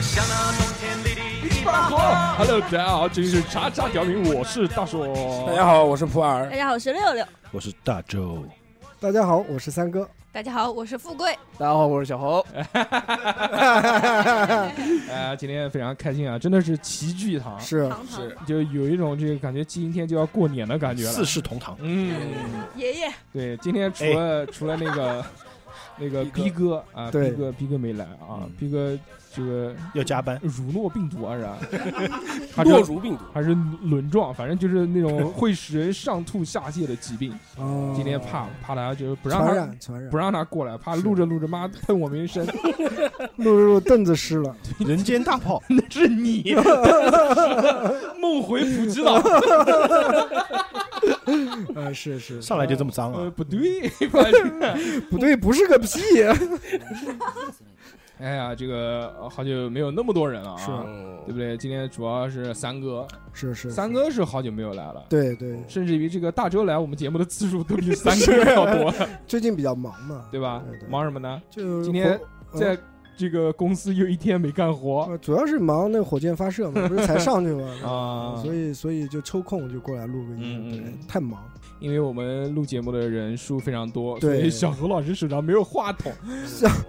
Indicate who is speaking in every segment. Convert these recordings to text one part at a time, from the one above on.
Speaker 1: 像那冬天里的一把
Speaker 2: 大
Speaker 1: 火
Speaker 2: 伙。，Hello，大哦家好，这里是叉叉调频，我是大硕。
Speaker 3: 哎
Speaker 4: 大家好，我是普洱
Speaker 5: 大。家好，我是六六。
Speaker 6: 我是大周，
Speaker 3: 大家好，我是三哥。
Speaker 5: 大家好，我是富贵。
Speaker 4: 大家好，我是小侯。
Speaker 2: 哎、今天非常开心啊，真的是齐聚一堂，
Speaker 3: 是
Speaker 5: 糖糖
Speaker 4: 是
Speaker 2: 就有一种这个感觉今天就要过年的感觉
Speaker 6: 四
Speaker 2: 了。
Speaker 6: 世 同堂，
Speaker 2: 嗯，
Speaker 5: 爷 爷，
Speaker 2: 对，今天除了、除了那个那 个逼
Speaker 4: 逼
Speaker 2: 哥啊，逼
Speaker 3: 哎对
Speaker 2: 哥逼哥没来啊
Speaker 6: 嗯，
Speaker 2: 逼哥这个
Speaker 6: 要加班，
Speaker 2: 乳诺病毒啊是 吧？还
Speaker 4: 诺
Speaker 2: 是
Speaker 4: 如病毒，
Speaker 2: 还是轮状，反正就是那种会使人上吐下泻的疾病。
Speaker 3: 哦
Speaker 2: 今天怕怕他就是不让
Speaker 3: 传
Speaker 2: 他
Speaker 3: 染传染
Speaker 2: 不，让他过来，怕录着录着妈喷我们一身，
Speaker 3: 录着录凳子湿了，
Speaker 6: 人间大炮，
Speaker 2: 那是你 梦回普吉岛，
Speaker 4: 哎
Speaker 3: 啊是是，
Speaker 6: 上来就这么脏
Speaker 2: 呃
Speaker 6: 啊！
Speaker 2: 不对，
Speaker 3: 不对，不是个屁，
Speaker 2: 哎呀，这个呃好久没有那么多人了
Speaker 3: 是
Speaker 2: 啊，对不对？今天主要是三哥，
Speaker 3: 是是
Speaker 2: 三哥是好久没有来了。
Speaker 3: 对对，
Speaker 2: 甚至于这个大周来我们节目的次数都 比三哥要多，
Speaker 3: 最近比较忙嘛，
Speaker 2: 对呃吧
Speaker 3: 对？对
Speaker 2: 忙什么呢？
Speaker 3: 就
Speaker 2: 今天
Speaker 3: 火
Speaker 2: 在这个公司又一天没干活
Speaker 3: 呃主要是忙那火箭发射嘛，不是才上去嘛，
Speaker 2: 啊，
Speaker 3: 所以所以就抽空就过来录个
Speaker 2: 嗯嗯
Speaker 3: 音，
Speaker 2: 嗯
Speaker 3: 对，太忙，
Speaker 2: 因为我们录节目的人数非常多，所
Speaker 3: 对
Speaker 2: 以小何老师手上没有话筒。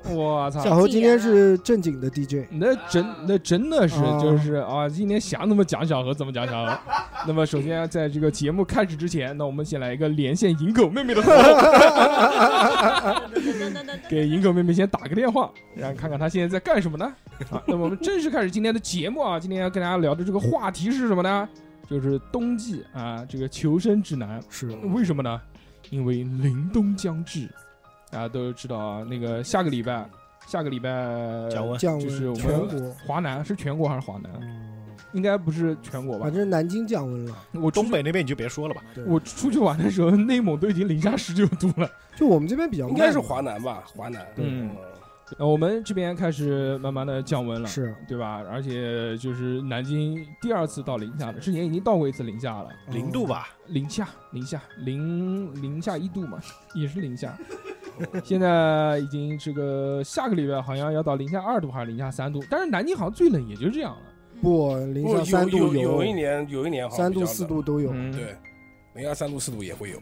Speaker 2: 我操！
Speaker 3: 小侯今天是正经的 DJ，
Speaker 2: 那真那真的是
Speaker 3: 啊
Speaker 2: 就是啊，今天想怎么讲小何怎么讲小何。那么首先在这个节目开始之前，那我们先来一个连线银狗妹妹的活动，给银狗妹妹先打个电话，然后看看她现在在干什么呢？啊，那么我们正式开始今天的节目啊，今天要跟大家聊的这个话题是什么呢？就是冬季啊，这个求生指南。
Speaker 3: 是
Speaker 2: 为什么呢？因为凛冬将至，大家都知道啊，那个下个礼拜，下个礼拜
Speaker 6: 降温，
Speaker 3: 降
Speaker 2: 就是
Speaker 3: 温
Speaker 2: 我
Speaker 3: 全
Speaker 2: 们
Speaker 3: 国，
Speaker 2: 华南是全国还是华南？
Speaker 3: 嗯
Speaker 2: 应该不是全国吧
Speaker 3: 反？正南京降温了，
Speaker 2: 我出
Speaker 6: 东北那边你就别说了吧，
Speaker 3: 对
Speaker 2: 我出去玩的时候， 内蒙都已经零下十九度了。
Speaker 3: 就我们这边比较
Speaker 4: 应
Speaker 3: 慢
Speaker 4: 该是华南吧？华南。
Speaker 2: 嗯，呃我们这边开始慢慢的降温了，
Speaker 3: 是
Speaker 2: 对吧？而且就是南京第二次到零下了，之前已经到过一次零下了，
Speaker 3: 嗯
Speaker 6: 零度，吧，
Speaker 2: 零下零下零零下一度嘛， 也是零下。现在已经这个下个礼拜好像要到零下二度还是零下三度，但是南京好像最冷也就这样了。
Speaker 3: 嗯不零
Speaker 4: 不
Speaker 3: 下三
Speaker 4: 有
Speaker 3: 度
Speaker 4: 有有一年有一年好像
Speaker 3: 三
Speaker 4: 比
Speaker 3: 度
Speaker 4: 较
Speaker 3: 四
Speaker 4: 冷
Speaker 3: 度都有，
Speaker 2: 嗯，
Speaker 4: 对，零下三度四度也 会有。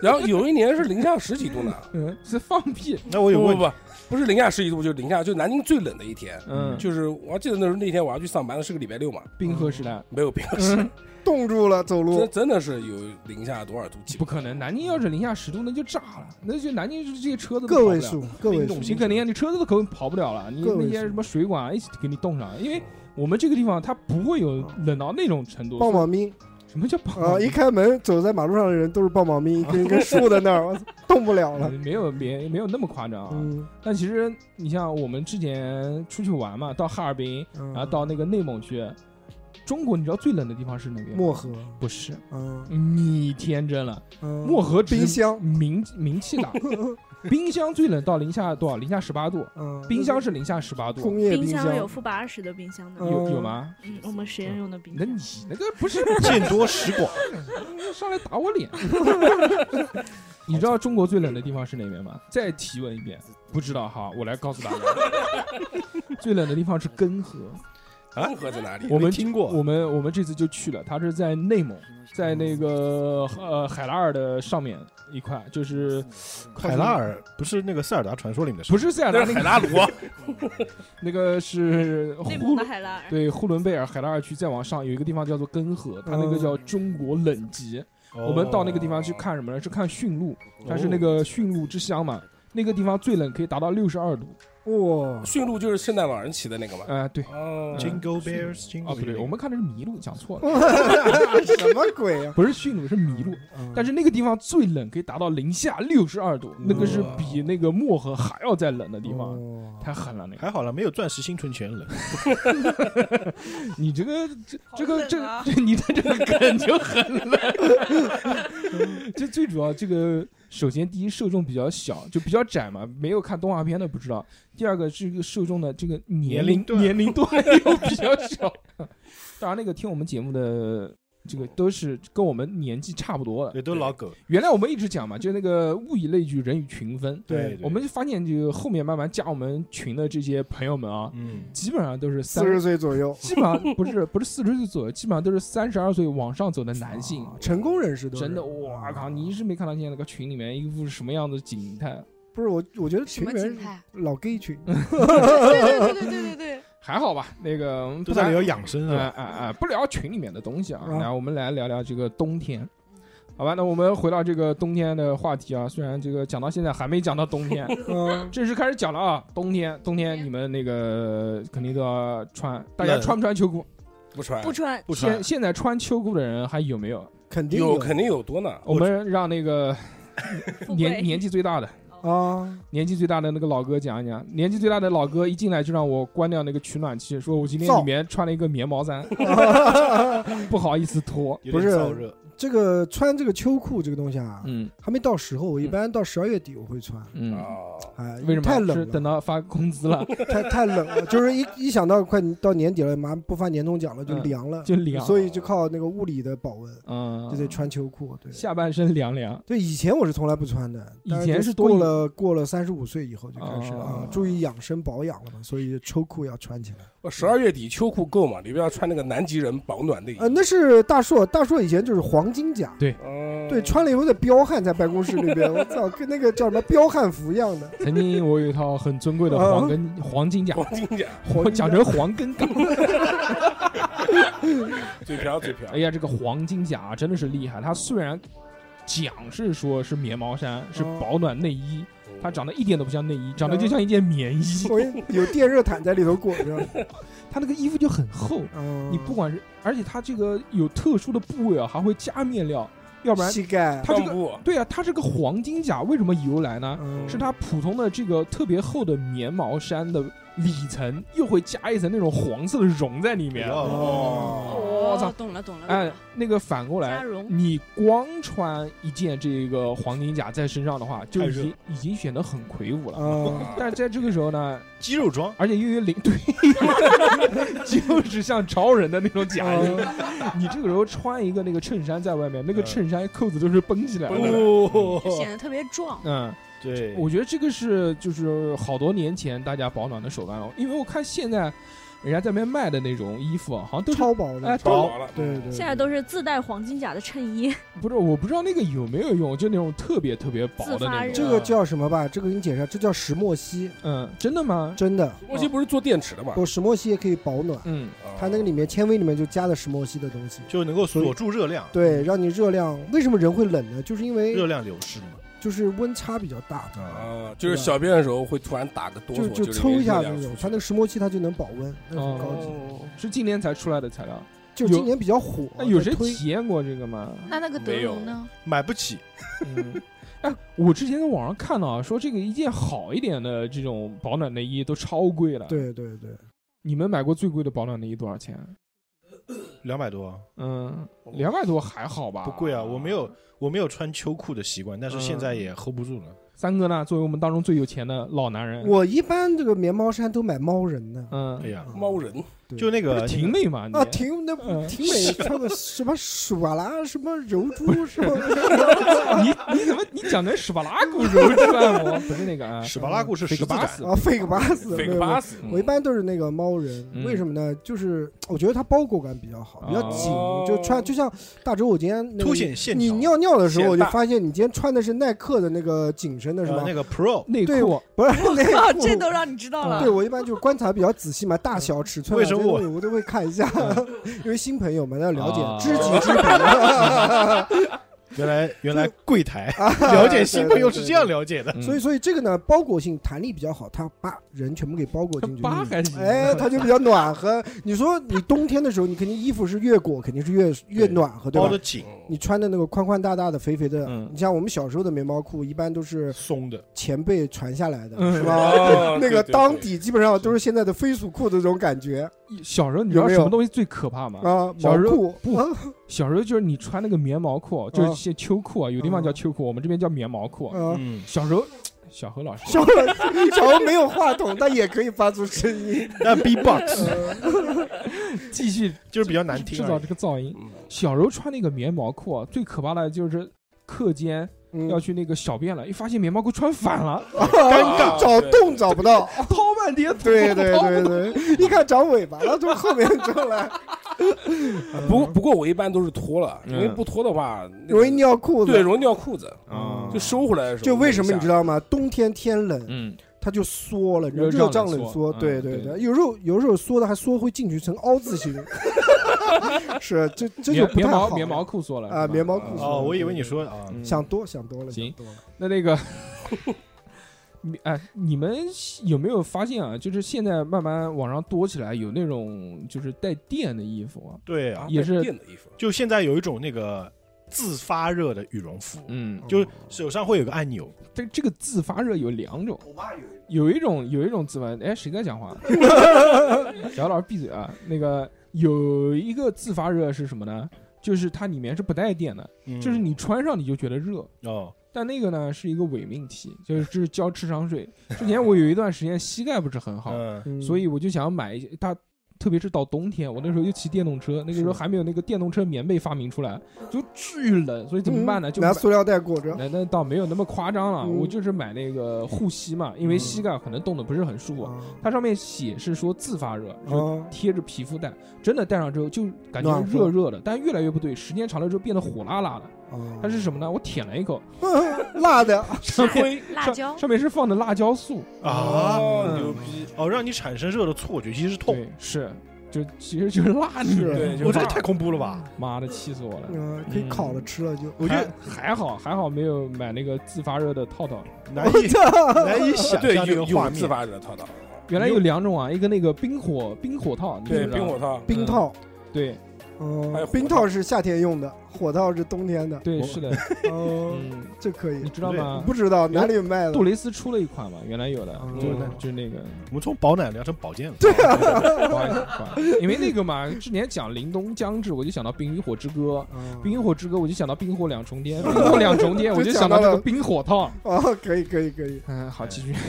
Speaker 4: 然后有一年是零下十几度呢，
Speaker 2: 嗯，是放屁，
Speaker 6: 那我
Speaker 4: 不
Speaker 6: 有
Speaker 4: 不
Speaker 6: 问，
Speaker 4: 不，不是零下十几度，就是零下就南京最冷的一天。
Speaker 2: 嗯，
Speaker 4: 就是我还记得那时候那天我要去上班，是个礼拜六嘛，
Speaker 2: 冰河时代。
Speaker 4: 没有冰室，
Speaker 2: 嗯，
Speaker 3: 冻住了走路
Speaker 4: 真。真的是有零下多少度？记
Speaker 2: 不可能，南京要是零下十度，那就炸了，那就南京这些车子都
Speaker 3: 个
Speaker 2: 跑不
Speaker 3: 位
Speaker 2: 了
Speaker 3: 数，个位
Speaker 6: 运
Speaker 3: 数
Speaker 6: 动，
Speaker 2: 你肯定你车子都可能跑不了了，你
Speaker 3: 个位
Speaker 2: 那些
Speaker 3: 数
Speaker 2: 什么水管啊一起给你冻上，因为我们这个地方它不会有冷到那种程度。
Speaker 3: 棒棒冰
Speaker 2: 什么叫棒
Speaker 3: 啊！
Speaker 2: 棒
Speaker 3: 一开门走在马路上的人都是棒棒冰，一根一根竖在那儿，我操动不了了。
Speaker 2: 没有没没有那么夸张啊。
Speaker 3: 嗯，
Speaker 2: 但其实你像我们之前出去玩嘛，到哈尔滨，
Speaker 3: 然
Speaker 2: 然后到那个内蒙去，中国你知道最冷的地方是哪个？
Speaker 3: 漠河，
Speaker 2: 不是，
Speaker 3: 嗯
Speaker 2: 你天真了，
Speaker 3: 嗯，
Speaker 2: 漠河只是
Speaker 3: 冰箱，
Speaker 2: 名名气 大，冰箱最冷到零下多少？零下十八度，
Speaker 3: 嗯，
Speaker 2: 冰箱是零下十八度，
Speaker 3: 工业
Speaker 5: 冰
Speaker 3: 箱
Speaker 5: 箱有负八十的冰箱的，
Speaker 3: 嗯
Speaker 2: 有有吗？
Speaker 5: 嗯，我们实验用的冰
Speaker 2: 那
Speaker 5: 箱。
Speaker 2: 你那个不是
Speaker 6: 见多识 广，
Speaker 2: 上来打我脸？你知道中国最冷的地方是哪边吗？再提问一遍，不知道哈，我来告诉大家，最冷的地方是根河。
Speaker 6: 啊
Speaker 4: 温河在哪里？
Speaker 2: 我们
Speaker 6: 没听过，
Speaker 2: 我们我们这次就去了，它是在内蒙，在那个呃海拉尔的上面一块，就是靠近
Speaker 6: 海拉，尔不是那个塞尔达传说里面的事，
Speaker 2: 不是塞尔
Speaker 4: 那
Speaker 2: 达，
Speaker 4: 是
Speaker 2: 那
Speaker 4: 海
Speaker 2: 个
Speaker 4: 拉鲁，
Speaker 2: 那个是
Speaker 5: 内
Speaker 2: 呼
Speaker 5: 蒙的海拉尔，
Speaker 2: 对呼伦贝尔海拉尔区再往上有一个地方叫做根河，它那个叫中国冷极。
Speaker 6: 哦
Speaker 2: 我们到那个地方去，看什么呢？是看驯鹿，它是那个驯鹿之乡嘛。那个地方最冷可以达到六十二度，
Speaker 3: 哇，
Speaker 4: 哦驯鹿就是圣诞老人骑的那个嘛。
Speaker 2: 啊、对，
Speaker 3: 呃
Speaker 4: 哦，
Speaker 6: Jingle Bears，Jingle
Speaker 2: 啊不对，
Speaker 6: Bells
Speaker 2: 我们看的是麋鹿，讲错了，
Speaker 3: 什么鬼啊？
Speaker 2: 不是驯鹿是麋鹿，
Speaker 3: 嗯
Speaker 2: 但是那个地方最冷，可以达到零下六十二度，那个是比那个漠河还要再冷的地方，
Speaker 3: 哦
Speaker 2: 太狠了那个。
Speaker 6: 还好了，没有钻石星存钱冷，
Speaker 2: 你这个这这个这
Speaker 5: 好
Speaker 2: 个
Speaker 5: 冷啊
Speaker 2: 这 你的这个梗就很 冷。这最主要这个，首先第一受众比较小，就比较窄嘛，没有看动画片的不知道。第二个这个受众的这个年龄
Speaker 6: 年龄段
Speaker 2: 年龄段又比较小。当然，那个听我们节目的这个都是跟我们年纪差不多的。
Speaker 6: 也都老狗。
Speaker 2: 原来我们一直讲嘛，就那个物以类聚，人以群分。
Speaker 3: 对
Speaker 2: 我们就发现，就后面慢慢加我们群的这些朋友们啊，
Speaker 6: 嗯，
Speaker 2: 基本上都是
Speaker 3: 四
Speaker 2: 三
Speaker 3: 十岁左右，
Speaker 2: 基本 上不是不是四十岁左右，基本上都是三十二岁往上走的男性。
Speaker 3: 啊成功人士都是嗯
Speaker 2: 真的，我靠！你是没看到现在那个群里面一副什么样的景态？
Speaker 3: 不是我，我觉得
Speaker 5: 什
Speaker 3: 群
Speaker 5: 么
Speaker 3: 人
Speaker 5: 静态？
Speaker 3: 老 gay 群，
Speaker 2: 嗯
Speaker 5: 对对对对对对对，
Speaker 2: 还好吧？那个我们
Speaker 6: 都
Speaker 2: 不
Speaker 6: 在
Speaker 2: 谈
Speaker 6: 聊养生啊是
Speaker 2: 哎
Speaker 6: 吧？
Speaker 2: 哎哎，不聊群里面的东西啊，
Speaker 3: 啊
Speaker 2: 然后我们来聊聊这个冬天。好吧，那我们回到这个冬天的话题啊，虽然这个讲到现在还没讲到冬天，
Speaker 3: 嗯，
Speaker 2: 正式开始讲了啊，冬天，冬天你们那个肯定都要穿，大家
Speaker 6: 冷
Speaker 2: 穿不穿秋裤？
Speaker 4: 不穿
Speaker 5: 不穿
Speaker 6: 不穿
Speaker 2: 现现在穿秋裤的人还有没有？
Speaker 3: 肯定
Speaker 4: 有肯定有多呢，
Speaker 2: 我们让那个
Speaker 5: 富
Speaker 2: 年
Speaker 5: 贵
Speaker 2: 年纪最大的
Speaker 3: 啊，
Speaker 2: 年纪最大的那个老哥讲一讲，年纪最大的老哥一进来就让我关掉那个取暖器，说我今天
Speaker 3: 造
Speaker 2: 里面穿了一个棉毛 衫，不好意思脱。
Speaker 6: 有
Speaker 3: 不
Speaker 6: 点
Speaker 3: 是
Speaker 6: 燥热，
Speaker 3: 这个穿这个秋裤这个东西啊，
Speaker 2: 嗯
Speaker 3: 还没到时候，我一般到十二月底我会穿。
Speaker 2: 嗯，
Speaker 4: 啊，
Speaker 3: 哎，
Speaker 2: 为什么？
Speaker 3: 太
Speaker 2: 是
Speaker 3: 冷
Speaker 2: 等
Speaker 3: 了，
Speaker 2: 到发工资 了
Speaker 3: 太太冷了，就是一一想到快到年底了，马上不发年终奖了，就
Speaker 2: 嗯
Speaker 3: 凉了，
Speaker 2: 就凉，
Speaker 3: 所以就靠那个物理的保温，
Speaker 2: 嗯，
Speaker 3: 就得穿秋裤。对，
Speaker 2: 下半身凉凉。
Speaker 3: 对，以前我是从来不穿的，
Speaker 2: 以
Speaker 3: 但
Speaker 2: 前
Speaker 3: 就是
Speaker 2: 多
Speaker 3: 过
Speaker 2: 以
Speaker 3: 了过了三十五岁以后就开始了
Speaker 2: 哦
Speaker 3: 啊，注意养生保养了嘛，所以秋裤要穿起来。
Speaker 4: 十二月底秋裤够嘛？里边要穿那个南极人保暖内衣
Speaker 3: 呃，那是大硕，大硕以前就是黄金甲，
Speaker 2: 哦
Speaker 4: 嗯
Speaker 3: 对，穿了以后在彪悍在办公室里边，我操，跟那个叫什么彪悍服一样的，
Speaker 2: 曾经我有一套很尊贵
Speaker 3: 嗯
Speaker 2: 的黄根黄金甲，
Speaker 4: 黄金甲，
Speaker 2: 我讲成黄根甲。
Speaker 4: 嘴瓢嘴瓢
Speaker 2: 哎，呀，这个黄金甲啊真的是厉害，它虽然讲是说是棉毛衫，是
Speaker 3: 哦
Speaker 2: 保暖内衣。它
Speaker 4: 哦
Speaker 2: 长得一点都不像内衣，长得就像一件棉衣。
Speaker 3: 我有电热毯在里头裹着。
Speaker 2: 它那个衣服就很厚，
Speaker 3: 嗯，
Speaker 2: 你不管是，而且它这个有特殊的部位啊，还会加面料，要不然，
Speaker 3: 膝盖，
Speaker 2: 它这个
Speaker 4: 裆部
Speaker 2: 对啊，它这个黄金甲为什么由来呢？
Speaker 3: 嗯
Speaker 2: 是它普通的这个特别厚的棉毛衫的里层又会加一层那种黄色的绒在里面。
Speaker 6: 哎
Speaker 3: 哦，
Speaker 2: 我操
Speaker 7: 哦，懂了懂了，懂
Speaker 2: 哎
Speaker 7: 了，
Speaker 2: 那个反过
Speaker 5: 加
Speaker 2: 来，
Speaker 5: 绒，
Speaker 2: 你光穿一件这个黄金甲在身上的话，就
Speaker 6: 太
Speaker 2: 已
Speaker 6: 热
Speaker 2: 经已经显得很魁梧了。
Speaker 3: 啊，
Speaker 2: 但在这个时候呢，
Speaker 6: 肌肉装，
Speaker 2: 而且又有领队， 就是像超人的那种假音。你这个时候穿一个那个衬衫在外面，那个
Speaker 6: 嗯
Speaker 2: 衬衫扣子都是绷起来
Speaker 4: 绷起
Speaker 2: 的。
Speaker 4: 来
Speaker 7: 就
Speaker 6: 哦，
Speaker 7: 显得特别壮。
Speaker 2: 嗯，
Speaker 6: 对，
Speaker 2: 我觉得这个是就是好多年前大家保暖的手段了，因为我看现在人家在那边卖的那种衣服啊，好像都是
Speaker 3: 超薄
Speaker 2: 哎
Speaker 3: 的，
Speaker 4: 超薄了，
Speaker 3: 对对，对
Speaker 5: 现在都是自带黄金甲的衬衣，
Speaker 2: 不是我不知道那个有没有用，就那种特别特别薄的
Speaker 5: 自发
Speaker 2: 那
Speaker 5: 热
Speaker 2: 种。
Speaker 3: 这个叫什么吧？这个给你解释，这叫石墨烯，
Speaker 2: 嗯，真的吗？
Speaker 3: 真的，
Speaker 4: 墨西不是做电池的嘛？哦
Speaker 3: 我石墨烯也可以保暖，
Speaker 2: 嗯，
Speaker 3: 它那个里面纤维里面就加的石墨烯的东西。
Speaker 6: 就能够锁住热量，
Speaker 3: 对，让你热量为什么人会冷呢？就是因
Speaker 6: 热
Speaker 3: 为
Speaker 6: 量流失嘛。
Speaker 3: 就是温差比较大，
Speaker 6: 啊，
Speaker 4: 啊，就是小便的时候会突然打个哆
Speaker 3: 就
Speaker 4: 嗦，
Speaker 3: 就是抽一下
Speaker 4: 那
Speaker 3: 那种，它那个石墨烯它就能保温，那很高级。
Speaker 2: 哦，是今年才出来的材料。
Speaker 3: 就
Speaker 2: 有
Speaker 3: 今年比较火，
Speaker 2: 那有
Speaker 3: 在
Speaker 2: 谁
Speaker 3: 推
Speaker 2: 体验过这个吗？
Speaker 7: 那那个德
Speaker 4: 没有
Speaker 7: 绒呢？
Speaker 6: 买不起，
Speaker 2: 嗯，哎，我之前在网上看到啊，说这个一件好一点的这种保暖内衣都超贵了。，
Speaker 3: 对对对，
Speaker 2: 你们买过最贵的保暖内衣多少钱？
Speaker 6: 两百多啊，
Speaker 2: 嗯，两百多还好吧？
Speaker 6: 不贵啊。我没。有，我没有穿秋裤的习惯，但是现在也 hold 不住了。
Speaker 2: 三哥呢，作为我们当中最有钱的老男人，
Speaker 3: 我一般这个棉毛衫都买猫人的，
Speaker 2: 嗯
Speaker 6: 哎，呀，
Speaker 4: 猫人
Speaker 3: 对
Speaker 6: 就那
Speaker 2: 不是
Speaker 6: 个
Speaker 2: 婷妹嘛？你
Speaker 3: 啊，挺那
Speaker 2: 嗯
Speaker 3: 挺美，穿个什么鼠啦，什么柔珠，什么
Speaker 2: 你你怎么你讲成史巴拉古柔之万魔？不是那个 啊，
Speaker 6: 史巴拉固是
Speaker 2: 这
Speaker 6: 十
Speaker 2: 个
Speaker 6: 字
Speaker 2: 巴
Speaker 6: 感，
Speaker 2: 斯。
Speaker 3: 啊，fake 巴
Speaker 4: ，fake
Speaker 3: 斯，没有没有
Speaker 4: pass，
Speaker 2: 嗯
Speaker 3: 我一般都是那个猫人，
Speaker 2: 嗯
Speaker 3: 为什么呢？就是我觉得它包裹感比较好，比较紧，
Speaker 4: 哦
Speaker 3: 就穿就像大周，我今天那个
Speaker 6: 凸显线条。
Speaker 3: 你尿尿的时候，我就
Speaker 4: 显大
Speaker 3: 发现你今天穿的是耐克的那个紧身的是
Speaker 6: 呃
Speaker 3: 吧
Speaker 6: 那？个 Pro
Speaker 2: 内
Speaker 3: 对
Speaker 2: 裤，
Speaker 3: 不是内
Speaker 7: 啊，
Speaker 3: 裤
Speaker 7: 这都让你知道
Speaker 3: 对
Speaker 7: 了。
Speaker 3: 我一般就是观察比较仔细嘛，大小、尺寸啊，
Speaker 6: 为什么我
Speaker 3: 这些东西我都会看一下， 因为新朋友嘛，要了解
Speaker 2: 啊
Speaker 3: 知己知彼。
Speaker 6: 原来原来柜台 了解新朋友是这样了解的，
Speaker 2: 嗯
Speaker 3: 所以，所以这个呢，包裹性弹力比较好，它把人全部给包裹进去。
Speaker 2: 八还行。
Speaker 3: 哎，它就比较暖和。你说你冬天的时候，你肯定衣服是越裹，肯定是越越暖和，对
Speaker 6: 包
Speaker 3: 吧
Speaker 6: 的？紧
Speaker 3: 你穿的那个宽宽大大的、肥肥的，
Speaker 2: 嗯
Speaker 3: 你像我们小时候的棉毛裤，一般都是
Speaker 6: 松的，
Speaker 3: 前辈传下来的，
Speaker 2: 嗯
Speaker 3: 是 吧？
Speaker 4: 哦
Speaker 3: 那
Speaker 4: 对对
Speaker 3: 个
Speaker 4: 对
Speaker 3: 裆底基本上都是现在的飞鼠裤的这种感觉
Speaker 2: 小时候你知道
Speaker 3: 有没
Speaker 2: 什
Speaker 3: 有
Speaker 2: 么东西最可怕吗？
Speaker 3: 啊，
Speaker 2: 小
Speaker 3: 毛
Speaker 2: 时候
Speaker 3: 裤
Speaker 2: 不
Speaker 3: 啊
Speaker 2: 小时候就是你嗯穿那个棉毛裤，就是一些秋裤啊，有地方叫秋裤，我们这边叫棉毛裤。
Speaker 3: 啊，
Speaker 6: 嗯，
Speaker 2: 小时候小何老师，
Speaker 3: 小何小何没有话筒，但也可以发出声 音。
Speaker 6: 那 B-box
Speaker 2: 继续
Speaker 6: 就是比较难听
Speaker 2: 制
Speaker 6: 啊
Speaker 2: 造
Speaker 6: 而已。
Speaker 2: 这个噪音。
Speaker 4: 嗯，
Speaker 2: 小时候穿那个棉毛裤啊，最可怕的就是课间
Speaker 3: 嗯
Speaker 2: 要去那个小便了，一发现棉毛裤穿反了，
Speaker 3: 尴
Speaker 4: 尬
Speaker 3: 找洞找不到。
Speaker 2: 掏半天，
Speaker 3: 对对对对，一看长尾巴，然后从后面撞来，
Speaker 4: 不不过我一般都是脱了，因
Speaker 6: 嗯
Speaker 4: 为不脱的话那
Speaker 3: 容易
Speaker 4: 个
Speaker 3: 尿裤子。
Speaker 4: 对，容易尿裤子，
Speaker 6: 啊
Speaker 4: 就收回来的时候。
Speaker 3: 就为什么你知
Speaker 4: 道？
Speaker 3: 道吗？冬天天冷，
Speaker 2: 嗯，
Speaker 3: 它就缩了，你知道
Speaker 2: 热
Speaker 3: 热
Speaker 2: 胀
Speaker 3: 胀
Speaker 2: 冷
Speaker 3: 冷
Speaker 2: 缩
Speaker 3: 缩。对
Speaker 2: 嗯
Speaker 3: 对
Speaker 2: 对
Speaker 3: 对，有时候有时候缩的还缩会进去成凹字形， 是这这就
Speaker 2: 棉
Speaker 3: 不
Speaker 2: 棉
Speaker 3: 太好
Speaker 2: 毛
Speaker 3: 了
Speaker 2: 棉毛裤缩了
Speaker 3: 啊，棉毛裤
Speaker 4: 啊
Speaker 3: 子。
Speaker 6: 哦，我以为你说啊，
Speaker 2: 嗯
Speaker 3: 想多想多了，
Speaker 2: 行
Speaker 3: 想多了。
Speaker 2: 那那个， 你哎，你们有没有发现啊？就是现在慢慢网上多起来有那种就是带电的衣服啊，
Speaker 6: 对啊，
Speaker 2: 也是
Speaker 4: 电的衣服，
Speaker 6: 就现在有一种那个自发热的羽绒服，
Speaker 2: 嗯，
Speaker 6: 就是手上会有个按钮，
Speaker 2: 这这个自发热有两种，有一种有一种自发，哎，谁在讲 话？小老师闭嘴啊！那个有一个自发热是什么呢？就是它里面是不带电的，就是你穿上你就觉得热。
Speaker 6: 哦，
Speaker 2: 但那个呢是一个伪命题，就是这是交智商税。之前我有一段时间膝盖不是很好，
Speaker 6: 嗯
Speaker 3: 嗯
Speaker 2: 所以我就想买一些它。特别是到冬天，我那时候又骑电动车，那个时候还没有那个电动车棉被发明出来，就巨冷，所以怎么办呢？就买
Speaker 3: 嗯拿塑料袋裹着。啊
Speaker 2: 那那倒没有那么夸张了，
Speaker 3: 嗯
Speaker 2: 我就是买那个护膝嘛，因为膝盖可能冻得不是很舒服。
Speaker 3: 啊
Speaker 2: 它上面写是说自发热，就是
Speaker 3: 啊，
Speaker 2: 贴着皮肤戴，真的戴上之后就感觉
Speaker 3: 暖和
Speaker 2: 热热的，但越来越不对，时间长了之后变得火辣辣的。 它是什么呢？我舔了一口，
Speaker 3: 哦 辣的，
Speaker 2: 上 面
Speaker 5: 辣椒
Speaker 2: 上上面是放的辣椒素，
Speaker 6: 啊
Speaker 4: 哦，
Speaker 2: 嗯
Speaker 4: 牛逼！
Speaker 6: 哦，让你产生热的错觉，其实是痛。
Speaker 2: 对，是，就其实就是辣你
Speaker 3: 是
Speaker 2: 的
Speaker 4: 对。就
Speaker 6: 我这个太恐怖了吧！
Speaker 2: 妈的，气死我了！
Speaker 3: 嗯，可以烤了吃了就。
Speaker 6: 我觉 得
Speaker 2: 还还好，还好没有买那个自发热的套套。
Speaker 6: 难以
Speaker 2: 嗯
Speaker 6: 难以
Speaker 4: 啊
Speaker 6: 想
Speaker 4: 对，
Speaker 6: 象这
Speaker 4: 有
Speaker 6: 个
Speaker 4: 有
Speaker 6: 画
Speaker 4: 自
Speaker 6: 面。
Speaker 4: 发热套套，
Speaker 2: 原来有两种啊，一个那个冰火冰火套，
Speaker 6: 嗯
Speaker 2: 你
Speaker 4: 对
Speaker 2: 知道
Speaker 4: 冰
Speaker 2: 吗
Speaker 4: 火套，
Speaker 3: 冰套，
Speaker 2: 对
Speaker 3: 嗯
Speaker 2: 哎
Speaker 4: 还有火，
Speaker 3: 冰套是夏天用的，火套是冬天的。
Speaker 2: 对
Speaker 6: 我
Speaker 2: 是的，
Speaker 3: 哦，
Speaker 2: 嗯，
Speaker 3: 这可以
Speaker 2: 你。知道吗？
Speaker 3: 不知道哪里有卖的
Speaker 2: 杜。蕾斯出了一款嘛，原来有的，
Speaker 3: 哦
Speaker 2: 就就是那 个，
Speaker 6: 我们从保暖聊成保健了。
Speaker 2: 不好意思不好意思因为那个嘛，之前讲凛冬将至，我就想到《冰与火之歌》，《 冰与
Speaker 3: 火
Speaker 2: 火之歌》我就想到冰火两重天，冰火两重 天我就想到这个冰火套。
Speaker 3: 哦，可以可以可以。
Speaker 2: 嗯，好，继续。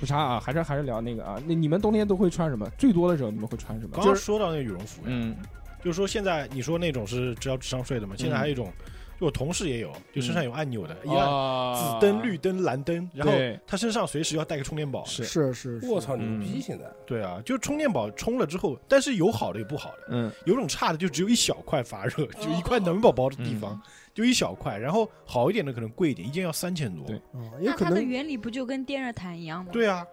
Speaker 2: 不差啊，还是还是聊那个啊，那你们冬天都会穿什么？最多的时候你们会穿什么
Speaker 6: 刚？刚说到那个羽绒服，
Speaker 2: 嗯，
Speaker 6: 就是说现在你说那种是只要智商税
Speaker 4: 嗯
Speaker 6: 的嘛，现在还有一种，就我同事也有，就身上有按钮的，一
Speaker 4: 哦
Speaker 6: 按
Speaker 2: 啊
Speaker 6: 紫灯、绿灯、蓝灯，然后
Speaker 2: 对
Speaker 6: 他身上随时要带个充电宝。
Speaker 2: 是
Speaker 3: 是是，是
Speaker 4: 我操，
Speaker 2: 嗯
Speaker 4: 牛逼！现在
Speaker 6: 对啊，就充电宝充了之后，但是有好的有不好的，
Speaker 2: 嗯，
Speaker 6: 有种差的就只有一小块发热，就一块暖宝宝的地
Speaker 4: 嗯
Speaker 6: 方，就一小块，然后好一点的可能贵一点，一件要三千多。
Speaker 2: 对
Speaker 3: 啊，也
Speaker 7: 那
Speaker 3: 可
Speaker 7: 它的
Speaker 3: 能
Speaker 7: 原理不就跟电热毯一样吗？
Speaker 6: 对啊，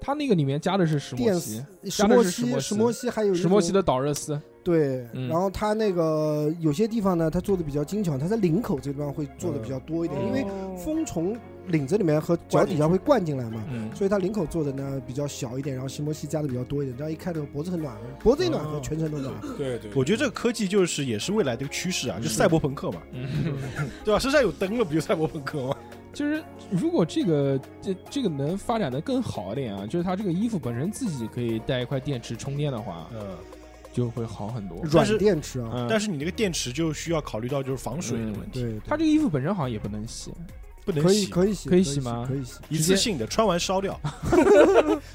Speaker 2: 它那个里面加的是石墨
Speaker 3: 电
Speaker 2: 烯，
Speaker 3: 石
Speaker 2: 加的
Speaker 3: 墨
Speaker 2: 是石墨烯
Speaker 3: 烯，石墨烯还有一
Speaker 2: 石墨烯
Speaker 3: 种
Speaker 2: 的导热丝，
Speaker 3: 对，
Speaker 2: 嗯
Speaker 3: 然后它那个有些地方呢，它做的比较精巧，它在领口这地方会做
Speaker 2: 嗯
Speaker 3: 的比较多一点，因为
Speaker 6: 哦嗯
Speaker 3: 风从领子里面和脚底下会灌进来嘛。
Speaker 2: 嗯，
Speaker 3: 所以它领口做的呢比较小一点，然后石墨烯加的比较多一点，这样一看这个脖子很暖和，脖子一暖和，
Speaker 6: 哦
Speaker 3: 全程都暖和。
Speaker 4: 对对，
Speaker 6: 我觉得这个科技就是也是未来的一个趋势啊，就赛博朋克嘛，
Speaker 2: 嗯
Speaker 6: 对吧？身上有灯了，不就赛博朋克吗？
Speaker 2: 就是如果这个这这个能发展的更好一点啊，就是它这个衣服本身自己可以带一块电池充电的话，
Speaker 6: 嗯，
Speaker 2: 就会好很多。
Speaker 6: 但是
Speaker 3: 软电池啊，
Speaker 2: 嗯，
Speaker 6: 但
Speaker 2: 是
Speaker 6: 是你那个电池就需要考虑到就是防水的问题，
Speaker 3: 对，对
Speaker 2: 它这个衣服本身好像也不能洗，
Speaker 6: 不能
Speaker 3: 嗯可以
Speaker 6: 洗，
Speaker 3: 可以洗，
Speaker 2: 可
Speaker 3: 可
Speaker 2: 以
Speaker 3: 以
Speaker 2: 洗吗
Speaker 3: 可以洗，
Speaker 6: 一次性的穿完烧掉，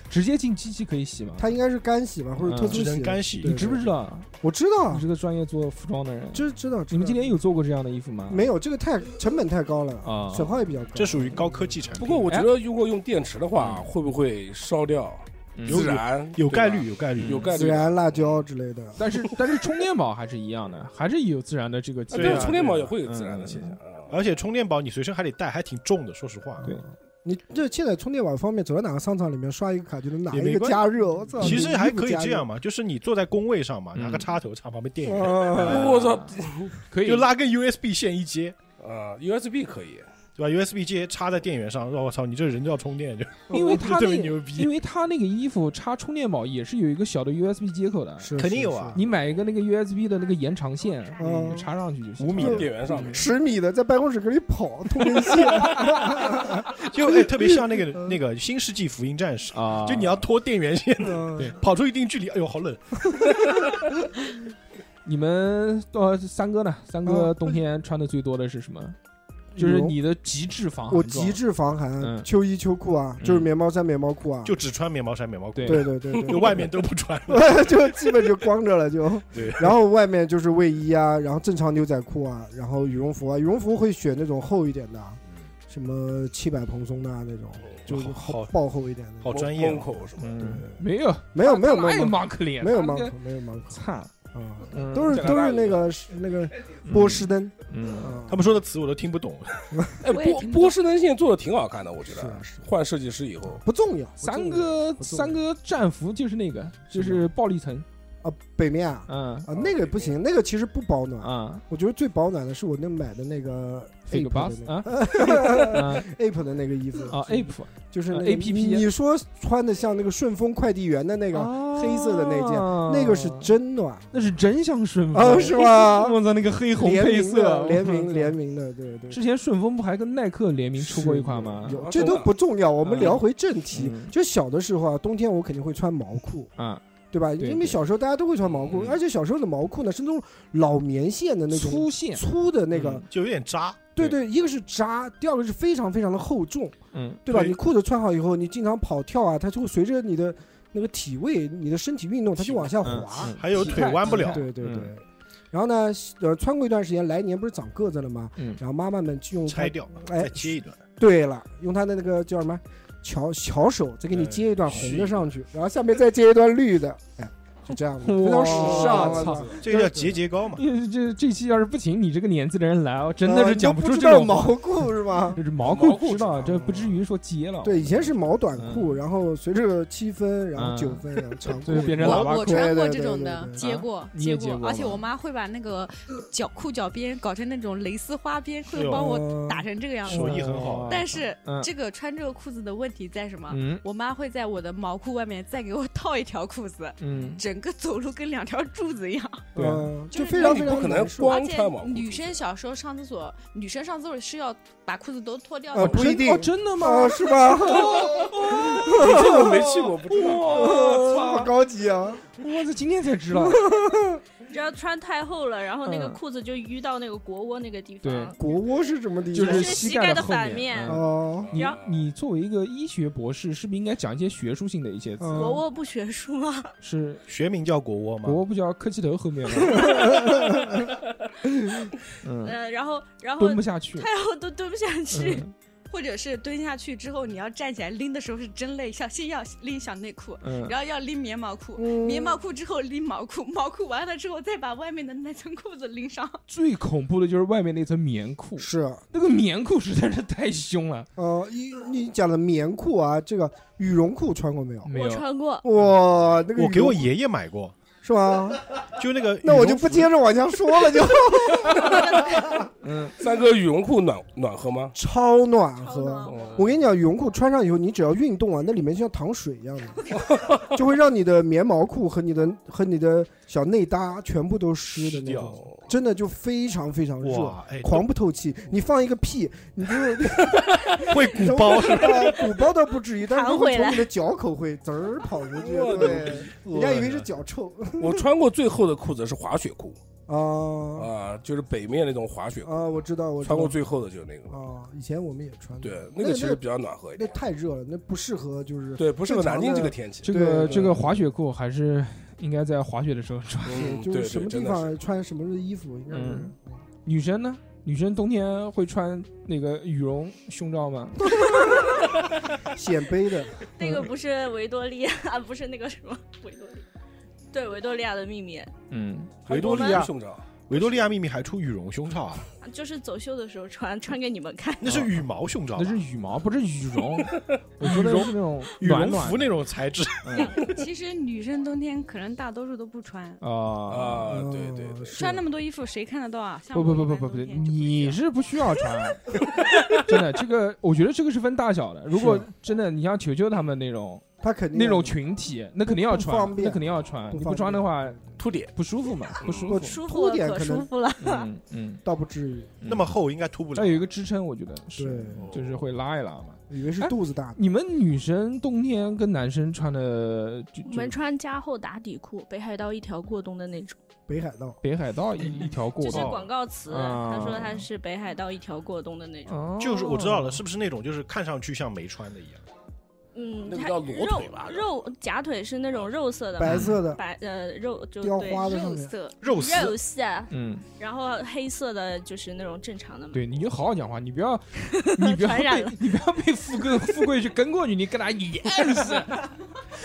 Speaker 2: 直接进机器可以洗吗？
Speaker 3: 它应该是干洗吧，或者特
Speaker 2: 嗯
Speaker 3: 殊
Speaker 6: 只能
Speaker 3: 洗。
Speaker 6: 干洗。
Speaker 2: 你知不知道啊？
Speaker 3: 我知道
Speaker 2: 你，是个专业做服装的人，
Speaker 3: 知知道。知
Speaker 2: 你们
Speaker 3: 道
Speaker 2: 今天有做过这样的衣服吗？
Speaker 3: 没有这个太成本太高了，
Speaker 2: 啊，
Speaker 3: 损耗也比较高。
Speaker 6: 哦这属于高科技产品，
Speaker 4: 不过我觉得如果用电池的话，会不会烧掉？
Speaker 2: 嗯
Speaker 4: 自燃
Speaker 6: 嗯有
Speaker 4: 对
Speaker 6: 概
Speaker 4: 吧
Speaker 6: 率，有嗯概率，
Speaker 4: 有概
Speaker 3: 孜
Speaker 4: 率。啊
Speaker 3: 然、辣椒之类的。
Speaker 2: 但是但是充电宝还是一样的，还是有自然的这个
Speaker 4: 啊
Speaker 2: 技
Speaker 6: 对啊
Speaker 4: 但
Speaker 2: 术。
Speaker 4: 是充电宝也会有自燃的现象啊。
Speaker 6: 而且充电宝你随身还得带，还挺重的。说实话，
Speaker 2: 对
Speaker 3: 你这现在充电宝方面，走到哪个商场里面刷一个卡就能拿
Speaker 6: 也没
Speaker 3: 一个
Speaker 6: 关
Speaker 3: 加热，我操！
Speaker 6: 其实还可以这样
Speaker 3: 嘛。
Speaker 6: 嘛，就是你坐在工位上嘛，
Speaker 2: 嗯
Speaker 6: 拿个插头插旁边电源，
Speaker 3: 嗯
Speaker 4: 我操，
Speaker 2: 可以
Speaker 6: 就拉根 USB 线一接，
Speaker 4: 啊，USB 可以，
Speaker 6: 对吧？USB 接插在电源上，我操，你这人就要充 电就，
Speaker 2: 因为它
Speaker 6: 特
Speaker 2: 那
Speaker 6: 别
Speaker 2: 个
Speaker 6: 牛
Speaker 2: 因
Speaker 6: 逼，
Speaker 2: 为它那个衣服插充电宝也是有一个小的 USB 接口的，
Speaker 3: 是
Speaker 6: 肯定有啊
Speaker 2: 你买一个那个 USB 的那个延长线，
Speaker 3: 嗯
Speaker 2: 你插上去就行。
Speaker 6: 五米的
Speaker 4: 电源上面。
Speaker 3: 十米的在办公室可以跑，通明线
Speaker 6: 就哎特别像那个那个《新世纪福音战士》，
Speaker 2: 啊
Speaker 6: 就你要拖电源线，
Speaker 3: 嗯
Speaker 2: 对
Speaker 6: 跑出一定距离，哎呦好冷，
Speaker 2: 你们呃三哥呢？三哥冬天穿的最多的是什么？就是
Speaker 3: 羽绒
Speaker 2: 你的极致防寒
Speaker 3: 我
Speaker 2: 装
Speaker 3: 极致防寒
Speaker 2: 嗯，
Speaker 3: 秋衣秋裤啊，就是
Speaker 2: 嗯
Speaker 3: 棉毛衫、棉毛裤啊，
Speaker 6: 就只穿棉毛衫、棉毛裤，
Speaker 2: 对
Speaker 3: 对对对对，
Speaker 6: 就外面都不穿。
Speaker 3: 就基本就光着了就。
Speaker 6: 对
Speaker 3: 然后外面就是卫衣啊，然后正常牛仔裤啊，然后羽绒服啊，羽绒服会选那种厚一点的啊，什么七百蓬松的啊那种，就是
Speaker 6: 好
Speaker 3: 厚
Speaker 6: 好
Speaker 3: 爆厚一点的。
Speaker 6: 嗯好专业
Speaker 4: 风
Speaker 6: 哦，
Speaker 4: 口什么？
Speaker 2: 嗯，没有
Speaker 3: 没有没有没
Speaker 2: 哪
Speaker 3: 有
Speaker 2: 有
Speaker 3: 没
Speaker 2: 马克脸，
Speaker 3: 有没有
Speaker 2: 他
Speaker 3: 芒
Speaker 2: 那个
Speaker 3: 口，没有芒口
Speaker 2: 操，
Speaker 3: 啊，
Speaker 2: 嗯
Speaker 3: 都是
Speaker 4: 加拿
Speaker 3: 都
Speaker 4: 大
Speaker 3: 是
Speaker 4: 语
Speaker 3: 那个是那个波士登
Speaker 2: 嗯，
Speaker 3: 啊
Speaker 6: 他，们说的词我都听不懂。
Speaker 4: 哎，
Speaker 7: 我也
Speaker 4: 波
Speaker 7: 听不懂
Speaker 4: 波士登现在做的挺好看的，我觉
Speaker 3: 是
Speaker 4: 得
Speaker 3: 啊是啊
Speaker 4: 换设计师以后，
Speaker 3: 不重要。不
Speaker 2: 三
Speaker 3: 重要
Speaker 2: 哥
Speaker 3: 不重要
Speaker 2: 三哥战服就是那个，就
Speaker 3: 什
Speaker 2: 是暴力层，
Speaker 3: 啊，北面啊
Speaker 2: 嗯
Speaker 3: 啊那个不行，那个其实不保暖。
Speaker 2: 啊
Speaker 3: 我觉得最保暖的是我那买的那个
Speaker 2: ，fake
Speaker 3: ape 的
Speaker 2: bus
Speaker 3: 那
Speaker 2: 啊
Speaker 3: 个
Speaker 2: 啊
Speaker 3: ape 的那个衣服
Speaker 2: 啊
Speaker 3: 就是
Speaker 2: ，ape
Speaker 3: 就是
Speaker 2: 啊啊
Speaker 3: 那个
Speaker 2: APP
Speaker 3: 你你说穿的像那个顺丰快递员的
Speaker 2: 那
Speaker 3: 那个黑色的那件，
Speaker 2: 啊
Speaker 3: 那个是真暖
Speaker 2: 那是真像顺丰
Speaker 3: 哦，是吗？
Speaker 2: 我操，那个黑红
Speaker 3: 联
Speaker 2: 配
Speaker 3: 名
Speaker 2: 色
Speaker 3: 的，联名
Speaker 2: 联
Speaker 3: 联名的，对对，
Speaker 2: 之前顺丰不还跟耐克联名出过一款吗
Speaker 3: 是？有
Speaker 4: 啊
Speaker 3: 这都不重要，我
Speaker 2: 嗯
Speaker 3: 们聊回正题
Speaker 2: 嗯。
Speaker 3: 就小的时候啊，冬天我肯定会穿毛裤，
Speaker 2: 啊，
Speaker 3: 对吧？
Speaker 2: 对
Speaker 3: 因为
Speaker 2: 对
Speaker 3: 小时候大家都会穿毛裤，
Speaker 2: 嗯
Speaker 3: 而且小时候的毛裤呢是那种老棉线的那种
Speaker 2: 粗线，
Speaker 3: 粗的那个
Speaker 2: 嗯，
Speaker 6: 就有点扎，
Speaker 3: 对对，一个是扎，第二个是非常非常的厚重。
Speaker 2: 嗯
Speaker 3: 对吧？
Speaker 6: 对
Speaker 3: 你裤子穿好以后，你经常跑跳啊，它就会随着你的那个体位、你的身体运动，它就往下
Speaker 2: 嗯
Speaker 3: 滑。
Speaker 2: 嗯
Speaker 6: 还有腿弯不了。
Speaker 3: 对对对。
Speaker 2: 嗯
Speaker 3: 然后呢，呃，穿过一段时间，来年不是长个子了吗？
Speaker 2: 嗯
Speaker 3: 然后妈妈们就用它
Speaker 6: 拆。掉，
Speaker 3: 哎
Speaker 6: 再接一段。
Speaker 3: 对了，用它的那个叫什么巧巧手，再给你
Speaker 6: 嗯
Speaker 3: 接一段红的
Speaker 6: 虚
Speaker 3: 上去，然后下面再接一段绿的，哎，就这样子，非常时尚。
Speaker 2: 哇
Speaker 3: 我操
Speaker 2: 操！
Speaker 6: 这个叫节节高嘛，
Speaker 2: 这这这期要是不请你这个年纪的人来，我真的
Speaker 3: 呃
Speaker 2: 是
Speaker 3: 你
Speaker 2: 讲
Speaker 3: 都不
Speaker 2: 出
Speaker 3: 知
Speaker 2: 这
Speaker 3: 道
Speaker 2: 种嗯话
Speaker 3: 毛裤是吗？
Speaker 2: 就是毛裤
Speaker 4: 毛裤
Speaker 2: 知
Speaker 4: 知
Speaker 2: 道，
Speaker 4: 道
Speaker 2: 这不至于说接了，
Speaker 3: 对，以前是毛短裤，
Speaker 2: 嗯
Speaker 3: 然后随着七分，然后
Speaker 2: 嗯
Speaker 3: 九分，然后长 裤
Speaker 2: 这就，变成喇叭
Speaker 7: 我
Speaker 2: 裤。
Speaker 7: 我穿过
Speaker 3: 对对
Speaker 7: 这种
Speaker 3: 对
Speaker 7: 的，
Speaker 3: 对
Speaker 7: 接
Speaker 2: 啊
Speaker 7: 过
Speaker 2: 你也
Speaker 7: 接
Speaker 2: 接过
Speaker 7: 而且
Speaker 2: 吗
Speaker 7: 我妈会把那个脚裤脚边搞成那种蕾丝花边，
Speaker 6: 是
Speaker 7: 会
Speaker 6: 哦
Speaker 7: 帮我
Speaker 3: 我
Speaker 7: 打成这个样子
Speaker 6: 手。艺很好
Speaker 2: 哦
Speaker 7: 但是
Speaker 2: 嗯
Speaker 7: 这个穿这个裤子的问题在什么？
Speaker 2: 嗯
Speaker 7: 我妈会在我的毛裤外面再给我套一条裤子，
Speaker 2: 嗯，
Speaker 7: 整个走路跟两条柱子一样。
Speaker 2: 对啊
Speaker 3: 嗯
Speaker 7: 就
Speaker 3: 就是非
Speaker 7: 那
Speaker 3: 常
Speaker 4: 你
Speaker 3: 非
Speaker 4: 不
Speaker 3: 常
Speaker 4: 可能
Speaker 3: 难受。
Speaker 4: 光
Speaker 7: 而且
Speaker 4: 穿毛裤
Speaker 7: 女
Speaker 4: 出去
Speaker 7: 生小时候上厕所，女生上厕所是要把裤子都脱掉
Speaker 3: 呃
Speaker 7: 的。
Speaker 3: 不一定
Speaker 2: 哦，真的吗
Speaker 3: 哦，？是 吧？
Speaker 4: 你这种没去
Speaker 2: 哦
Speaker 4: 过，不知道。
Speaker 2: 我
Speaker 3: 好
Speaker 2: 操！
Speaker 3: 高级啊！
Speaker 2: 我这今天才知道，
Speaker 5: 你知道穿太厚了，然后那个
Speaker 2: 嗯
Speaker 5: 裤子就淤到那个国窝那个地
Speaker 2: 对
Speaker 5: 方，
Speaker 3: 国窝是什么地
Speaker 2: 就
Speaker 3: 方？
Speaker 2: 是
Speaker 5: 膝
Speaker 2: 膝盖
Speaker 5: 盖
Speaker 2: 的
Speaker 5: 的
Speaker 2: 后
Speaker 5: 反
Speaker 2: 面嗯
Speaker 5: 面
Speaker 3: 哦，
Speaker 2: 你
Speaker 5: 然后
Speaker 2: 你作为一个医学博士，是不是应该讲一些学术性的一些词？
Speaker 5: 国
Speaker 3: 嗯
Speaker 5: 窝不学术吗？
Speaker 2: 是
Speaker 6: 学名叫国窝嘛
Speaker 2: 国。窝不叫科技头后面吗？嗯，
Speaker 5: 呃，然后然后
Speaker 2: 蹲不下去。
Speaker 5: 太厚都蹲不下去，
Speaker 2: 嗯
Speaker 7: 或者是蹲下去之后，你要站起来拎的时候是真累，像先要拎小内裤，
Speaker 2: 嗯，
Speaker 7: 然后要拎棉毛裤，
Speaker 3: 嗯
Speaker 7: 棉毛裤之后拎毛裤，毛裤完了之后再把外面的那层裤子拎上。
Speaker 2: 最恐怖的就是外面那层棉裤，
Speaker 3: 是啊
Speaker 2: 那个棉裤实在是太凶了。
Speaker 3: 呃，你你讲的棉裤啊，这个羽绒裤穿过没有？
Speaker 2: 没
Speaker 5: 嗯我
Speaker 2: 有，
Speaker 5: 穿过，
Speaker 3: 哇，那个
Speaker 6: 我给我
Speaker 3: 羽绒
Speaker 6: 爷爷买过，
Speaker 3: 是吧？
Speaker 6: 就那个。
Speaker 3: 那我就不接。着往下说了，就
Speaker 2: 嗯，
Speaker 4: 三哥羽绒裤暖暖和吗？
Speaker 3: 超暖
Speaker 5: 超暖
Speaker 3: 和。
Speaker 5: 和
Speaker 3: 我跟你讲，羽绒裤穿上以后，你只要运动啊，那里面就像淌水一样的， 就会让你的棉毛裤和你的和你的小内搭全部都湿的那种，
Speaker 4: 掉
Speaker 3: 真的就非常非常热。
Speaker 6: 哇，哎，
Speaker 3: 狂不透气，你放一个屁，你就
Speaker 6: 会
Speaker 4: 嗯
Speaker 6: 鼓包是吧？
Speaker 3: 吧？ 鼓包倒不至于，但是
Speaker 5: 弹
Speaker 3: 会
Speaker 5: 回
Speaker 3: 从
Speaker 5: 来
Speaker 3: 你的脚口会滋儿跑出去，
Speaker 4: 我
Speaker 3: 对，人家以为是脚臭
Speaker 4: 我穿过最厚的裤子是滑雪裤
Speaker 3: 啊
Speaker 4: 啊，就是北面那种滑雪裤，
Speaker 3: 啊！我知道，我知道
Speaker 4: 穿过最厚的就是那个。
Speaker 3: 啊，以前我们也穿，，
Speaker 4: 对，
Speaker 3: 那
Speaker 4: 那
Speaker 3: 个
Speaker 4: 个其实比较暖和一
Speaker 3: 那
Speaker 4: 点。
Speaker 3: 太热了，那不适合就是
Speaker 4: 对，不适合
Speaker 3: 正常
Speaker 4: 南京
Speaker 3: 的
Speaker 4: 这个天气。嗯
Speaker 2: 这个
Speaker 3: 对
Speaker 2: 这个滑雪裤还是应该在滑雪的时候穿。
Speaker 4: 嗯，
Speaker 3: 就
Speaker 4: 对
Speaker 3: 是什
Speaker 4: 对，
Speaker 3: 么
Speaker 4: 真
Speaker 3: 地
Speaker 4: 的是。
Speaker 3: 方穿什么的衣服，应该是
Speaker 2: 嗯女生呢？女生冬天会穿那个羽绒胸罩吗？
Speaker 3: 嗯显杯的，
Speaker 5: 那个不是维多利 亚，不是那个什么维多利亚，对维多利亚的秘密，
Speaker 2: 嗯，
Speaker 4: 维多利
Speaker 5: 我
Speaker 4: 亚
Speaker 5: 们
Speaker 4: 胸罩，
Speaker 6: 维多利亚秘密还出羽绒胸罩啊？
Speaker 5: 就是走秀的时候穿，穿给你们 看。
Speaker 6: 那是羽毛胸罩吧，
Speaker 2: 那是羽毛，不是羽 绒。我觉得
Speaker 6: 绒
Speaker 2: 是那种
Speaker 6: 羽
Speaker 2: 暖
Speaker 6: 绒
Speaker 2: 暖
Speaker 6: 服那种材质。
Speaker 7: 其实女生冬天可能大多数都不穿，
Speaker 2: 啊。
Speaker 4: 啊，
Speaker 3: 嗯
Speaker 4: 对对对，
Speaker 7: 穿那么多衣服谁看得到啊？像
Speaker 2: 不
Speaker 7: 我
Speaker 2: 不不
Speaker 7: 一
Speaker 2: 不
Speaker 7: 般
Speaker 2: 不不，
Speaker 7: 冬天就不会这
Speaker 2: 你
Speaker 5: 啊
Speaker 7: 样
Speaker 2: 是不需要穿，
Speaker 3: 啊
Speaker 2: 真的，这个我觉得这个是分大小的。如果真的你像球球他们那种，
Speaker 3: 他肯定
Speaker 2: 那种裙体，那肯定要
Speaker 3: 不
Speaker 2: 穿
Speaker 3: 方，便
Speaker 2: 那肯定要穿，
Speaker 3: 不
Speaker 2: 你
Speaker 3: 方
Speaker 2: 不
Speaker 3: 便嗯
Speaker 2: 穿的话
Speaker 4: 凸点，
Speaker 2: 不舒服嘛，不舒
Speaker 3: 不
Speaker 2: 服。
Speaker 5: 舒服
Speaker 3: 凸点
Speaker 5: 可
Speaker 3: 可能
Speaker 5: 舒服了。
Speaker 2: 嗯 嗯，
Speaker 3: 倒不至于。
Speaker 6: 那么厚应该凸不了
Speaker 2: 要。有一个支撑，我觉得是
Speaker 3: 对，，
Speaker 2: 就是会拉一拉嘛。
Speaker 3: 以为是
Speaker 5: 啊
Speaker 2: 哎
Speaker 3: 肚子大，
Speaker 2: 你们女生冬天跟男生穿的就
Speaker 5: 我
Speaker 2: 就
Speaker 5: 们穿加厚打底裤，北海道一条过冬的那种，
Speaker 3: 北海道
Speaker 2: 北海道一一条过
Speaker 5: 这
Speaker 2: 道，
Speaker 5: 是广告词。
Speaker 2: 啊
Speaker 5: 他说他是北海道一条过冬的那种，
Speaker 2: 哦
Speaker 6: 就是我知道了，是不是那种就是看上去像没穿的一样？
Speaker 5: 嗯，
Speaker 4: 那个
Speaker 5: 它
Speaker 4: 叫裸
Speaker 5: 肉
Speaker 4: 腿吧
Speaker 5: 肉假腿是那种肉色的嘛，
Speaker 3: 白色的，
Speaker 5: 白呃肉就
Speaker 3: 雕
Speaker 5: 对
Speaker 3: 花的上
Speaker 5: 肉
Speaker 3: 面
Speaker 5: 色
Speaker 6: 肉丝
Speaker 5: 肉色，
Speaker 2: 嗯，
Speaker 5: 然后黑色的就是那种正常的嘛。
Speaker 2: 对，你就好好讲话，你不要，你不要
Speaker 5: 传染
Speaker 2: 被
Speaker 5: 了
Speaker 2: 你不要被富贵 富贵去跟过去，你跟他 yes，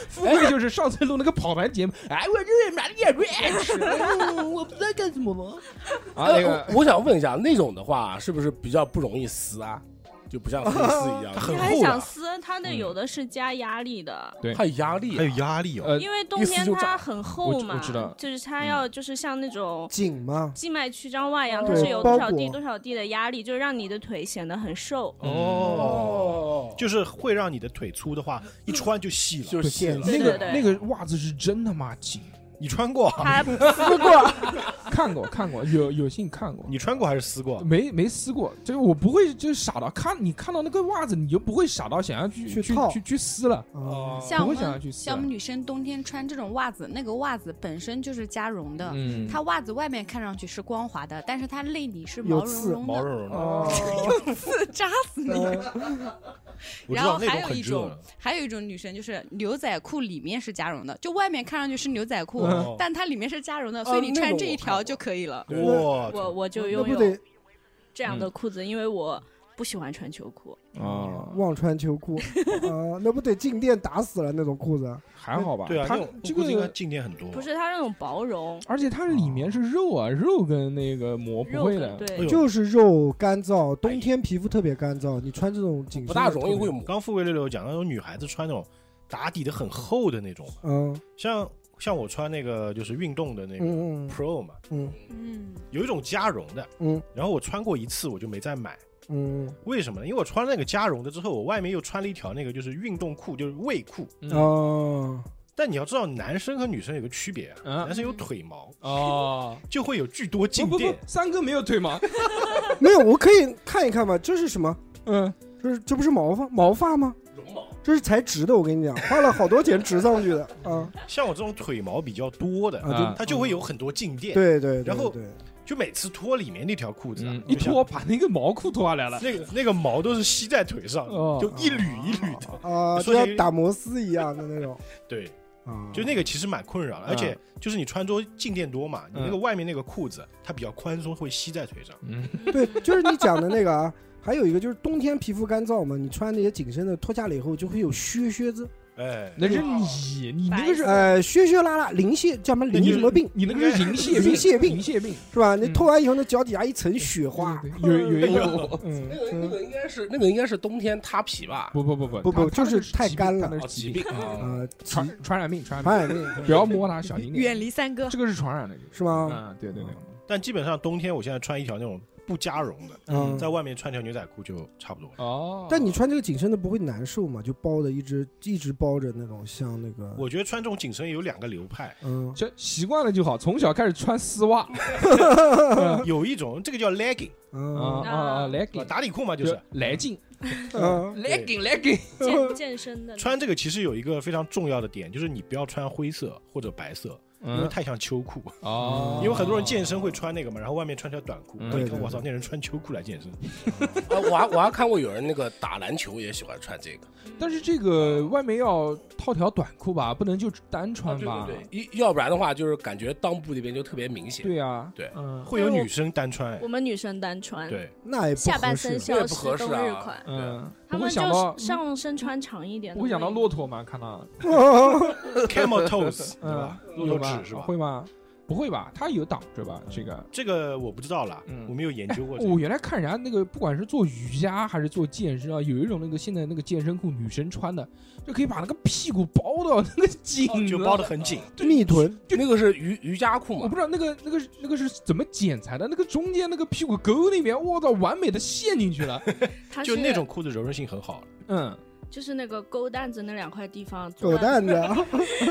Speaker 2: 富贵就是上次录那个跑团节目，哎，我这哪里也 rich，嗯我不知道干什么了。啊，那
Speaker 4: 哎
Speaker 2: 个，
Speaker 4: 我我想问一下，那种的话是不是比较不容易撕啊？就不像黑丝一样，
Speaker 5: 你
Speaker 4: 很
Speaker 5: 还
Speaker 4: 厚
Speaker 5: 想
Speaker 4: 的，
Speaker 5: 撕？它那
Speaker 2: 嗯
Speaker 5: 有的是加压力的，
Speaker 4: 还有压力
Speaker 6: 还有
Speaker 4: 啊。
Speaker 6: 压力哦。
Speaker 2: 呃，
Speaker 5: 因为冬
Speaker 4: 一撕
Speaker 5: 天
Speaker 4: 就炸
Speaker 5: 它很厚
Speaker 2: 我
Speaker 5: 嘛，
Speaker 2: 我知道嗯
Speaker 5: 就是它要就是像那种
Speaker 3: 紧嘛，
Speaker 5: 静脉曲张外一样，它
Speaker 3: 对
Speaker 5: 是有多
Speaker 3: 包
Speaker 5: 少地
Speaker 3: 裹
Speaker 5: 多少地的压力，就是让你的腿显得很瘦。
Speaker 2: 嗯
Speaker 6: 哦，
Speaker 4: 哦，就
Speaker 6: 就是会让你的腿粗的话，一穿就细了。
Speaker 4: 就是
Speaker 2: 对
Speaker 4: 线了
Speaker 2: 那
Speaker 5: 对
Speaker 2: 个
Speaker 5: 对
Speaker 2: 那个袜子是真他妈紧，
Speaker 6: 你穿过
Speaker 5: 它
Speaker 6: 啊？
Speaker 5: 撕过，
Speaker 2: 看过看过，有有幸看过。
Speaker 6: 你穿过还是撕过？
Speaker 2: 没没撕过，就是我不会，就是傻到看你看到那个袜子，你就不会傻到想要去
Speaker 3: 去
Speaker 2: 去
Speaker 3: 套
Speaker 2: 去去撕了，
Speaker 4: 哦
Speaker 3: 啊，
Speaker 2: 不
Speaker 7: 像我
Speaker 2: 会想要
Speaker 7: 们
Speaker 2: 去撕
Speaker 7: 像我
Speaker 2: 了。
Speaker 7: 们女生冬天穿这种袜子，那个袜子本身就是加绒的，
Speaker 2: 嗯，
Speaker 7: 它袜子外面看上去是光滑的，但是它内里是
Speaker 3: 有
Speaker 7: 毛
Speaker 3: 刺
Speaker 7: 茸
Speaker 6: 毛
Speaker 7: 茸
Speaker 6: 茸茸的，
Speaker 2: 哦，
Speaker 7: 的，刺扎死你！
Speaker 3: 呃
Speaker 6: 我知
Speaker 7: 然
Speaker 6: 道
Speaker 7: 后
Speaker 6: 那
Speaker 7: 还
Speaker 6: 种
Speaker 7: 有
Speaker 6: 很
Speaker 7: 一
Speaker 6: 热
Speaker 7: 种
Speaker 6: 的。，
Speaker 7: 还有一种女生就是牛仔裤里面是加绒的，就外面看上去是牛仔裤，
Speaker 6: 嗯
Speaker 7: 但它里面是加绒的，所以你
Speaker 4: 那个
Speaker 7: 穿
Speaker 4: 我
Speaker 7: 这
Speaker 4: 看
Speaker 7: 一条
Speaker 4: 过
Speaker 7: 就可以了。
Speaker 6: 哇，
Speaker 5: 我我就
Speaker 3: 那
Speaker 5: 拥
Speaker 3: 不
Speaker 5: 有
Speaker 3: 得
Speaker 5: 这样的裤子，因为我不喜欢穿秋裤。
Speaker 2: 啊，
Speaker 3: 忘穿秋裤啊，那不得进店打死了那种裤子，
Speaker 2: 还好吧？
Speaker 6: 对啊，
Speaker 2: 它
Speaker 6: 那种
Speaker 2: 这
Speaker 6: 我估计应该
Speaker 2: 个，
Speaker 6: 静电很多。
Speaker 5: 不是它那种薄绒
Speaker 2: 而且它里面是肉啊，肉跟那个膜不
Speaker 5: 肉
Speaker 2: 会
Speaker 5: 的，
Speaker 2: 的。
Speaker 6: 哎
Speaker 5: 对
Speaker 6: 呦，
Speaker 3: 就是肉干燥，冬天皮肤特别干燥，你穿这种紧身
Speaker 4: 不大容易会
Speaker 3: 有，
Speaker 4: 磨。
Speaker 6: 刚富贵六六讲那种女孩子穿那种打底的很厚的那种，
Speaker 3: 嗯
Speaker 6: 像像我穿那个就是运动的那个
Speaker 3: 嗯嗯
Speaker 6: Pro 嘛，
Speaker 3: 嗯
Speaker 7: 嗯，
Speaker 6: 有一种加绒的，
Speaker 3: 嗯，
Speaker 6: 然后我穿过一次我就没再买，
Speaker 3: 嗯
Speaker 6: 为什么呢？因为我穿了那个加绒的之后，我外面又穿了一条那个就是运动裤，就是卫裤。
Speaker 3: 嗯哦，
Speaker 6: 但你要知道，男生和女生有个区别啊，
Speaker 2: 嗯
Speaker 6: 男生有腿毛，
Speaker 2: 哦，
Speaker 6: 就会有巨多
Speaker 2: 不
Speaker 6: 静
Speaker 2: 不不
Speaker 6: 电。，
Speaker 2: 三哥没有腿 毛。
Speaker 3: 没有，我可以看一看吗？这是什么？
Speaker 2: 嗯，
Speaker 3: 这是这不是毛发毛发吗？这是才植的，我跟你讲，花了好多钱植上去的啊！
Speaker 6: 像我这种腿毛比较多的，
Speaker 2: 啊
Speaker 3: 啊，
Speaker 6: 它就会有很多静电。，
Speaker 3: 对对对，
Speaker 6: 然后
Speaker 3: 对
Speaker 6: 就每次脱里面那条裤子啊
Speaker 2: 嗯，一
Speaker 6: 就像
Speaker 2: 脱，把那个毛裤脱下来了。
Speaker 6: 那个那个毛都是吸在腿上，
Speaker 2: 哦
Speaker 6: 就一缕一缕的。
Speaker 3: 啊，
Speaker 6: 说
Speaker 3: 就
Speaker 6: 起
Speaker 3: 像打摩丝一样的那种
Speaker 6: 对，
Speaker 3: 啊，
Speaker 6: 就那个其实蛮困扰的，
Speaker 2: 嗯
Speaker 6: 而且就是你穿着静电多嘛，你
Speaker 2: 嗯
Speaker 6: 那个外面那个裤子它比较宽松，会吸在腿上。
Speaker 2: 嗯，
Speaker 3: 对，就是你讲的那个啊。还有一个就是冬天皮肤干燥嘛，你穿那些紧身的脱下来以后就会有靴靴子，
Speaker 6: 哎，
Speaker 2: 那是你，你那个是
Speaker 3: 呃，靴靴拉拉，鳞屑叫什么
Speaker 2: 那你
Speaker 3: 鳞什么病
Speaker 2: 你那个是银屑
Speaker 3: 银屑病
Speaker 2: 银屑病。
Speaker 3: 是吧？你
Speaker 2: 嗯
Speaker 3: 脱完以后，那脚底下一层雪花，哎
Speaker 2: 对对对有有一个，
Speaker 4: 那
Speaker 2: 嗯，
Speaker 4: 个那个应该是那个应该是冬天塌皮吧？
Speaker 2: 不不不不
Speaker 3: 不
Speaker 2: 它
Speaker 3: 不
Speaker 2: 它
Speaker 3: 就是
Speaker 2: 那
Speaker 3: 太
Speaker 2: 疾病
Speaker 3: 干
Speaker 2: 它
Speaker 3: 了
Speaker 2: 那
Speaker 4: 哦
Speaker 2: 是
Speaker 4: 啊疾
Speaker 2: 疾
Speaker 4: 病
Speaker 2: 病，
Speaker 4: 啊，
Speaker 3: 呃，
Speaker 2: 传
Speaker 3: 传
Speaker 2: 传染病，传染
Speaker 3: 传染病
Speaker 2: 病，不要摸它，小心点。
Speaker 7: 远离三哥。
Speaker 2: 嗯这个是传染的，这个
Speaker 3: 是吗？
Speaker 2: 嗯，对对对，
Speaker 6: 但基本上冬天我现在穿一条那种不加绒的，
Speaker 3: 嗯
Speaker 6: 在外面穿条牛仔裤就差不多了。
Speaker 2: 哦，
Speaker 3: 但你穿这个紧身的不会难受嘛？就包的一直一直包着那种，像那
Speaker 2: 嗯
Speaker 3: 个
Speaker 6: 我觉得穿这种紧身有两个流派，
Speaker 3: 嗯
Speaker 2: 就习惯了就好，从小开始穿丝袜，嗯
Speaker 6: 有一种这个叫 legging，
Speaker 2: 啊
Speaker 3: 嗯
Speaker 2: 啊啊，来给
Speaker 6: 打底裤嘛，就
Speaker 2: 就是是来劲，
Speaker 3: 嗯
Speaker 2: 来劲，来劲，
Speaker 5: 健健身的
Speaker 6: 穿这个其实有一个非常重要的点，就是你不要穿灰色或者白色，因为
Speaker 2: 嗯
Speaker 6: 太像秋裤。
Speaker 2: 哦，
Speaker 6: 因为很多人健身会穿那个嘛，然后外面穿条短裤，
Speaker 2: 嗯
Speaker 6: 我一
Speaker 3: 对
Speaker 6: 看
Speaker 3: 对
Speaker 6: 我操，那人穿秋裤来健身，
Speaker 4: 啊我还我还看过有人那个打篮球也喜欢穿这个，
Speaker 2: 但是这个外面要套条短裤吧，不能就单穿吧？
Speaker 4: 对对对，要要不然的话就是感觉裆部那边就特别明显。
Speaker 2: 对啊，
Speaker 4: 对
Speaker 2: 嗯
Speaker 6: 会有女生单穿。哎
Speaker 5: 我们女生单穿，
Speaker 6: 对，
Speaker 3: 那也不
Speaker 5: 下半
Speaker 3: 合
Speaker 5: 身
Speaker 3: 适。
Speaker 4: 这
Speaker 5: 消
Speaker 4: 也不
Speaker 5: 失
Speaker 4: 合适
Speaker 5: 冬
Speaker 4: 啊
Speaker 5: 日款，
Speaker 2: 嗯，
Speaker 5: 他
Speaker 2: 不会
Speaker 5: 们
Speaker 2: 想到
Speaker 5: 就，上身穿长一点的，
Speaker 2: 不会想到骆驼吗？看到，
Speaker 6: camel toes，对
Speaker 2: 嗯
Speaker 6: 吧？，骆
Speaker 2: 有
Speaker 6: 驼
Speaker 2: 吧
Speaker 6: 趾是？吧？
Speaker 2: 会吗？不会吧？它有挡着吧？这个。
Speaker 6: 这个我不知道啦
Speaker 2: 嗯，
Speaker 6: 我没有研究过这个。
Speaker 2: 我原来看人家那个，不管是做瑜伽还是做健身啊，有一种那个现在那个健身裤女生穿的，就可以把那个屁股包到那个啊紧
Speaker 6: 哦
Speaker 2: 了，
Speaker 6: 就包的很紧，
Speaker 3: 密臀
Speaker 4: 那个是瑜瑜伽裤
Speaker 2: 我
Speaker 4: 嘛
Speaker 2: 不？知道那个那个那个是怎么剪裁的，那个中间那个屁股沟那边，我操，完美的陷进去了。
Speaker 5: 它
Speaker 6: 就是那种裤子柔韧性很好。
Speaker 2: 嗯，
Speaker 5: 就是那个勾蛋子那两块地方做
Speaker 3: 狗
Speaker 5: 了
Speaker 3: 蛋子啊，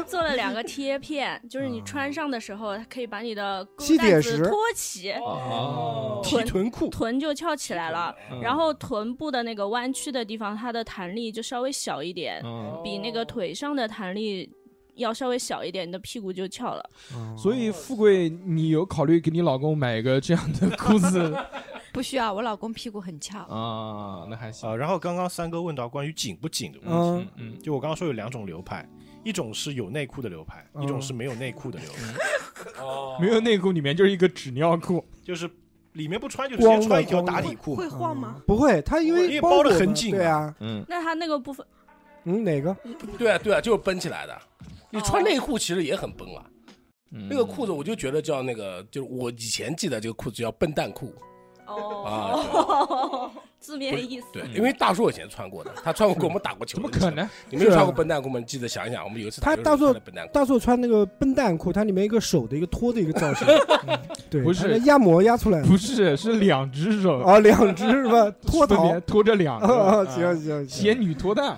Speaker 5: 做了两个贴片，就是你穿上的时候，它可以把你的勾
Speaker 3: 吸
Speaker 5: 蛋
Speaker 3: 铁
Speaker 5: 子
Speaker 3: 石
Speaker 5: 托起，
Speaker 2: 哦
Speaker 4: 提臀裤，
Speaker 5: 臀就翘起来了。
Speaker 2: 嗯
Speaker 5: 然后臀部的那个弯曲的地方，它的弹力就稍微小一点，
Speaker 2: 嗯，
Speaker 5: 比那个腿上的弹力要稍微小一点，你的屁股就翘了。
Speaker 2: 所以富贵，你有考虑给你老公买一个这样的裤子
Speaker 7: 不需要，我老公屁股很翘。
Speaker 2: 啊？那还行，
Speaker 6: 啊，然后刚刚三哥问到关于紧不紧的问题，
Speaker 3: 嗯，
Speaker 2: 嗯，
Speaker 6: 就我刚刚说有两种流派，一种是有内裤的流派，
Speaker 3: 嗯
Speaker 6: 一种是没有内裤的流派，
Speaker 4: 哦
Speaker 2: 嗯没有内裤里面就是一个纸尿裤，
Speaker 6: 就是里面不穿就直接穿一条打底裤
Speaker 7: 会
Speaker 6: 嘛。
Speaker 7: 晃吗？
Speaker 3: 哦嗯不会，他因
Speaker 6: 因
Speaker 3: 为
Speaker 6: 为包得
Speaker 3: 裹
Speaker 6: 很
Speaker 3: 嘛
Speaker 6: 紧
Speaker 3: 对
Speaker 6: 嘛
Speaker 3: 啊，
Speaker 2: 嗯，
Speaker 5: 那它那个部分，
Speaker 3: 嗯，哪个？
Speaker 4: 对啊对啊，就是绷起来
Speaker 5: 哦
Speaker 4: 的。你穿内裤其实也很绷啊，那
Speaker 2: 那
Speaker 4: 个裤子我就觉得叫那个，就是我以前记得这个裤子叫笨蛋裤
Speaker 5: 哦， 字面意思。
Speaker 4: 对，
Speaker 2: 嗯
Speaker 4: 因为大叔以前穿过的，他穿过给我们打过球，
Speaker 2: 怎么可？能？
Speaker 4: 你们有
Speaker 3: 是啊
Speaker 4: 穿过笨蛋裤吗？你记得想一想，我们有一次
Speaker 3: 他
Speaker 4: 打球
Speaker 3: 大叔
Speaker 4: 穿的笨蛋裤，
Speaker 3: 大硕穿那个笨蛋裤，它里面一个手的一个托的一个造型，嗯对，
Speaker 2: 不是
Speaker 3: 它的压模压出来的，
Speaker 2: 不是，是两只手，
Speaker 3: 哦，两只是 吧？嗯 脱
Speaker 2: 分
Speaker 3: 逃
Speaker 2: 别，拖着啊两
Speaker 3: 哦
Speaker 2: 个，
Speaker 3: 行行行，
Speaker 2: 仙女脱蛋，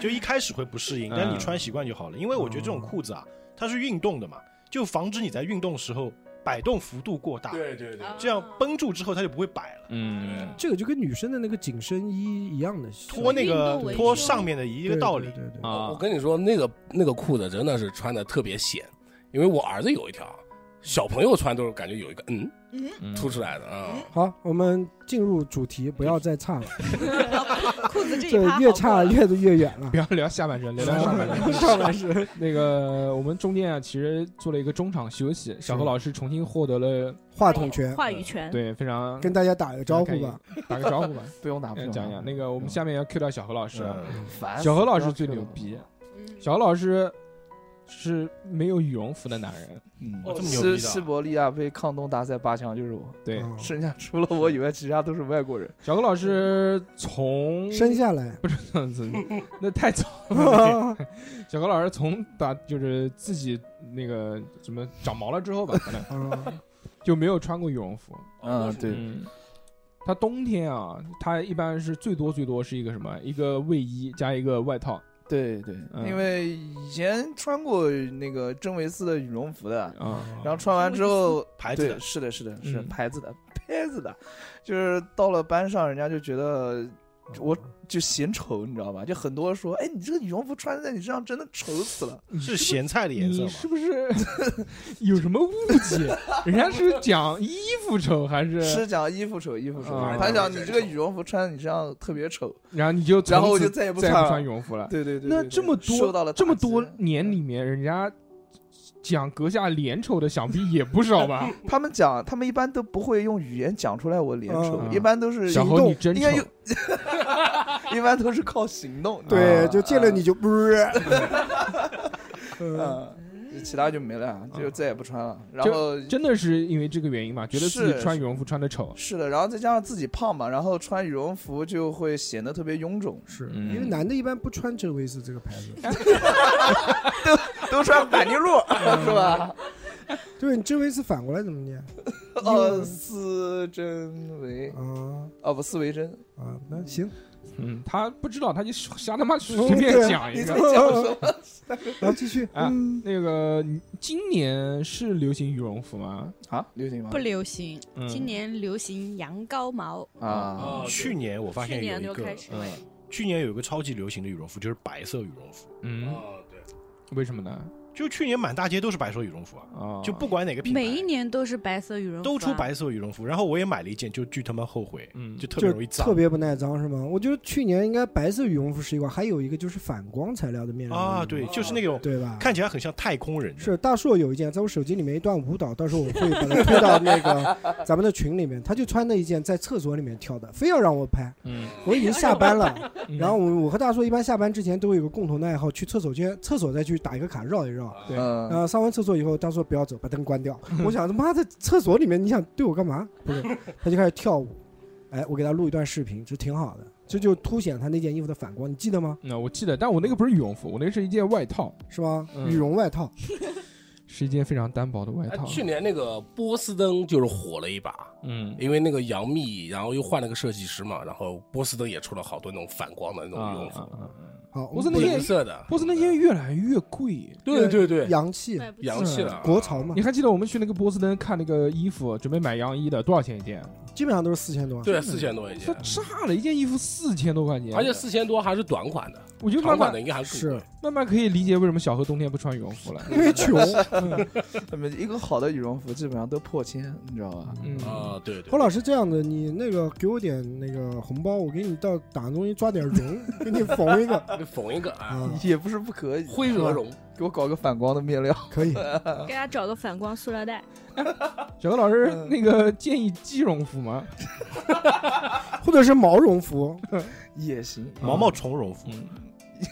Speaker 6: 就一开始会不适应，
Speaker 2: 嗯
Speaker 6: 但你穿习惯就好了。因为我觉得这种裤子啊，它是运动的嘛，就防止你在运动时候摆动幅度过大，
Speaker 4: 对对
Speaker 5: 啊
Speaker 4: 对，
Speaker 6: 这样绷住之后它就不会摆了。
Speaker 2: 嗯，
Speaker 3: 这个就跟女生的那个紧身衣一样的，
Speaker 6: 脱那
Speaker 7: 运
Speaker 6: 个
Speaker 7: 动为
Speaker 6: 脱
Speaker 7: 主
Speaker 6: 上面的一
Speaker 3: 一
Speaker 6: 个道理，
Speaker 3: 对对对对
Speaker 2: 啊
Speaker 4: 我，跟你说，那个那个裤子真的是穿的特别显，因为我儿子有一条，小朋友穿都是感觉有一个嗯
Speaker 2: 嗯
Speaker 4: 凸出来的啊。
Speaker 3: 好，我们进入主题，不要再岔了，
Speaker 7: 裤子这
Speaker 3: 这
Speaker 7: 一趴
Speaker 3: 越
Speaker 7: 好过
Speaker 3: 岔
Speaker 7: 了
Speaker 3: 越越远了
Speaker 2: 不。要聊下半身，聊聊上半身。
Speaker 3: 上半身，
Speaker 2: 那个我们中间啊，其实做了一个中场休息，小何老师重新获得了
Speaker 3: 话筒权，
Speaker 5: 话语权，
Speaker 2: 对非常
Speaker 3: 跟大家打个招呼吧。
Speaker 2: 打个招呼吧，
Speaker 8: 不用打，不
Speaker 2: 嗯
Speaker 8: 用
Speaker 2: 讲一
Speaker 8: 打
Speaker 2: 讲那个我们下面要 Q 到小何老师啊，
Speaker 6: 嗯
Speaker 8: 烦死
Speaker 2: 小何
Speaker 8: 了
Speaker 2: 老
Speaker 8: 不
Speaker 2: 师
Speaker 8: 要
Speaker 2: 最
Speaker 8: 这
Speaker 2: 牛
Speaker 8: 种
Speaker 2: 逼，
Speaker 7: 嗯
Speaker 2: 小何老师是没有羽绒服的男人，
Speaker 8: 嗯
Speaker 6: 哦这么牛逼的啊
Speaker 8: 西西伯利亚杯抗冬大赛八强就是我，
Speaker 2: 对，
Speaker 3: 嗯
Speaker 8: 剩下除了我以外，其他都是外国 人。
Speaker 2: 小何老师从
Speaker 3: 生下来，
Speaker 2: 那太早了。小何老师从打就是自己那个什么长毛了之后吧，可能
Speaker 3: 嗯，
Speaker 2: 就没有穿过羽绒服。
Speaker 8: 嗯，对，
Speaker 2: 嗯，他冬天啊，他一般是最多最多是一个什么？一个卫衣加一个外套。
Speaker 8: 对对，
Speaker 2: 嗯
Speaker 8: 因为以前穿过那个真维斯的羽绒服的，
Speaker 2: 啊，
Speaker 8: 然后穿完之后，
Speaker 6: 牌子
Speaker 8: 对，
Speaker 6: 的
Speaker 8: 是的，是的，是
Speaker 2: 哎嗯
Speaker 8: 牌子的，牌子的，就是到了班上，人家就觉得我就嫌丑，你知道吧？就很多说，哎，你这个羽绒服穿在你身上真的丑死了。
Speaker 6: 是咸菜的颜色
Speaker 2: 你
Speaker 6: 嘛？
Speaker 2: 是不是 有什么误解？人家是讲衣服丑还是？
Speaker 8: 是讲衣服丑，衣服丑
Speaker 2: 啊，
Speaker 8: 他讲你这个羽绒服穿在你身上特别丑，
Speaker 2: 然后你就
Speaker 8: 然后我就
Speaker 2: 从此
Speaker 8: 再也不
Speaker 2: 再
Speaker 8: 穿
Speaker 2: 也不穿羽。
Speaker 8: 了
Speaker 2: 绒服了。
Speaker 8: 对对对，
Speaker 2: 那
Speaker 8: 对
Speaker 2: 这么
Speaker 8: 受
Speaker 2: 多
Speaker 8: 到了
Speaker 2: 这么
Speaker 8: 打击
Speaker 2: 多年里，面，人家讲阁下脸丑的，想必也不少吧？
Speaker 8: 他们讲，他们一般都不会用语言讲出来我脸丑，
Speaker 2: 嗯
Speaker 8: 一般都 是
Speaker 2: 小
Speaker 8: 行
Speaker 2: 侯
Speaker 8: 动
Speaker 2: 你真
Speaker 8: 应该
Speaker 2: 丑
Speaker 8: 用，一般都是靠行动。
Speaker 3: 对，
Speaker 8: 啊
Speaker 3: 就见了你，就 不是，嗯
Speaker 8: 嗯，就其他就没了，
Speaker 2: 嗯
Speaker 8: 就再也不穿了。然后
Speaker 2: 真的是因为这个原因嘛？觉得自己
Speaker 8: 是
Speaker 2: 穿羽绒服穿的丑，
Speaker 8: 是的，然后再加上自己胖嘛，然后穿羽绒服就会显得特别臃肿，
Speaker 3: 是
Speaker 2: 嗯
Speaker 3: 因为男的一般不穿真维斯这个牌子，
Speaker 8: 都穿板 栗路是吧？
Speaker 3: 对，你真维斯反过来怎么念？
Speaker 2: 嗯
Speaker 8: 哦，四针维
Speaker 3: 啊
Speaker 8: 哦不四维针，
Speaker 3: 啊，那行，
Speaker 2: 嗯，他不知道，他就瞎
Speaker 8: 嗯
Speaker 2: 他妈
Speaker 8: 啊
Speaker 2: 随便讲一
Speaker 8: 你
Speaker 3: 啊
Speaker 8: 在
Speaker 2: 个。
Speaker 8: 讲什么？
Speaker 3: 然后继续，
Speaker 2: 啊
Speaker 3: 嗯，
Speaker 2: 那个你今年是流行羽绒服吗？
Speaker 8: 啊，流行吗
Speaker 7: 不？流行，
Speaker 2: 嗯
Speaker 7: 今年流行羊羔毛，
Speaker 8: 啊，
Speaker 6: 去年我发
Speaker 5: 去
Speaker 6: 现有
Speaker 5: 年
Speaker 6: 一
Speaker 5: 就
Speaker 6: 个
Speaker 5: 开，始
Speaker 2: 嗯
Speaker 6: 去年有一个超级流行的羽绒服，就是白色羽绒服。
Speaker 2: 嗯，
Speaker 4: 哦对，
Speaker 2: 为什么呢？
Speaker 6: 就去年满大街都是白色羽绒服
Speaker 2: 啊，
Speaker 6: 啊，就不管哪个品牌，
Speaker 7: 每一年都是白色羽绒服啊，
Speaker 6: 都出白色羽绒服。然后我也买了一件，就巨他妈后悔，
Speaker 2: 嗯
Speaker 6: 就特别
Speaker 3: 就
Speaker 6: 容易脏
Speaker 3: 特别不耐脏是吗？我觉得去年应该白色羽绒服是一款，还有一个就是反光材料的面料
Speaker 6: 啊，
Speaker 3: 羽绒服
Speaker 6: 对，就是那种
Speaker 3: 对吧？
Speaker 6: 看起来很像太空人的，
Speaker 3: 是大硕有一件，在我手机里面一段舞蹈，到时候我会把它推到那 个咱们的群里面。他就穿那一件在厕所里面跳的，非要让我拍。
Speaker 2: 嗯，
Speaker 3: 我已经下班了，
Speaker 2: 嗯
Speaker 3: 然后我我和大硕一般下班之前都会有个共同的爱好，去厕所先厕所再去打一个卡绕一绕。
Speaker 2: 对
Speaker 8: 嗯，
Speaker 3: 呃，上完厕所以后，大硕不要走，把灯关掉。我想他妈在厕所里面，你想对我干嘛？ 不是，他就开始跳舞。哎，我给他录一段视频，这挺好的，这就凸显他那件衣服的反光，你记得吗？
Speaker 2: 嗯那我记得，但我那个不是羽绒服，我那是一件外套，
Speaker 3: 是吧？
Speaker 2: 嗯
Speaker 3: 羽绒外套，
Speaker 2: 是一件非常单薄的外
Speaker 4: 哎
Speaker 2: 套。
Speaker 4: 去年那哎个波司登就是火了一把，
Speaker 2: 嗯
Speaker 4: 因为那个杨幂，然后又换了个设计师嘛，然后波司登也出了好多那种反光的那种
Speaker 2: 啊
Speaker 4: 羽绒
Speaker 2: 啊
Speaker 4: 服，
Speaker 2: 啊，
Speaker 3: 好，
Speaker 2: 不是那
Speaker 4: 银色的，
Speaker 2: 波司登现在越来越贵。
Speaker 4: 对对对，
Speaker 3: 洋气
Speaker 5: 卖不起。
Speaker 4: 洋气了，啊
Speaker 3: 国潮嘛
Speaker 2: 你，还记得我们去那个波司登看那个衣服，准备买洋衣的，多少钱一件？
Speaker 4: 啊
Speaker 3: 基本上都是四千多。
Speaker 4: 对，四千多一
Speaker 2: 他
Speaker 4: 件，
Speaker 2: 炸了，一件衣服四千多块钱，
Speaker 4: 而且四千多还是短款的，
Speaker 2: 我就慢
Speaker 4: 长款
Speaker 2: 慢
Speaker 4: 的应该还是更
Speaker 3: 是
Speaker 4: 贵。
Speaker 2: 慢慢可以理解为什么小何冬天不穿羽绒服了。
Speaker 4: 嗯
Speaker 3: 因为穷。
Speaker 8: 那么一个好的羽绒服基本上都破千，你知道吧？
Speaker 2: 嗯，
Speaker 4: 啊，对对
Speaker 3: 侯，老师这样的，你那个给我点那个红包，我给你到打的东西抓点绒，给你缝一个
Speaker 4: 你缝一个啊，
Speaker 3: 啊，
Speaker 8: 也不是不可以，
Speaker 4: 灰鹅绒，
Speaker 8: 给我搞个反光的面料。
Speaker 3: 可以。
Speaker 5: 给他找个反光塑料袋，
Speaker 2: 小何老师
Speaker 8: 嗯
Speaker 2: 那个建议鸡绒服吗？
Speaker 3: 或者是毛绒服，
Speaker 8: 也行，
Speaker 6: 毛毛虫绒服，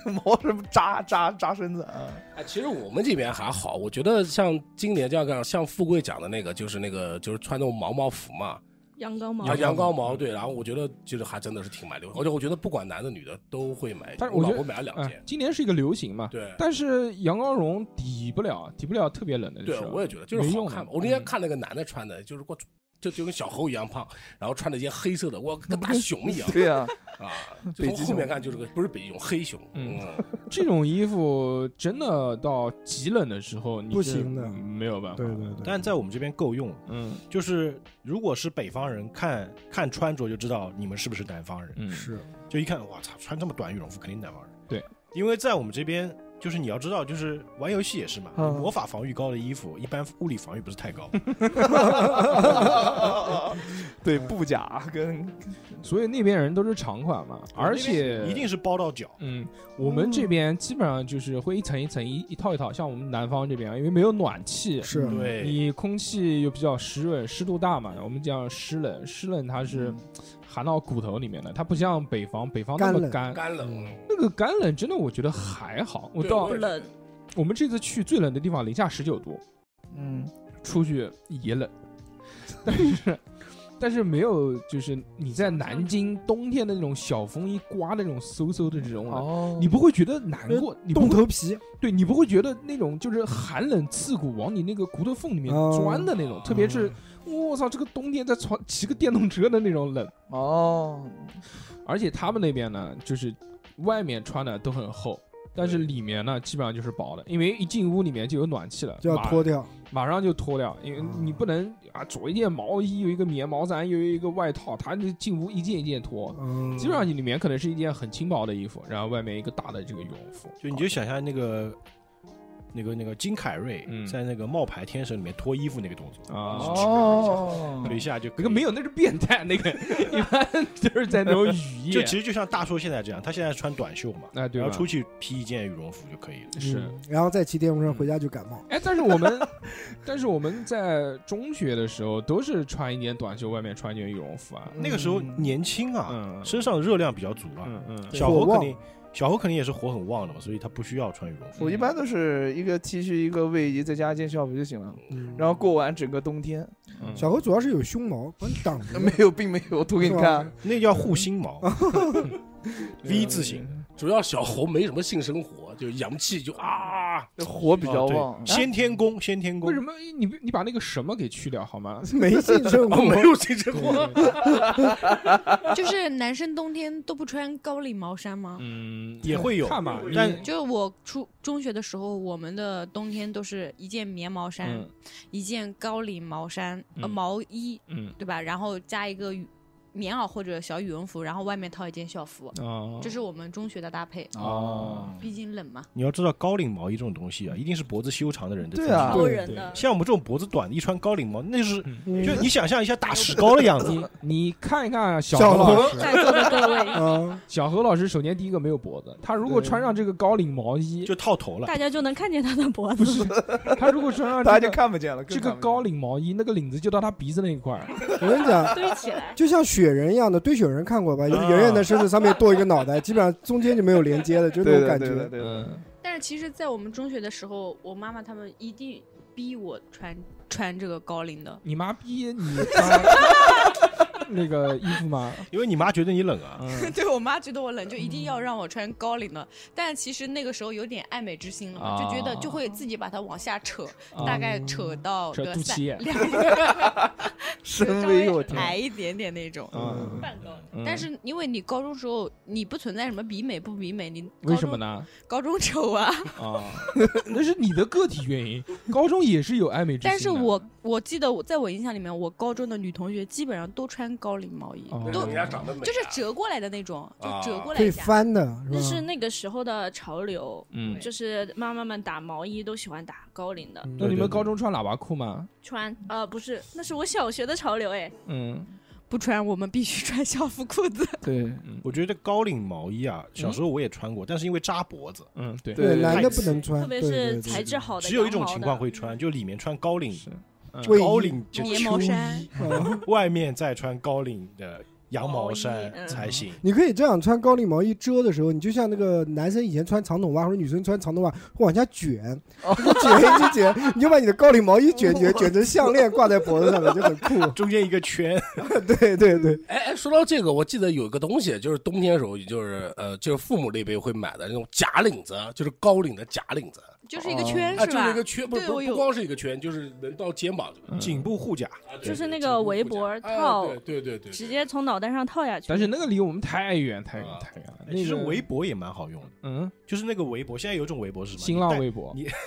Speaker 2: 嗯，
Speaker 8: 毛什么扎扎扎身子啊？
Speaker 4: 哎，其实我们这边还好，我觉得像今年这样干，像富贵讲的那个，就是那个就是穿那种毛毛服嘛，
Speaker 5: 羊羔毛
Speaker 4: 啊，。羊羔毛，对，然后我觉得就是还真的是挺蛮流行，而且我觉得不管男的女的都会买，
Speaker 2: 但是
Speaker 4: 我
Speaker 2: 我
Speaker 4: 老
Speaker 2: 觉得
Speaker 4: 婆买了两
Speaker 2: 哎
Speaker 4: 件，，
Speaker 2: 今年是一个流行嘛，
Speaker 4: 对。
Speaker 2: 但是羊羔绒抵不了，抵不了特别冷的时
Speaker 4: 对，
Speaker 2: 候。
Speaker 4: 我也觉得就是
Speaker 2: 啊没
Speaker 4: 好
Speaker 2: 用
Speaker 4: 看
Speaker 2: 嘛
Speaker 4: 嘛。我那天
Speaker 2: 嗯
Speaker 4: 看那个男的穿的，就是我就就跟小猴一样胖，然后穿了一件黑色的，我跟大熊 一样
Speaker 8: 对呀，
Speaker 4: 啊。就
Speaker 8: 北
Speaker 4: 从
Speaker 8: 极
Speaker 4: 后面
Speaker 8: 熊
Speaker 4: 看就是个不是北极熊，黑熊。
Speaker 2: 嗯
Speaker 4: 嗯，
Speaker 2: 这种衣服真的到极冷的时候，你
Speaker 3: 不
Speaker 2: 是
Speaker 3: 行的
Speaker 2: 没有办法。
Speaker 3: 对对对，
Speaker 6: 但在我们这边够用。
Speaker 2: 嗯
Speaker 6: 就是如果是北方人，看看穿着就知道你们是不是南方人。
Speaker 2: 嗯，
Speaker 3: 是
Speaker 6: 就一看，哇操，穿这么短羽绒服，肯定南方人。
Speaker 2: 对，
Speaker 6: 因为在我们这边，就是你要知道，就是玩游戏也是嘛，
Speaker 8: 嗯
Speaker 6: 魔法防御高的衣服，一般物理防御不是 太高。
Speaker 8: 对，布甲跟
Speaker 2: 所以那边人都是长款嘛，而且
Speaker 6: 一定是包到脚。
Speaker 2: 嗯，我们这边基本上就是会一层一层一一套一套，像我们南方这边，啊因为没有暖气，
Speaker 3: 是，
Speaker 6: 对，
Speaker 2: 你空气又比较湿润，湿度大嘛，我们讲湿冷，湿冷它
Speaker 4: 嗯
Speaker 2: 是含到骨头里面的，它不像北方，北方那么干。
Speaker 4: 干冷
Speaker 2: 嗯。那个干冷真的，我觉得还好。我
Speaker 4: 对
Speaker 2: 到
Speaker 4: 也觉得
Speaker 5: 冷
Speaker 2: 我们这次去最冷的地方零下十九度，
Speaker 8: 嗯，
Speaker 2: 出去也冷， 但是 但是没有就是你在南京冬天的那种小风一刮的那种嗖嗖的这种冷，
Speaker 8: 哦
Speaker 2: 你不会觉得难过，你不
Speaker 3: 呃冻
Speaker 2: 会
Speaker 3: 头皮，
Speaker 2: 对你不会觉得那种就是寒冷刺骨往你那个骨头缝里面
Speaker 3: 哦
Speaker 2: 钻的那种，特别是我操这个冬天在床骑个电动车的那种冷，
Speaker 8: 哦，
Speaker 2: 而且他们那边呢就是外面穿的都很厚。但是里面呢，基本上就是薄的，因为一进屋里面就有暖气了，
Speaker 3: 就要
Speaker 2: 马
Speaker 3: 脱掉。
Speaker 2: 马上就脱掉，因为
Speaker 3: 嗯
Speaker 2: 你不能啊，左一件毛衣，又一个棉毛衫，又一个外套，他就进屋一件一件脱。
Speaker 3: 嗯，
Speaker 2: 基本上你里面可能是一件很轻薄的衣服，然后外面一个大的这个羽绒服。
Speaker 6: 就你就想象那个。那个那个金凯瑞
Speaker 2: 嗯
Speaker 6: 在那个冒牌天神里面脱衣服那个动作，
Speaker 2: 啊，
Speaker 8: 哦
Speaker 6: 一下就可
Speaker 2: 那
Speaker 6: 以
Speaker 2: 个没有，那是变态，那个一般就是在那种雨
Speaker 6: 就
Speaker 2: 夜
Speaker 6: 其实就像大叔现在这样，他现在穿短袖嘛，
Speaker 2: 啊，对
Speaker 6: 然
Speaker 2: 吧
Speaker 6: 后？出去披一件羽绒服就可以了。
Speaker 2: 是。
Speaker 3: 嗯，然后再骑电动车回家就感冒。
Speaker 2: 哎，但是我们，但是我们在中学的时候都是穿一件短袖，外面穿一件羽绒服啊。
Speaker 6: 那个时候年轻啊，
Speaker 2: 嗯
Speaker 6: 身上的热量比较足啊，
Speaker 2: 嗯嗯，
Speaker 6: 小
Speaker 3: 火
Speaker 6: 猴肯
Speaker 3: 旺
Speaker 6: 定，小猴肯定也是火很旺的嘛，所以他不需要穿羽绒服。
Speaker 8: 我一般都是一个 T 恤，一个卫衣，再加一件校服就行了。
Speaker 3: 嗯
Speaker 8: 然后过完整个冬天，
Speaker 2: 嗯
Speaker 3: 小何主要是有胸毛，把你挡住。
Speaker 8: 没有，并没有，我涂给你看
Speaker 3: 是。
Speaker 6: 那叫护心 毛，V 字形，
Speaker 2: 嗯
Speaker 4: 主要小猴没什么性生活，就阳气就啊，
Speaker 8: 火比较
Speaker 6: 哦对
Speaker 2: 啊
Speaker 8: 旺，
Speaker 6: 先天宫，先天宫
Speaker 2: 为什。么你你把那个什么给去掉好吗？
Speaker 3: 没性生
Speaker 4: 哦，没
Speaker 3: 活，
Speaker 4: 有性生活。
Speaker 7: 就是男生冬天都不穿高领毛衫吗？
Speaker 2: 嗯，
Speaker 6: 也会有
Speaker 2: 看吧，
Speaker 6: 但
Speaker 2: 你
Speaker 7: 就是我初中学的时候，我们的冬天都是一件棉毛衫，
Speaker 2: 嗯
Speaker 7: 一件高领毛衫、呃
Speaker 2: 嗯
Speaker 7: 毛衣，
Speaker 2: 嗯
Speaker 7: 对吧？然后加一个羽棉袄或者小羽绒服，然后外面套一件校服，
Speaker 2: 哦，
Speaker 7: 这是我们中学的搭配。
Speaker 2: 哦，
Speaker 7: 毕竟冷 嘛，
Speaker 6: 你要知道高领毛衣这种东西啊，一定是脖子修长的人的
Speaker 8: 对
Speaker 6: 自己
Speaker 8: 啊
Speaker 5: 多
Speaker 6: 做
Speaker 5: 人的，
Speaker 6: 像我们这种脖子短的，一穿高领毛，那是
Speaker 3: 嗯
Speaker 6: 就你想象一下打石膏的样 子，
Speaker 2: 你你看一看啊小
Speaker 3: 小
Speaker 2: 何老师，
Speaker 5: 在座的各位，
Speaker 3: 啊，
Speaker 2: 小何老师首先第一个没有脖子，他如果
Speaker 8: 对
Speaker 2: 穿上这个高领毛衣，
Speaker 6: 就套头了。
Speaker 5: 大家就能看见他的脖子。
Speaker 2: 他如果穿上
Speaker 8: 大家
Speaker 2: 这
Speaker 8: 就
Speaker 2: 个
Speaker 8: 看不见了。
Speaker 2: 这个高领毛衣，那个领子就到他鼻子那一块儿，
Speaker 3: 我跟你讲，
Speaker 5: 堆起来，
Speaker 3: 就像雪人一样的，堆雪人看过吧？有
Speaker 6: 啊
Speaker 3: 圆圆的身子，上面多一个脑袋，基本上中间就没有连接的，就
Speaker 8: 对
Speaker 3: 那
Speaker 8: 对
Speaker 3: 种
Speaker 8: 对
Speaker 3: 感
Speaker 8: 对
Speaker 3: 觉
Speaker 8: 对。对，
Speaker 2: 嗯，
Speaker 7: 但是其实，在我们中学的时候，我妈妈他们一定逼我穿穿这个高领的。
Speaker 2: 你妈逼你穿那个衣服吗？
Speaker 6: 因为你妈觉得你冷啊，
Speaker 2: 嗯
Speaker 7: 对我妈觉得我冷，就一定要让我穿高领的。但其实那个时候有点爱美之心了嘛，就
Speaker 2: 哦
Speaker 7: 觉得就会自己把它往下扯，
Speaker 2: 啊
Speaker 7: 大概扯到
Speaker 2: 扯
Speaker 7: 个
Speaker 2: 肚
Speaker 7: 三
Speaker 2: 脐眼
Speaker 7: 两个，就
Speaker 8: 深
Speaker 7: 稍
Speaker 8: 微
Speaker 7: 微
Speaker 8: 又甜
Speaker 7: 矮一点点那种。
Speaker 2: 嗯
Speaker 5: 半高的，
Speaker 2: 嗯
Speaker 7: 但是因为你高中时候你不存在什么比美不比美，你
Speaker 2: 为什么
Speaker 7: 高中？
Speaker 2: 呢？
Speaker 7: 高中丑啊！
Speaker 2: 啊， 那是你的个体原因。高中也是有爱美之心的，啊
Speaker 7: 但是我我记得我在我印象里面，我高中的女同学基本上都穿高领毛衣，
Speaker 2: 哦啊
Speaker 7: 都
Speaker 4: 人家长得美啊，
Speaker 7: 就是折过来的那种，就折过来
Speaker 3: 可以
Speaker 7: 一下。
Speaker 3: 翻的，
Speaker 5: 那是
Speaker 3: 是吧？
Speaker 5: 那个时候的潮流，
Speaker 2: 嗯，
Speaker 5: 就是妈妈们打毛衣都喜欢打高领
Speaker 8: 嗯
Speaker 5: 的，
Speaker 2: 那你
Speaker 6: 对对
Speaker 2: 们
Speaker 6: 对
Speaker 2: 高中穿喇叭裤吗？
Speaker 5: 穿呃不是，那是我小学的潮流哎，
Speaker 2: 嗯，
Speaker 7: 不穿，我们必须穿校服裤子。
Speaker 8: 对，
Speaker 2: 嗯
Speaker 6: 我觉得高领毛衣啊，小
Speaker 5: 嗯
Speaker 6: 时候我也穿过，但是因为扎脖子，
Speaker 2: 嗯，对，
Speaker 8: 对
Speaker 3: 男
Speaker 6: 太
Speaker 3: 的
Speaker 6: 刺
Speaker 3: 不能穿，
Speaker 5: 特别
Speaker 3: 对
Speaker 5: 是
Speaker 3: 对对
Speaker 5: 材质好的，
Speaker 6: 只有一
Speaker 5: 羊
Speaker 6: 种
Speaker 5: 毛
Speaker 6: 情
Speaker 5: 的
Speaker 6: 况会穿，就里面穿高领
Speaker 2: 是
Speaker 3: 卫衣
Speaker 6: 高领就
Speaker 7: 棉毛衫，
Speaker 3: 嗯
Speaker 6: 外面再穿高领的羊毛
Speaker 5: 毛衣嗯
Speaker 6: 衫才行。
Speaker 3: 你可以这样穿高领毛衣遮的时候，你就像那个男生以前穿长筒袜或者女生穿长筒袜会往下卷，一卷一直卷，你就把你的高领毛衣卷卷卷成项链挂在脖子上面，就很酷。
Speaker 6: 中间一个圈，
Speaker 3: 对对对，
Speaker 4: 哎哎，说到这个，我记得有一个东西，就是冬天的时候，就是呃，就是父母那辈会买的那种假领子，啊就是高领的假领子，
Speaker 7: 就是
Speaker 2: 哦
Speaker 7: 一个圈、
Speaker 4: 啊，
Speaker 7: 是
Speaker 4: 就
Speaker 7: 吧？
Speaker 4: 是一个圈，不是
Speaker 7: 对
Speaker 4: 不
Speaker 7: 我
Speaker 4: 是
Speaker 7: 有
Speaker 4: 不光是一个圈，就是能到肩膀这
Speaker 2: 嗯
Speaker 4: 个地方。
Speaker 6: 颈部护甲，
Speaker 4: 啊对
Speaker 5: 就是
Speaker 4: 对
Speaker 5: 那
Speaker 4: 颈
Speaker 5: 个
Speaker 4: 部
Speaker 5: 围
Speaker 4: 护
Speaker 5: 脖
Speaker 4: 甲哎
Speaker 5: 套
Speaker 4: 对对对对，
Speaker 5: 直接从脑袋上套下去。
Speaker 2: 但是那个离我们太远太远
Speaker 4: 啊
Speaker 2: 太远了。
Speaker 6: 其
Speaker 2: 那
Speaker 6: 实
Speaker 2: 个
Speaker 6: 围脖也蛮好用的，
Speaker 2: 嗯，
Speaker 6: 就是那个围脖，现在有一种围脖是什么？
Speaker 2: 新浪
Speaker 6: 你
Speaker 2: 微博
Speaker 6: 你，戴，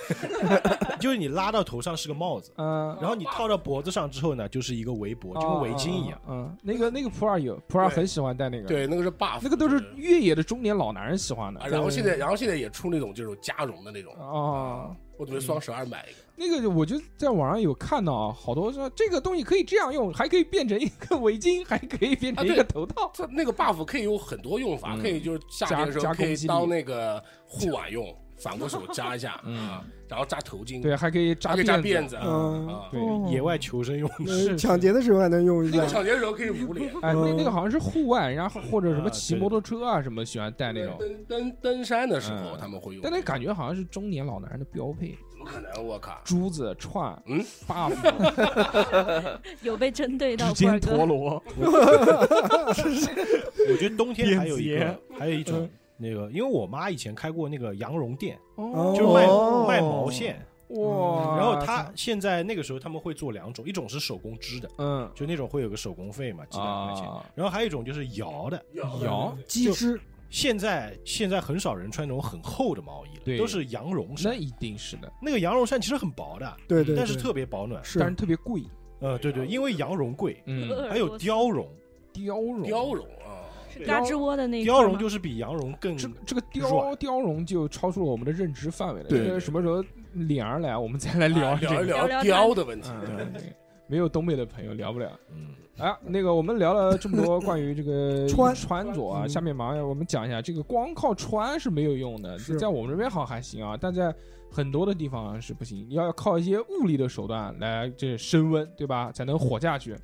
Speaker 6: 就是你拉到头上是个帽子，
Speaker 2: 嗯，
Speaker 6: 然后你套到脖子上之后呢，就是一个围脖，就跟围巾一样。
Speaker 2: 啊。啊啊啊那个那个普洱有，普洱很喜欢戴那个，，
Speaker 4: 对那个是 buff，
Speaker 2: 那个都
Speaker 4: 就是
Speaker 2: 越野的中年老男人喜欢的
Speaker 4: 啊。然后现在，然后现在也出那种这种加绒的那种，
Speaker 2: 哦。
Speaker 4: 我准备双十二买一个。
Speaker 2: 那个我就在网上有看到啊，好多说这个东西可以这样用，还可以变成一个围巾，还可以变成一
Speaker 4: 啊
Speaker 2: 个
Speaker 4: 对
Speaker 2: 头套。
Speaker 4: 它那个 buff 可以有很多用法，
Speaker 2: 嗯
Speaker 4: 可以就是夏天的时
Speaker 2: 加
Speaker 4: 候
Speaker 2: 加
Speaker 4: 可
Speaker 2: 攻
Speaker 4: 以
Speaker 2: 击力
Speaker 4: 当那个护腕用，反过手扎一下，
Speaker 2: 嗯
Speaker 4: 啊，然后扎头巾，
Speaker 2: 对，还可以
Speaker 4: 还
Speaker 2: 扎
Speaker 4: 可以扎辫
Speaker 2: 子。
Speaker 4: 子啊。
Speaker 3: 嗯，
Speaker 4: 啊
Speaker 2: 哦对，
Speaker 6: 野外求生用的，
Speaker 2: 是是
Speaker 3: 抢劫的时候还能用一
Speaker 4: 那
Speaker 3: 下
Speaker 4: 个。抢劫的时候可以捂脸，
Speaker 2: 哎，那
Speaker 3: 嗯
Speaker 2: 那个好像是户外，然后或者什么
Speaker 6: 啊
Speaker 2: 骑
Speaker 6: 对
Speaker 2: 摩托车啊什么喜欢戴那种，
Speaker 4: 登登登山的时候
Speaker 2: 嗯
Speaker 4: 他们会用，
Speaker 2: 但那感觉好像是中年老男人的标配，
Speaker 4: 怎么可能？我靠！
Speaker 2: 珠子串，
Speaker 4: 嗯
Speaker 2: ，buff，
Speaker 5: 有被针对到
Speaker 2: 指尖
Speaker 5: 波尔
Speaker 2: 陀
Speaker 5: 哥，
Speaker 2: 螺，
Speaker 6: 我觉得冬天还有一
Speaker 2: 电嗯
Speaker 6: 个，还有一种那个，因为我妈以前开过那个羊绒店，
Speaker 2: 哦啊
Speaker 6: 就是卖
Speaker 3: 哦
Speaker 6: 卖毛线，
Speaker 2: 哇，
Speaker 6: 然后她现在那个时候他们会做两种，一种是手工织的，
Speaker 2: 嗯
Speaker 6: 就那种会有个手工费嘛，几百块钱。
Speaker 2: 啊
Speaker 6: 然后还有一种就是摇的，
Speaker 2: 摇，
Speaker 3: 鸡汁，
Speaker 6: 现在现在很少人穿那种很厚的毛衣
Speaker 2: 对
Speaker 6: 了，都是羊绒
Speaker 2: 那
Speaker 6: 衫。
Speaker 2: 一定是的，
Speaker 6: 那个羊绒衫其实很薄的，
Speaker 3: 对对，
Speaker 6: 但嗯是
Speaker 3: 对
Speaker 6: 特别保暖。
Speaker 2: 但是
Speaker 3: 是
Speaker 2: 特别贵，
Speaker 6: 呃，对对，因为羊绒贵，
Speaker 2: 嗯，
Speaker 6: 还有貂绒，
Speaker 2: 貂绒，
Speaker 4: 貂绒啊，
Speaker 5: 是嘎吱窝的那一
Speaker 6: 貂
Speaker 5: 块
Speaker 6: 绒
Speaker 5: 吗
Speaker 6: 就是比羊绒更
Speaker 2: 这这个貂
Speaker 6: 软
Speaker 2: 貂绒就超出了我们的认知范围了，
Speaker 6: 对
Speaker 2: 这个什么时候脸儿来，我们再来
Speaker 4: 聊
Speaker 2: 聊这
Speaker 4: 啊聊
Speaker 2: 个
Speaker 4: 一
Speaker 5: 聊聊
Speaker 4: 貂的问题。
Speaker 2: 嗯，对没有东北的朋友聊不了。
Speaker 6: 嗯
Speaker 2: 哎呀，那个我们聊了这么 多关于这个
Speaker 3: 穿
Speaker 2: 穿着啊，
Speaker 3: 嗯
Speaker 2: 下面马上我们讲一下，这个光靠穿是没有用的，
Speaker 3: 是
Speaker 2: 在我们这边好还行啊，但在很多的地方是不行，你要靠一些物理的手段来这升温，对吧？才能活下去，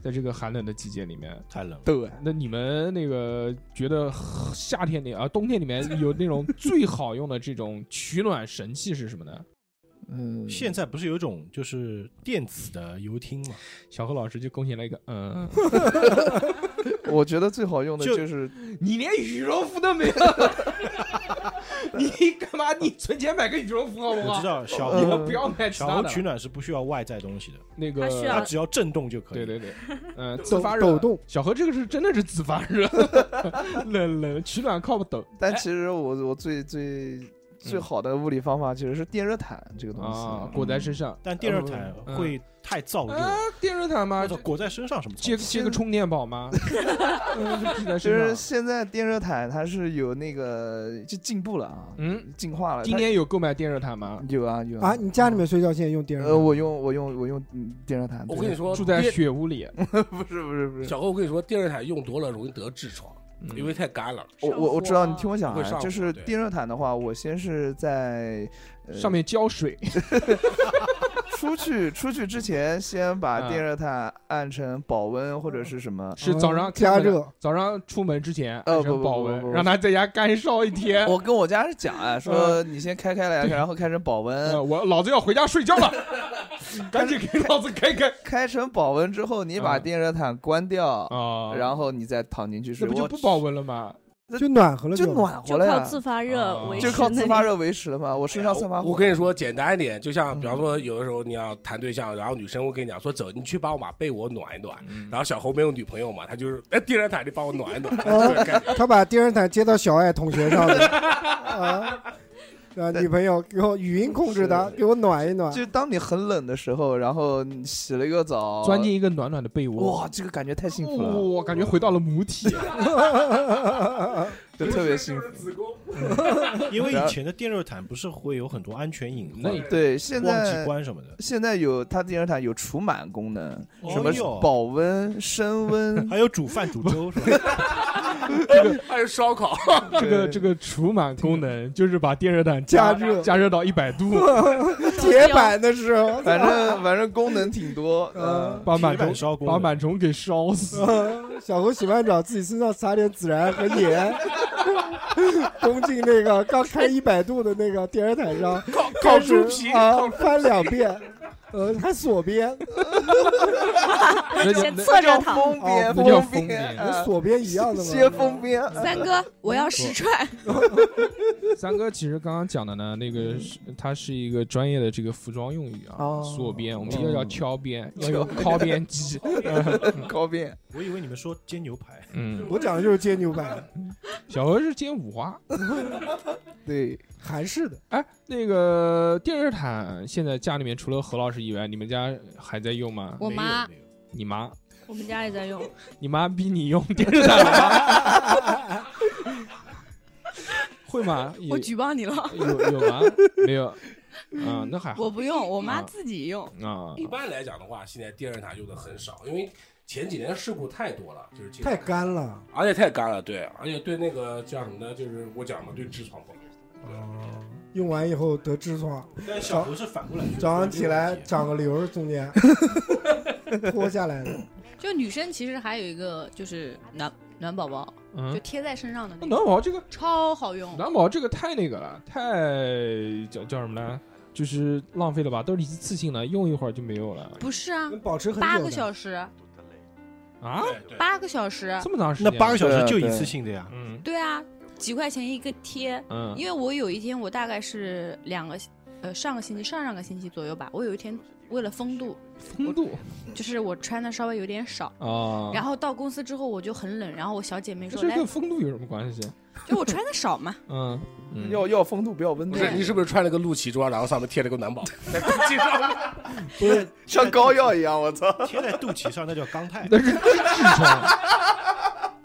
Speaker 2: 在这个寒冷的季节里面。
Speaker 6: 太冷了。
Speaker 8: 对，
Speaker 2: 那你们那个觉得夏天里啊，冬天里面有那种最好用的这种取暖神器是什么呢？
Speaker 8: 嗯，
Speaker 6: 现在不是有一种就是电子的油汀嘛？
Speaker 2: 小何老师就贡献了一个，嗯，
Speaker 8: 我觉得最好用的
Speaker 6: 就
Speaker 8: 就是
Speaker 2: 你连羽绒服都没 有，你干嘛？你存钱买个羽绒服好不
Speaker 6: 我知
Speaker 2: 好？
Speaker 6: 道小
Speaker 2: 以后
Speaker 6: 红
Speaker 2: 不要买其
Speaker 6: 小
Speaker 2: 他
Speaker 6: 红
Speaker 2: 的。
Speaker 6: 取暖是不需要外在东西的，
Speaker 2: 那个啊
Speaker 5: 它需
Speaker 6: 它
Speaker 5: 要
Speaker 6: 只要震动就可
Speaker 2: 对
Speaker 6: 以。
Speaker 2: 对 对，嗯，自
Speaker 3: 抖
Speaker 2: 发热
Speaker 3: 抖。动，
Speaker 2: 小何这个是真的是自发热， 冷冷取暖靠不抖
Speaker 8: 但其实我我最最最好的物理方法其实是电热毯这个东
Speaker 2: 啊，
Speaker 8: 西。嗯
Speaker 2: 裹在身上。
Speaker 6: 但电热毯会太燥
Speaker 2: 啊
Speaker 6: 热，，
Speaker 2: 电热毯嘛
Speaker 6: 我操，，裹在身上什么
Speaker 2: 接
Speaker 6: 燥？
Speaker 2: 接个充电宝吗？嗯，就披在
Speaker 8: 就
Speaker 2: 身
Speaker 8: 是
Speaker 2: 上。
Speaker 8: 现在电热毯它是有那个就进步了啊，
Speaker 2: 嗯，
Speaker 8: 进化了。
Speaker 2: 今年有购买电热毯吗
Speaker 8: 它？有啊有
Speaker 3: 啊！你嗯家里面睡觉现在用电
Speaker 8: 呃，
Speaker 3: 热
Speaker 8: 我用我用我用嗯电热毯。
Speaker 4: 我跟你
Speaker 8: 对，
Speaker 4: 说，
Speaker 2: 住在
Speaker 4: 电
Speaker 2: 雪屋里，
Speaker 8: 不是不是不是，
Speaker 4: 小哥，我跟你说，电热毯用多了容易得痔疮，
Speaker 2: 嗯
Speaker 4: 因为太干了。
Speaker 8: 我我我知道，你听我讲
Speaker 4: 会上
Speaker 8: 啊，
Speaker 4: 火
Speaker 8: 就是
Speaker 4: 对
Speaker 8: 电热毯的话，我先是在呃
Speaker 2: 上面浇水，
Speaker 8: 出去出去之前，先
Speaker 2: 嗯
Speaker 8: 把电热毯按成保温或者是什么。
Speaker 2: 是早上
Speaker 3: 嗯加
Speaker 2: 出门
Speaker 3: 热，
Speaker 2: 早上出门之前
Speaker 8: 呃
Speaker 2: 按成
Speaker 8: 不不
Speaker 2: 保
Speaker 8: 不
Speaker 2: 温
Speaker 8: 不，不
Speaker 2: 让他在家干烧一 天。
Speaker 8: 我跟我家人讲啊，说你先开开来，然后开成保温，
Speaker 2: 呃我老子要回家睡觉 了，赶紧给老子开开
Speaker 8: 开成保温之后，你把
Speaker 2: 嗯
Speaker 8: 电热毯关掉，
Speaker 2: 啊！
Speaker 8: 然后你再躺进去睡，
Speaker 2: 这不就
Speaker 8: 我
Speaker 2: 不保温了吗？
Speaker 3: 就暖和了
Speaker 8: 就暖和
Speaker 5: 就
Speaker 8: 了
Speaker 5: 靠
Speaker 8: 呀，
Speaker 5: 自发热
Speaker 2: 啊
Speaker 5: 维持
Speaker 8: 就
Speaker 5: 那个，
Speaker 8: 靠自发热维持的嘛。我身上散发
Speaker 4: 哎我我跟你说，简单一点，就像比方说，有的时候你要谈对象，然后女生会跟你讲说，走，你去帮我把被窝暖一暖。然后小侯没有女朋友嘛，他就是哎，电热毯，你帮我暖一暖。这个概念
Speaker 3: 他把电热毯接到小爱同学上了啊，啊，女朋友给我语音控制的，
Speaker 8: 是
Speaker 3: 给我暖一暖。
Speaker 8: 就当你很冷的时候，然后你洗了一个澡，
Speaker 2: 钻进一个暖暖的被窝，
Speaker 8: 呃哇，这个感觉太幸福了，
Speaker 2: 我感觉回到了母体。啊
Speaker 8: 就特别幸福。
Speaker 6: 因为以前的电热毯不是会有很多安全隐
Speaker 2: 那
Speaker 6: 患
Speaker 2: 一，
Speaker 8: 对，现
Speaker 6: 忘记
Speaker 8: 在
Speaker 6: 关什么的，
Speaker 8: 现在有它电热毯有除螨功能，什
Speaker 6: 哦
Speaker 8: 么
Speaker 6: 哟，
Speaker 8: 保温、升 温
Speaker 6: 还有煮饭煮粥是 吧？
Speaker 4: 还有烧烤，
Speaker 2: 这个
Speaker 8: 对
Speaker 2: 这个除螨功能就是把电热毯
Speaker 3: 加
Speaker 2: 加
Speaker 3: 热
Speaker 2: 加热到一百 度，
Speaker 3: 铁板的时候，
Speaker 8: 反正反正功能挺多。嗯，
Speaker 2: 把
Speaker 6: 铁
Speaker 2: 螨
Speaker 6: 板
Speaker 2: 虫
Speaker 6: 烧 功
Speaker 2: 把
Speaker 6: 能
Speaker 2: 螨虫给烧 死。
Speaker 3: 小猴洗完澡自己身上撒点孜然和盐， 攻进那个刚开一百度的那个电热毯上，
Speaker 4: 烤
Speaker 3: 开
Speaker 4: 烤
Speaker 3: 始
Speaker 4: 猪皮，
Speaker 3: 啊，翻两遍，呃，还锁边，
Speaker 8: 嗯
Speaker 2: 那就
Speaker 5: 先
Speaker 2: 那
Speaker 5: 侧着
Speaker 8: 叫
Speaker 5: 躺。
Speaker 8: 封边，
Speaker 2: 那叫封
Speaker 8: 边
Speaker 2: 边，
Speaker 4: 啊
Speaker 3: 跟
Speaker 8: 嗯
Speaker 3: 锁边 一样的
Speaker 8: 接
Speaker 3: 嘛。
Speaker 8: 封边。
Speaker 7: 三哥，我要实穿。
Speaker 2: 三哥其实刚刚讲的呢，那个是它是一个专业的这个服装用语啊，
Speaker 8: 嗯哦
Speaker 2: 锁边，我们
Speaker 8: 嗯
Speaker 2: 又叫敲边，要
Speaker 8: 敲
Speaker 2: 有靠边机。
Speaker 8: 嗯 高边，
Speaker 6: 我以为你们说煎牛排，
Speaker 2: 嗯，
Speaker 3: 我讲的就是煎牛排，
Speaker 2: 小何是煎五花。
Speaker 8: 对，
Speaker 3: 韩式的，
Speaker 2: 哎，那个电热毯现在家里面除了何老师以外，你们家还在用吗？
Speaker 7: 我妈
Speaker 6: 没有没有
Speaker 2: 你妈，
Speaker 5: 我们家也在用，
Speaker 2: 你妈逼你用电热毯了 吗？会吗？有
Speaker 7: 我举报 你了。
Speaker 2: 有有吗？没有。啊，那还好
Speaker 7: 我不用，我
Speaker 2: 啊
Speaker 7: 妈自己用。
Speaker 2: 啊。
Speaker 4: 一般来讲的话，现在电热毯用的很少，因为前几年事故太多了，就是经常
Speaker 3: 太，干了。
Speaker 4: 而且太干了，对，而且对那个叫什么呢？就是我讲嘛，对痔疮不好。
Speaker 3: 用完以后得痔疮，
Speaker 6: 但小猴是反过来说
Speaker 3: 早上起来长个瘤儿 中间，脱下来的。
Speaker 7: 就女生其实还有一个就是暖暖宝宝，就
Speaker 2: 嗯，
Speaker 7: 贴在身上的
Speaker 2: 那
Speaker 7: 那个，
Speaker 2: 暖宝这个
Speaker 7: 超好用。
Speaker 2: 暖宝这个太那个了，太叫叫什么呢？就是浪费了吧，都是一次性的，用一会儿就没有了
Speaker 7: 不是啊，
Speaker 3: 保持很久的
Speaker 7: 八个小时，
Speaker 2: 啊！
Speaker 4: 对
Speaker 7: 八个小时，
Speaker 2: 这么长时
Speaker 6: 那
Speaker 2: 间？
Speaker 6: 八个小时
Speaker 8: 对啊
Speaker 6: 就一
Speaker 8: 对
Speaker 6: 次性的 呀，
Speaker 2: 嗯
Speaker 7: 对啊，几块钱一个贴。
Speaker 2: 嗯
Speaker 7: 因为我有一天，我大概是两个，呃，上个星期、上上个星期左右吧，我有一天为了风度，
Speaker 2: 风度
Speaker 7: 就是我穿的稍微有点少。
Speaker 2: 啊，
Speaker 7: 然后到公司之后我就很冷，然后我小姐妹
Speaker 2: 这
Speaker 7: 说来
Speaker 2: 跟，风度有什么关系？啊
Speaker 7: 就我穿的少嘛，
Speaker 2: 嗯，嗯
Speaker 8: 要要风度，不要温
Speaker 4: 不
Speaker 8: 度
Speaker 4: 是，你是不是穿了个露脐装，然后上面贴了个暖宝，在空气上？
Speaker 6: 不是
Speaker 8: 像膏药一样。我操，
Speaker 6: 贴在肚脐上，那叫钢泰。
Speaker 2: 那是痔疮。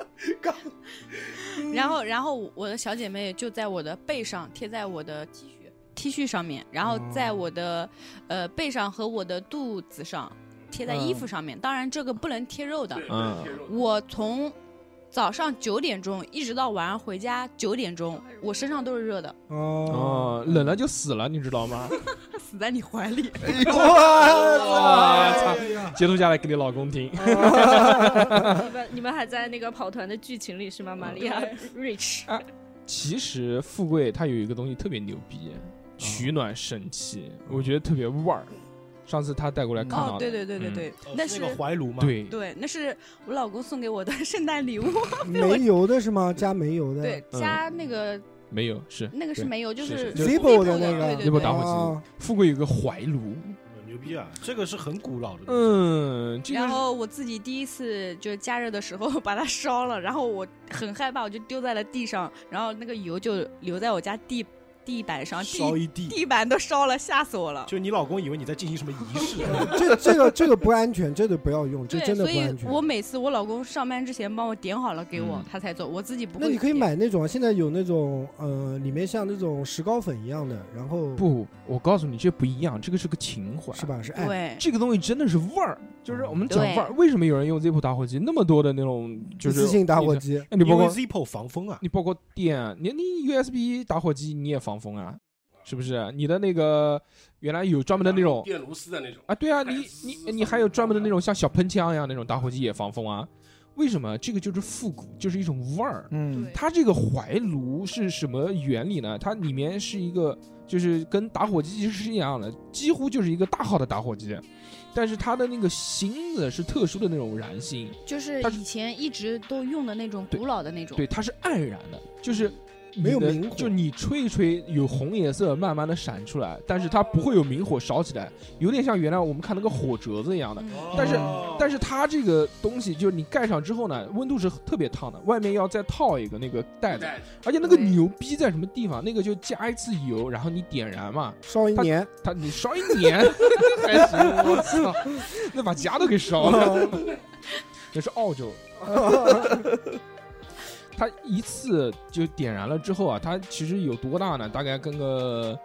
Speaker 7: 然后然后我的小姐妹就在我的背上贴在我的 T 恤 T 恤上面，然后在我的呃背上和我的肚子上贴在衣服上面，当然这个不能贴肉的。
Speaker 3: 哦
Speaker 2: 嗯
Speaker 7: 我从早上九点钟一直到晚上回家九点钟，我身上都是热的，
Speaker 3: 哦，
Speaker 2: 哦，冷了就死了，你知道吗？
Speaker 7: 死在你怀里。
Speaker 2: 我
Speaker 8: 哎我
Speaker 2: 操！
Speaker 4: 哎
Speaker 2: 截图下来给你老公听。
Speaker 5: 你们你们还在那个跑团的剧情里是吗？玛利亚 Rich
Speaker 7: 哦
Speaker 2: 其实富贵它有一个东西特别牛逼，取暖神器，
Speaker 3: 嗯
Speaker 2: 我觉得特别味儿。上次他带过来看
Speaker 7: 哦
Speaker 2: 到，
Speaker 7: 对
Speaker 2: 的，
Speaker 7: 对对对对，
Speaker 6: 哦
Speaker 7: 那
Speaker 6: 是
Speaker 7: 是
Speaker 6: 那个怀炉吗？，
Speaker 2: 对
Speaker 7: 对，那是我老公送给我的 圣诞礼物。
Speaker 3: 煤油的是吗？加煤油的，
Speaker 7: 对，
Speaker 2: 嗯
Speaker 7: 加那个
Speaker 2: 没有是
Speaker 7: 那个是
Speaker 2: 对
Speaker 7: 没有，就是是
Speaker 2: 是
Speaker 3: Zippo 的
Speaker 7: 的
Speaker 3: 那个
Speaker 7: 对
Speaker 2: ，Zippo
Speaker 7: 对
Speaker 2: 打
Speaker 7: 对。
Speaker 2: 火机
Speaker 3: 哦
Speaker 2: 富贵有个怀炉，
Speaker 6: 牛逼啊！这个是很古老的。嗯，
Speaker 2: 嗯，这
Speaker 7: 然
Speaker 2: 个
Speaker 7: 后我自己第一次就是加热的时候 把它烧了，然后我很害怕，我就丢在了地上，然后那个油就留在我家地地板上，
Speaker 6: 烧
Speaker 7: 地
Speaker 6: 一地，
Speaker 7: 地板都烧了，吓死我了。
Speaker 6: 就你老公以为你在进行什么仪式，啊
Speaker 3: 这这个这个不安全，这个不要用，这
Speaker 7: 对，
Speaker 3: 真的
Speaker 7: 所
Speaker 3: 不
Speaker 7: 以
Speaker 3: 安全。
Speaker 7: 我每次我老公上班之前帮我点好了给我
Speaker 2: 嗯，
Speaker 7: 他才走，我自己不会
Speaker 3: 那
Speaker 7: 点。
Speaker 3: 你可以买那种，现在有那种呃，里面像那种石膏粉一样的，然后
Speaker 2: 不，我告诉你，这不一样，这个是个情怀，
Speaker 3: 是？吧？是哎爱，
Speaker 7: 对，
Speaker 2: 这个东西真的是味儿，就是
Speaker 3: 嗯
Speaker 2: 我们讲
Speaker 7: 对
Speaker 2: 味儿。为什么有人用 Zippo 打火机那么多的那种，
Speaker 3: 一
Speaker 2: 就是
Speaker 3: 次性打火？机，
Speaker 2: 哎你包
Speaker 6: 因为
Speaker 2: 括
Speaker 6: Zippo 防风啊。
Speaker 2: 你包括电，你你 USB 打火机你也防风啊？是不是？你的那个原来有专门的那种
Speaker 4: 电炉丝的那种，
Speaker 2: 啊，对啊，你
Speaker 4: 带丝
Speaker 2: 你你还有专门的那种像小喷枪一样那种打火机也防风啊？为什么？这个就是复古，就是一种味儿。
Speaker 8: 嗯
Speaker 7: 对
Speaker 2: 它这个怀炉是什么原理呢？它里面是一个，就是跟打火机是一样的，几乎就是一个大号的打火机，但是它的那个芯子是特殊的那种燃芯，
Speaker 7: 就是
Speaker 2: 它是
Speaker 7: 以前一直都用的那种
Speaker 2: 对
Speaker 7: 古老的那种，
Speaker 2: 对，它是暗燃的，就是你的
Speaker 3: 没有明火
Speaker 2: 就你吹一吹，有红颜色慢慢的闪出来，但是它不会有明火烧起来，有点像原来我们看那个火折子一样的。
Speaker 7: 嗯
Speaker 4: 哦
Speaker 2: 但是但是它这个东西，就是你盖上之后呢，温度是特别烫的，外面要再套一个那个袋子，
Speaker 4: 带
Speaker 2: 而且那个
Speaker 7: 对
Speaker 2: 牛逼在什么地方？那个就加一次油，然后你点燃嘛，
Speaker 3: 烧一
Speaker 2: 它
Speaker 3: 年，
Speaker 2: 它你烧一年 还行，我操， 那把家都给 烧了。那是澳洲，它一次就点燃了之后啊，它其实有多大呢？大概跟个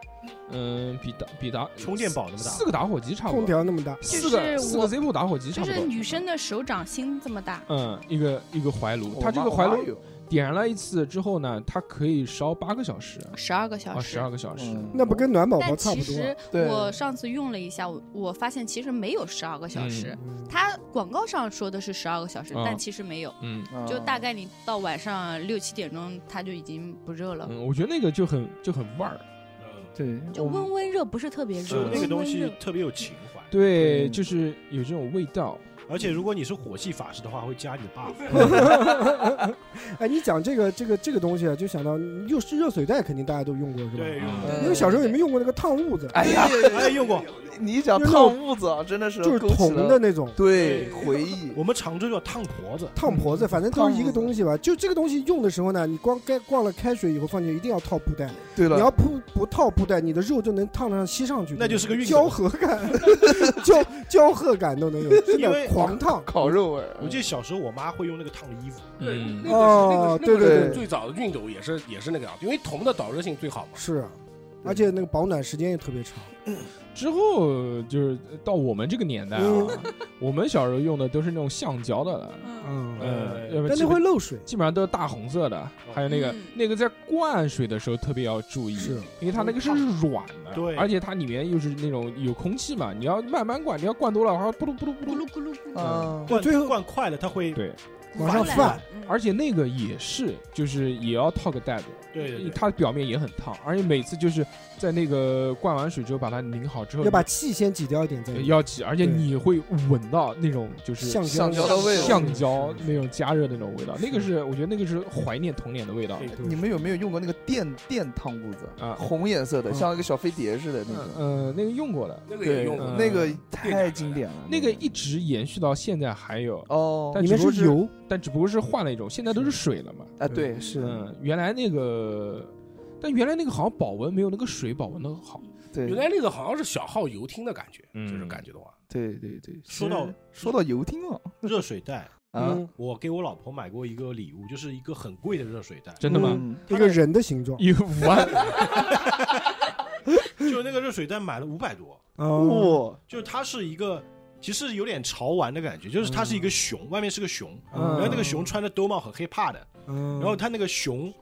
Speaker 2: 嗯，比打比打
Speaker 6: 充电宝那么大
Speaker 2: 四个打火机差不
Speaker 3: 空
Speaker 2: 多，
Speaker 3: 调那么大，
Speaker 2: 四个
Speaker 7: 就是
Speaker 2: 四
Speaker 7: 我
Speaker 2: 个 Zippo 打火机差
Speaker 7: 就
Speaker 2: 不
Speaker 7: 是
Speaker 2: 多。
Speaker 7: 女生的手掌心这么大，
Speaker 2: 嗯，一个一个怀炉，它
Speaker 8: 我
Speaker 2: 这
Speaker 8: 妈
Speaker 2: 个
Speaker 8: 我
Speaker 2: 怀
Speaker 8: 妈
Speaker 2: 炉
Speaker 8: 有
Speaker 2: 点燃了一次之后呢，它可以烧八个小时
Speaker 7: 十二个小
Speaker 2: 啊，
Speaker 7: 时。
Speaker 2: 十二个小时。
Speaker 8: 嗯
Speaker 3: 那不跟暖宝宝
Speaker 7: 但
Speaker 3: 差
Speaker 7: 其
Speaker 3: 不多
Speaker 7: 实
Speaker 3: 啊？
Speaker 8: 对
Speaker 7: 我上次用了一下，我我发现其实没有十二个小时，
Speaker 3: 嗯
Speaker 7: 它广告上说的是十二个小时，
Speaker 2: 嗯
Speaker 7: 但其实没有，
Speaker 2: 嗯
Speaker 7: 就大概你到晚上六七点钟，它就已经不热了，
Speaker 2: 嗯，我觉得那个就很就很味儿。
Speaker 8: 对，
Speaker 7: 就
Speaker 8: 我们
Speaker 7: 温温热，不是特别
Speaker 6: 就
Speaker 7: 热。
Speaker 6: 那个东
Speaker 7: 温温
Speaker 6: 西
Speaker 7: 热
Speaker 6: 特别有情怀。
Speaker 2: 对，
Speaker 8: 嗯
Speaker 2: 就是有这种味道。
Speaker 6: 而且如果你是火系法师的话，会加你 buff。
Speaker 3: 哎，你讲这个这个这个东西啊，就想到又是热水袋，肯定大家都用过是吧？
Speaker 6: 对，用
Speaker 8: 嗯
Speaker 3: 因为小时候有没有用过那个烫痦子？
Speaker 8: 哎呀，
Speaker 6: 哎用过，
Speaker 8: 你一讲烫痦子啊，真的是
Speaker 3: 就是
Speaker 8: 勾起
Speaker 3: 铜
Speaker 8: 了
Speaker 3: 的那种
Speaker 8: 对回忆，
Speaker 6: 我们常州叫烫婆子，
Speaker 3: 烫婆子，反正都是一个东西吧。就这个东西用的时候呢，你光该逛了开水以后放进去，一定要套布袋。
Speaker 8: 对
Speaker 3: 你
Speaker 8: 了
Speaker 3: 要，不不套布袋，你的肉就能烫上吸上去，
Speaker 6: 那就是个运
Speaker 3: 胶
Speaker 6: 动。
Speaker 3: 合感， 胶胶合感都能有，真
Speaker 6: 因为
Speaker 3: 的狂烫。
Speaker 8: 烤肉味儿，
Speaker 6: 我记得小时候我妈会用那个烫衣服，
Speaker 4: 对，
Speaker 2: 嗯
Speaker 4: 那个是那个
Speaker 3: 哦
Speaker 4: 是那个
Speaker 8: 对
Speaker 4: 是
Speaker 8: 对
Speaker 4: 最早的熨斗也是也是那个样子，因为铜的导热性最好嘛。
Speaker 3: 是，啊而且那个保暖时间也特别长。
Speaker 2: 之后就是到我们这个年代啊，我们小时候用的都是那种橡胶的了，
Speaker 7: 嗯，
Speaker 3: 嗯，
Speaker 2: 呃，
Speaker 6: 嗯
Speaker 2: 要不
Speaker 3: 但
Speaker 2: 基
Speaker 3: 那会
Speaker 2: 本
Speaker 3: 漏水。
Speaker 2: 基本上都是大红色的，还有那个
Speaker 7: 嗯
Speaker 2: 那个在灌水的时候特别要注意，
Speaker 3: 是
Speaker 2: 因为它那个是
Speaker 7: 哦
Speaker 2: 软的，
Speaker 6: 对
Speaker 2: 而且它里面又是那种有空气嘛，你要慢慢灌，你要灌多了，然后咕噜咕噜咕噜
Speaker 7: 咕噜，咕噜咕噜，
Speaker 8: 嗯，
Speaker 6: 灌
Speaker 3: 最后
Speaker 6: 灌快了它会，
Speaker 2: 对，
Speaker 3: 往上
Speaker 7: 出来
Speaker 3: 泛
Speaker 7: 了，嗯
Speaker 2: 而且那个也是，就是也要套个袋子，
Speaker 6: 对对对
Speaker 2: 它表面也很烫，而且每次就是在那个灌完水之后把它拧好之后，
Speaker 3: 要把气先挤掉一点再用。
Speaker 2: 要挤，而且你会闻到那种就是
Speaker 3: 橡胶
Speaker 8: 橡胶的味道
Speaker 2: 橡胶那种加热的那种味道，那个是我觉得那个是怀念童年的味道。
Speaker 6: 对
Speaker 8: 你们有没有用过那个电电烫痦子
Speaker 2: 啊
Speaker 8: 红颜色的，
Speaker 2: 嗯
Speaker 8: 像一个小飞碟似的
Speaker 2: 嗯
Speaker 8: 那种。
Speaker 2: 呃，那个用过的，
Speaker 4: 那个也
Speaker 8: 对
Speaker 4: 用过，
Speaker 2: 嗯，
Speaker 8: 那个太经典了。
Speaker 2: 那个一直延续到现在还有，
Speaker 8: 哦
Speaker 2: 但
Speaker 3: 里
Speaker 2: 只
Speaker 3: 面
Speaker 2: 不过
Speaker 3: 是油，
Speaker 2: 但只不过是换了一种，现在都是水了嘛。
Speaker 8: 啊，对，是的，
Speaker 2: 嗯，原来那个，但原来那个好像保温没有那个水保温的好。
Speaker 4: 原
Speaker 8: 对
Speaker 4: 来那个好像是小号游艇的感觉，
Speaker 2: 嗯
Speaker 4: 就是感觉的话，
Speaker 8: 对对对。
Speaker 6: 说到
Speaker 8: 其实说到游艇了哦
Speaker 6: 热水袋，
Speaker 8: 啊，
Speaker 3: 嗯，
Speaker 6: 我给我老婆买过一个礼物，就是一个很贵的热水 袋，
Speaker 2: 真的吗？
Speaker 8: 嗯
Speaker 3: 一个人的形 状。
Speaker 2: 有五万，
Speaker 6: 就是那个热水袋买了五百多，
Speaker 8: 嗯
Speaker 3: 哦，
Speaker 8: 哇，
Speaker 6: 就是它是一个。其实有点潮玩的感觉，就是它是一个熊，外面是个熊，
Speaker 3: 嗯
Speaker 6: 然后那个熊穿着兜帽很 hiphop 的，
Speaker 3: 嗯
Speaker 6: 然后它那个熊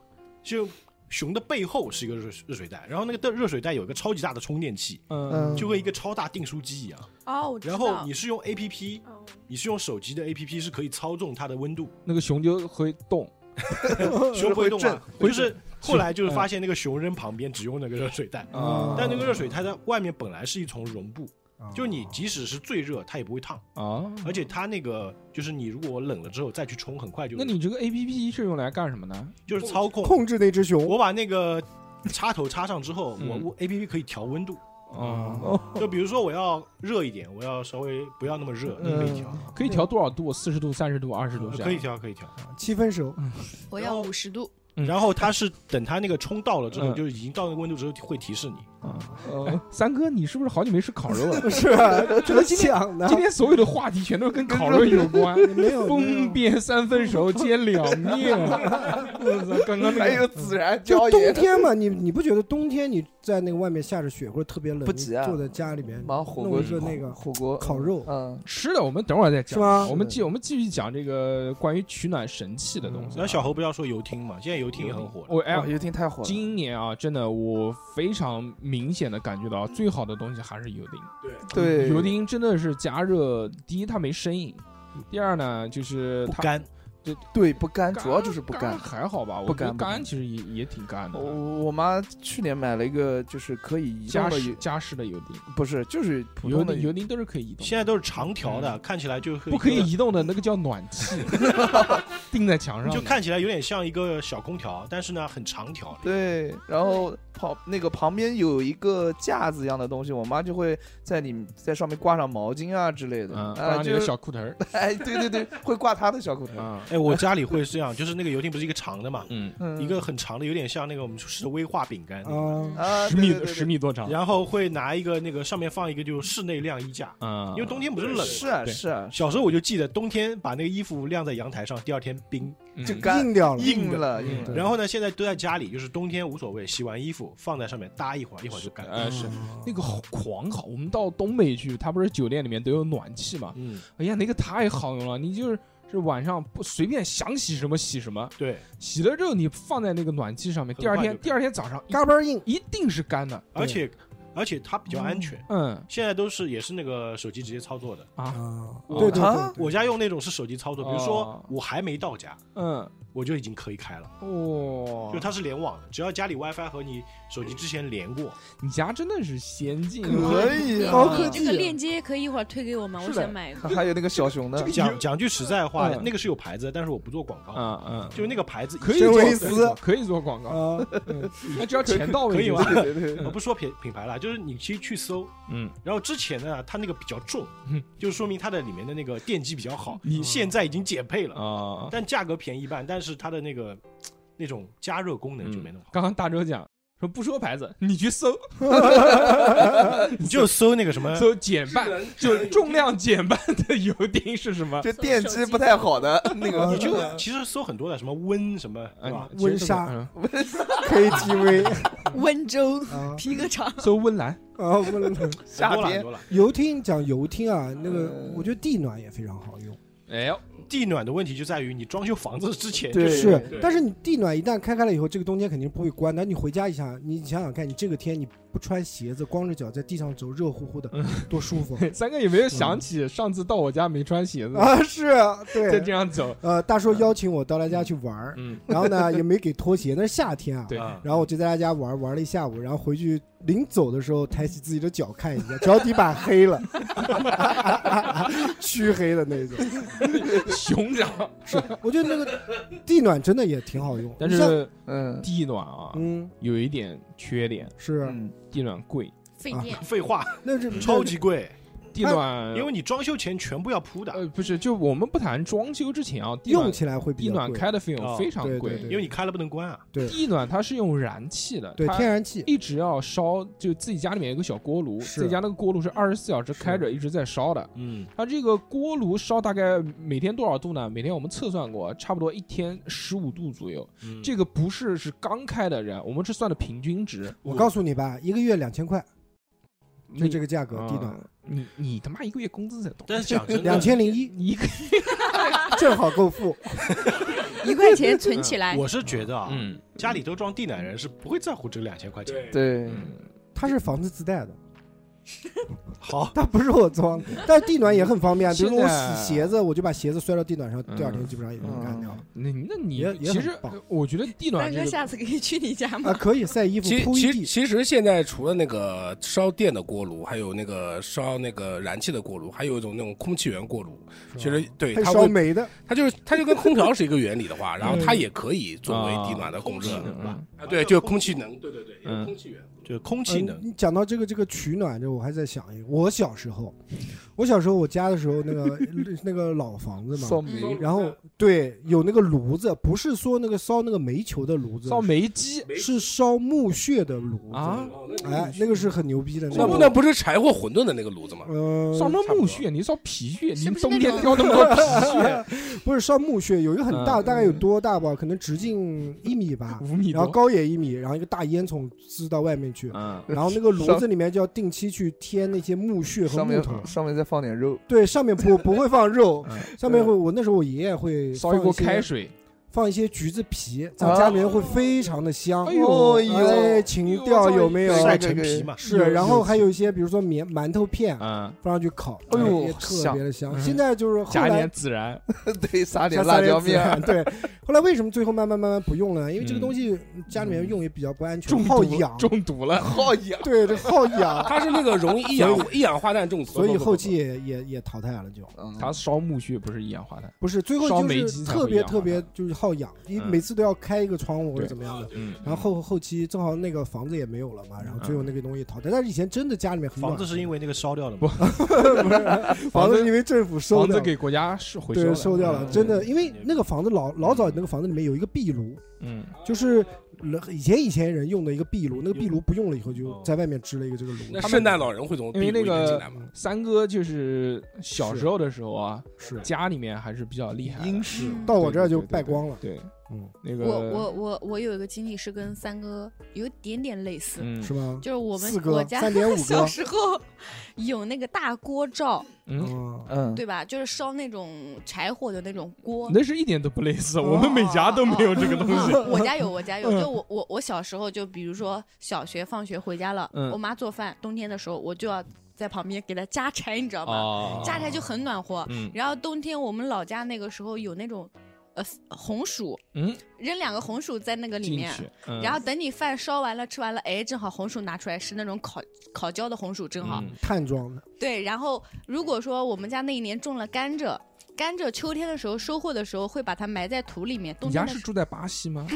Speaker 6: 就熊的背后是一个热热水袋，然后那个热水袋有一个超级大的充电器，
Speaker 2: 嗯，
Speaker 6: 就跟一个超大订书机一样。
Speaker 7: 哦，我知
Speaker 6: 然后
Speaker 7: 道
Speaker 6: 你，是用 A P P，
Speaker 5: 哦
Speaker 6: 你是用手机的 A P P 是可以操纵它的温 度，
Speaker 2: 那个熊就会动。
Speaker 6: 熊会动啊。
Speaker 2: 会震嗯
Speaker 6: 就是 后来就是发现那个熊扔旁边只用那个热水袋，
Speaker 2: 啊
Speaker 6: 但那个热水袋它外面本来是一层绒布，
Speaker 3: 哦
Speaker 6: 就你即使是最热它也不会烫，
Speaker 2: 啊，
Speaker 6: 而且它那个就是你如果冷了之后再去冲，很快就
Speaker 2: 那你这个 A P P 是用来干什么呢？
Speaker 6: 就是操控。
Speaker 3: 控制那只熊，
Speaker 6: 我把那个插头插上之后，
Speaker 2: 嗯
Speaker 6: 我我 A P P 可以调温度，
Speaker 2: 哦，
Speaker 6: 就比如说我要热一点，我要稍微不要那么热，你
Speaker 3: 嗯
Speaker 6: 可以调，
Speaker 2: 可以调多少度？四十度、三十度、二十度？
Speaker 6: 可以。调可以调。
Speaker 3: 七分熟，
Speaker 7: 我要五十度，
Speaker 2: 嗯
Speaker 6: 然后它是等它那个冲到了之后，
Speaker 2: 嗯
Speaker 6: 就是已经到那个温度之后会提示你。嗯
Speaker 2: 哎，三哥，你是不是好久没吃烤肉了？
Speaker 3: 是 啊，怎么想的？
Speaker 2: 今天所有的话题全都是跟烤肉有 关。
Speaker 3: 没有
Speaker 2: 东边三分熟，煎两面。我操，刚刚那嗯
Speaker 8: 还有
Speaker 2: 个
Speaker 8: 孜然
Speaker 3: 就
Speaker 8: 椒
Speaker 3: 冬
Speaker 8: 盐，
Speaker 3: 天嘛，你你不觉得冬天你在那个外面下着雪或者特别冷，
Speaker 8: 不急啊
Speaker 3: 坐在家里面
Speaker 8: 忙火
Speaker 3: 弄
Speaker 8: 锅
Speaker 3: 一个那个
Speaker 8: 火锅
Speaker 3: 烤肉，
Speaker 8: 嗯，
Speaker 2: 吃的我们等会儿再
Speaker 3: 是
Speaker 2: 讲啊，
Speaker 3: 吗
Speaker 2: 我们继我们继续讲这个关于取暖神器的东西啊。
Speaker 6: 然后小侯不要说游艇嘛，现在游艇也很火的。
Speaker 2: 我哎
Speaker 8: 哇，，游艇太哦火了，
Speaker 2: 今年啊，真的我非常明显的感觉到，最好的东西还是油汀。
Speaker 4: 对，
Speaker 8: 对
Speaker 2: 油汀真的是加热，第一它没生硬，第二呢就是
Speaker 6: 不
Speaker 2: 它
Speaker 6: 干，
Speaker 8: 对嗯不干，主要就是不
Speaker 2: 干
Speaker 8: 干。
Speaker 2: 还好吧，我
Speaker 8: 不
Speaker 2: 觉得
Speaker 8: 干不哦干
Speaker 2: 干其实也也挺干
Speaker 8: 我
Speaker 2: 的。
Speaker 8: 我妈去年买了一个，就是可以移
Speaker 2: 加
Speaker 8: 动的
Speaker 2: 湿
Speaker 8: 油，
Speaker 2: 加湿的油汀，
Speaker 8: 不是，就是普
Speaker 2: 油
Speaker 8: 通的
Speaker 2: 汀油汀都是可以移动的，
Speaker 6: 现在都是长条的，看起来就
Speaker 2: 不可以移动的那个叫暖气，钉在墙上的。
Speaker 6: 就看起来有点像一个小空调，但是呢很长条的。
Speaker 8: 对，然后旁那个旁边有一个架子一样的东西，我妈就会在里在上面挂上毛巾啊之类的，
Speaker 2: 嗯，
Speaker 8: 啊、
Speaker 2: 挂你
Speaker 8: 就
Speaker 2: 的小裤头儿
Speaker 8: 哎，对对对，会挂她的小口袋，
Speaker 2: 啊，
Speaker 6: 哎，我家里会是这样，就是那个游艇不是一个长的嘛，
Speaker 2: 嗯，
Speaker 8: 嗯，
Speaker 6: 一个很长的，有点像那个我们吃的威化饼干，
Speaker 3: 啊，
Speaker 8: 啊，
Speaker 2: 十
Speaker 8: 对
Speaker 2: 米
Speaker 8: 对对
Speaker 2: 十米多长，
Speaker 6: 然后会拿一个那个上面放一个就是室内晾衣架，
Speaker 2: 嗯，
Speaker 6: 因为冬天不是
Speaker 8: 对
Speaker 6: 冷嘛。
Speaker 8: 是啊
Speaker 2: 对
Speaker 8: 是啊，
Speaker 6: 小时候我就记得冬天把那个衣服晾在阳台上，第二天冰。
Speaker 2: 嗯
Speaker 8: 就干
Speaker 3: 硬掉了，
Speaker 6: 硬的
Speaker 8: 了硬
Speaker 3: 对
Speaker 8: 了，
Speaker 6: 然后呢，现在都在家里，就是冬天无所谓，洗完衣服放在上面搭一会儿，一会儿就干。
Speaker 2: 呃是那个好狂好，我们到东北去，它不是酒店里面都有暖气嘛？
Speaker 6: 嗯，
Speaker 2: 哎呀，那个太好用了，你就是是晚上不随便想洗什么洗什么，
Speaker 6: 对，
Speaker 2: 洗了之后你放在那个暖气上面，
Speaker 6: 很
Speaker 2: 第二
Speaker 6: 快
Speaker 2: 天
Speaker 6: 就
Speaker 2: 第二天早上
Speaker 3: 嘎嘣儿硬，
Speaker 2: 一一定是干的。
Speaker 6: 而且而且它比较安全。
Speaker 2: 嗯
Speaker 6: 现在都是也是那个手机直接操作的，
Speaker 2: 啊
Speaker 3: 啊，
Speaker 6: 我
Speaker 3: 对对
Speaker 8: 啊
Speaker 3: 对，
Speaker 6: 我家用那种是手机操作，比如说
Speaker 2: 哦
Speaker 6: 我还没到家，
Speaker 2: 嗯，
Speaker 6: 我就已经可以开了，
Speaker 2: 哦
Speaker 6: 就，它是联网的，只要家里 WiFi 和你手机之前连过，
Speaker 2: 你家真的是先进，
Speaker 8: 可以啊，
Speaker 3: 高科
Speaker 7: 这个链
Speaker 3: 技，
Speaker 7: 接可以一会儿推给我吗？我
Speaker 2: 是的
Speaker 7: 想买一个。
Speaker 8: 还有那个小熊的，
Speaker 6: 讲讲句实在话
Speaker 2: 嗯，
Speaker 6: 那个是有牌子的，但是我不做广告，
Speaker 2: 嗯嗯，
Speaker 6: 啊就是那个牌子
Speaker 2: 可以
Speaker 3: 真
Speaker 2: 做
Speaker 3: 维
Speaker 2: 可以
Speaker 3: 斯
Speaker 2: 做可以做 广告，
Speaker 3: 啊，
Speaker 2: 那只要钱到
Speaker 6: 可
Speaker 2: 位
Speaker 6: 以
Speaker 2: 就
Speaker 6: 吗
Speaker 2: 行。
Speaker 8: 对对对，
Speaker 6: 我不说品品牌了，就是你其实去搜，
Speaker 2: 嗯，
Speaker 6: 然后之前呢，它那个比较重
Speaker 2: 嗯，
Speaker 6: 就说明它的里面的那个电机比较好，
Speaker 2: 你
Speaker 6: 现在已经减配了，
Speaker 2: 嗯啊，
Speaker 6: 但价格便宜一半，但是它的那个那种加热功能就没那么好，
Speaker 2: 刚刚大周讲说不说牌子，你去搜
Speaker 6: 你就搜那 个什么
Speaker 2: 搜减半，就重量减半的油汀是什么？
Speaker 8: 就电机不太好的 那个，
Speaker 3: 啊
Speaker 6: 你就其实搜很多的，什么温什么，对吧
Speaker 2: 嗯？其实这个
Speaker 3: 温莎
Speaker 2: 嗯
Speaker 3: KTV
Speaker 7: 温州
Speaker 3: 啊
Speaker 7: 皮革厂，
Speaker 2: 搜温岚，
Speaker 3: 啊，问了
Speaker 6: 很
Speaker 8: 夏
Speaker 6: 多了很
Speaker 8: 天
Speaker 6: 多了。
Speaker 3: 游艇讲游艇啊，那个
Speaker 8: 呃
Speaker 3: 我觉得地暖也非常好用，
Speaker 2: 哎呦，
Speaker 6: 地暖的问题就在于你装修房子之前，
Speaker 8: 对
Speaker 3: 是，但是你地暖一旦开开了以后，这个冬天肯定不会关的。你回家一下，你想想看，你这个天你不穿鞋子，光着脚在地上走，热乎乎的，多舒服
Speaker 2: 三哥有没
Speaker 6: 嗯
Speaker 2: 有想起上次到我家没穿鞋子，
Speaker 3: 啊！是啊，
Speaker 2: 嗯在
Speaker 3: 对
Speaker 2: 这，样走？
Speaker 3: 呃，大叔邀请我到他家去玩儿，
Speaker 2: 嗯，
Speaker 3: 然后呢也没给拖鞋，那是夏天啊。
Speaker 2: 对
Speaker 6: 啊
Speaker 3: 然后我就在他家玩儿玩了一下午，然后回去临走的时候抬起自己的脚看一下，脚底板黑了， 黢黑的那种。
Speaker 2: 熊掌。
Speaker 3: 是，我觉得那个地暖真的也挺好用，
Speaker 2: 但
Speaker 3: 你像
Speaker 2: 是
Speaker 8: 嗯
Speaker 2: 地暖啊，
Speaker 3: 嗯
Speaker 2: 有一点缺点，
Speaker 3: 是，
Speaker 8: 嗯，
Speaker 2: 地暖贵，
Speaker 7: 费
Speaker 3: 啊
Speaker 7: 电。
Speaker 6: 废话，
Speaker 3: 那是
Speaker 6: 超级贵，
Speaker 2: 地
Speaker 3: 哎
Speaker 2: 暖
Speaker 6: 因为你装修前全部要铺的，
Speaker 2: 呃不是，就我们不谈装修之前啊，地
Speaker 3: 用
Speaker 2: 暖
Speaker 3: 起来会比
Speaker 2: 地
Speaker 3: 较
Speaker 2: 暖
Speaker 3: 贵啊
Speaker 2: 开的费用非常
Speaker 3: 对对
Speaker 2: 贵
Speaker 3: 对，
Speaker 6: 因为你开了不能关啊。
Speaker 3: 对
Speaker 2: 地暖它是用燃气的，
Speaker 3: 对
Speaker 2: 它
Speaker 3: 天然气，
Speaker 2: 一直要烧，就自己家里面有个小锅炉，
Speaker 3: 是
Speaker 2: 自己家那个锅炉是二十四小时
Speaker 3: 是
Speaker 2: 开着，一直在烧的。
Speaker 6: 嗯，
Speaker 2: 它这个锅炉烧大概每天多少度呢？每天我们测算过，差不多一天十五度左右。
Speaker 4: 嗯
Speaker 6: 嗯
Speaker 2: 这个不是是刚开的人，我们是算的平均值。
Speaker 3: 我告诉你吧，一个月两千块，就这
Speaker 2: 个
Speaker 3: 个价格，地暖
Speaker 2: 啊你你他妈一个月工资才多？
Speaker 6: 但是讲真的，
Speaker 3: 两千零一，
Speaker 2: 你一个
Speaker 3: 正好够付。
Speaker 7: 一块 钱存起来，
Speaker 6: 我是觉得啊，
Speaker 2: 嗯
Speaker 6: 家里都装地暖人是不会在乎这两千块钱。
Speaker 4: 对，
Speaker 2: 嗯
Speaker 8: 对，
Speaker 3: 它是房子自带 的，
Speaker 6: 好，
Speaker 3: 它不是我 装的，但地暖也很方便。比如说我
Speaker 2: 现在
Speaker 3: 洗鞋子，我就把鞋子摔到地暖上，第二天
Speaker 2: 嗯
Speaker 3: 基本上也能干掉了。
Speaker 2: 那那你
Speaker 3: 也也
Speaker 2: 其
Speaker 3: 很
Speaker 2: 实
Speaker 3: 棒
Speaker 2: 我觉得地暖
Speaker 7: 三
Speaker 2: 这
Speaker 7: 哥
Speaker 2: 个
Speaker 7: 下次可以去你家
Speaker 2: 嗯
Speaker 3: 啊，
Speaker 7: 吗？
Speaker 3: 可以晒衣 服
Speaker 4: 其实
Speaker 3: 铺一
Speaker 4: 其实
Speaker 3: 地，
Speaker 4: 其实现在除了那个烧电的锅炉，还有那个烧那个燃气的锅炉，还有一种那种空气源锅炉。其实对
Speaker 3: 还
Speaker 4: 它
Speaker 3: 烧
Speaker 4: 会，
Speaker 3: 煤的，
Speaker 4: 它就是它就跟空调是一个原理的话，然后它也可以作为地暖的供热
Speaker 2: 嗯嗯嗯
Speaker 4: 啊，对，就空气能，对对对，
Speaker 2: 嗯
Speaker 4: 空气源。
Speaker 6: 就是空气
Speaker 3: 嗯
Speaker 6: 能，
Speaker 3: 你讲到这个这个取暖，这我还在想一个，我小时候，我小时候我家的时候，那个那个老房
Speaker 2: 嗯
Speaker 3: 子
Speaker 8: 烧
Speaker 3: 嘛，
Speaker 8: 煤
Speaker 3: 然后对有那个炉子，不是说那个烧那个煤球的炉子，
Speaker 2: 烧煤机
Speaker 3: 是烧木屑的炉子。
Speaker 2: 啊，
Speaker 3: 哎，那个是很牛逼的，
Speaker 4: 那
Speaker 3: 个
Speaker 4: 不那不是柴火馄饨的那个炉子吗？
Speaker 3: 呃，
Speaker 2: 烧那木屑，你烧皮屑，你
Speaker 7: 是不是
Speaker 2: 冬
Speaker 7: 那
Speaker 2: 天
Speaker 7: 种
Speaker 2: 挑那么多皮屑，
Speaker 3: 不是烧木屑，有一个很大，
Speaker 2: 嗯
Speaker 3: 大概有多大吧？可能直径一米吧，
Speaker 2: 五米
Speaker 3: 啊然后
Speaker 2: 多。
Speaker 3: 高也一米，然后一个大烟囱支到外面去，
Speaker 2: 嗯，
Speaker 3: 然后那个炉子里面就要定期去贴那些木屑和
Speaker 8: 上
Speaker 3: 木头
Speaker 8: 面。上面再放点肉，
Speaker 3: 对，上面不不会放肉
Speaker 2: 嗯，
Speaker 3: 上面会我那时候我爷爷会
Speaker 2: 烧一
Speaker 3: 放
Speaker 2: 锅
Speaker 3: 些
Speaker 2: 开，水，
Speaker 3: 放一些橘子皮，在家里面会非常的香。
Speaker 2: 哎呦
Speaker 8: 哎呦
Speaker 3: 哎，情调有没有？
Speaker 6: 晒
Speaker 8: 哎
Speaker 6: 陈皮嘛，
Speaker 3: 啊是，然后还有一些比如说棉馒头片
Speaker 2: 嗯，
Speaker 3: 放上去烤，
Speaker 8: 哎呦
Speaker 3: 也特
Speaker 8: 香
Speaker 3: 别的香。
Speaker 2: 嗯
Speaker 3: 现在就是后
Speaker 2: 加
Speaker 3: 来
Speaker 2: 点孜然，
Speaker 8: 对，撒点
Speaker 3: 加
Speaker 8: 辣
Speaker 3: 三
Speaker 8: 椒
Speaker 3: 元 孜
Speaker 8: 面儿
Speaker 3: 然，对，后来为什么最后慢慢慢慢不用了呢？因为这
Speaker 2: 嗯
Speaker 3: 个东西家里面用也比较不安全
Speaker 2: 中，
Speaker 3: 好
Speaker 2: 毒
Speaker 3: 养，
Speaker 2: 中毒了，
Speaker 8: 好养。
Speaker 3: 对，这好 养，
Speaker 4: 它是那个容易一氧一氧化碳中毒，
Speaker 3: 所以后期也也也淘汰了就。
Speaker 8: 嗯
Speaker 2: 它烧木屑不是一氧化碳，
Speaker 3: 不是，最后
Speaker 2: 烧煤
Speaker 3: 就
Speaker 2: 机
Speaker 3: 是
Speaker 2: 才
Speaker 3: 特
Speaker 2: 会
Speaker 3: 别
Speaker 2: 养
Speaker 3: 特
Speaker 2: 嘛
Speaker 3: 别就是好养，因为
Speaker 2: 嗯
Speaker 3: 每次都要开一个窗户或者
Speaker 2: 对
Speaker 3: 怎么样的。
Speaker 2: 嗯，
Speaker 3: 然后后期正好那个房子也没有了嘛，然后最后那个东西淘汰。但是以前真的家里面很
Speaker 6: 房子
Speaker 3: 暖
Speaker 6: 是因为那个烧掉的吗？
Speaker 2: 不
Speaker 3: 和，房子是因为政府收
Speaker 2: 房
Speaker 3: 掉
Speaker 2: 子
Speaker 3: 了，
Speaker 2: 给国家是回
Speaker 3: 对，
Speaker 2: 收
Speaker 3: 收
Speaker 2: 了，
Speaker 3: 掉了。
Speaker 6: 嗯
Speaker 3: 真的，因为那个房子老老早那个房子里面有一个壁炉，
Speaker 2: 嗯，
Speaker 3: 就是以前以前人用的一个壁炉，那个壁炉不用了以后就
Speaker 6: 哦
Speaker 3: 在外面支了一个这个炉
Speaker 4: 那
Speaker 3: 子。
Speaker 4: 圣诞老人会从
Speaker 2: 因为
Speaker 4: 壁炉
Speaker 2: 那
Speaker 4: 里面进
Speaker 2: 个
Speaker 4: 来吗？
Speaker 2: 三哥就是小时候的时候啊，
Speaker 3: 是
Speaker 2: 家里面还是比较厉害的，
Speaker 6: 英式
Speaker 7: 嗯
Speaker 3: 到我这儿就败光了。
Speaker 2: 对，
Speaker 3: 嗯，
Speaker 2: 那
Speaker 7: 我
Speaker 2: 个
Speaker 7: 我我我有一个经历是跟三哥有一点点类似，
Speaker 2: 嗯
Speaker 3: 是吗？
Speaker 7: 就是我
Speaker 3: 四
Speaker 7: 们
Speaker 3: 哥
Speaker 7: 我家
Speaker 3: 三点五
Speaker 7: 小
Speaker 3: 哥，
Speaker 7: 时候有那个大锅灶，
Speaker 2: 嗯，
Speaker 3: 嗯，
Speaker 8: 嗯，
Speaker 7: 对吧？就是烧那种柴火的那种锅。
Speaker 2: 那是一点都不类似，我们每家都没有这个东西，
Speaker 7: 嗯
Speaker 2: 嗯
Speaker 7: 我家有，我家有。就我我我小时候，就比如说小学放学回家了，
Speaker 2: 嗯
Speaker 7: 我妈做饭，冬天的时候我就要在旁边给她加柴，你知道吗？
Speaker 2: 啊
Speaker 7: 加柴就很暖和。
Speaker 2: 嗯
Speaker 7: 然后冬天我们老家那个时候有那种呃红薯，
Speaker 2: 嗯，
Speaker 7: 扔两个红薯在那个里
Speaker 2: 进
Speaker 7: 面，
Speaker 2: 去，嗯
Speaker 7: 然后等你饭烧完了吃完了，哎，正好红薯拿出来是那种烤烤焦的红薯，正好、
Speaker 2: 嗯
Speaker 3: 碳装的，
Speaker 7: 对。然后如果说我们家那一年种了甘蔗，甘蔗秋天的时候收获的时候会把它埋在土里面，冬
Speaker 2: 你
Speaker 7: 天
Speaker 2: 家
Speaker 7: 的
Speaker 2: 是
Speaker 7: 时
Speaker 2: 住在巴西吗？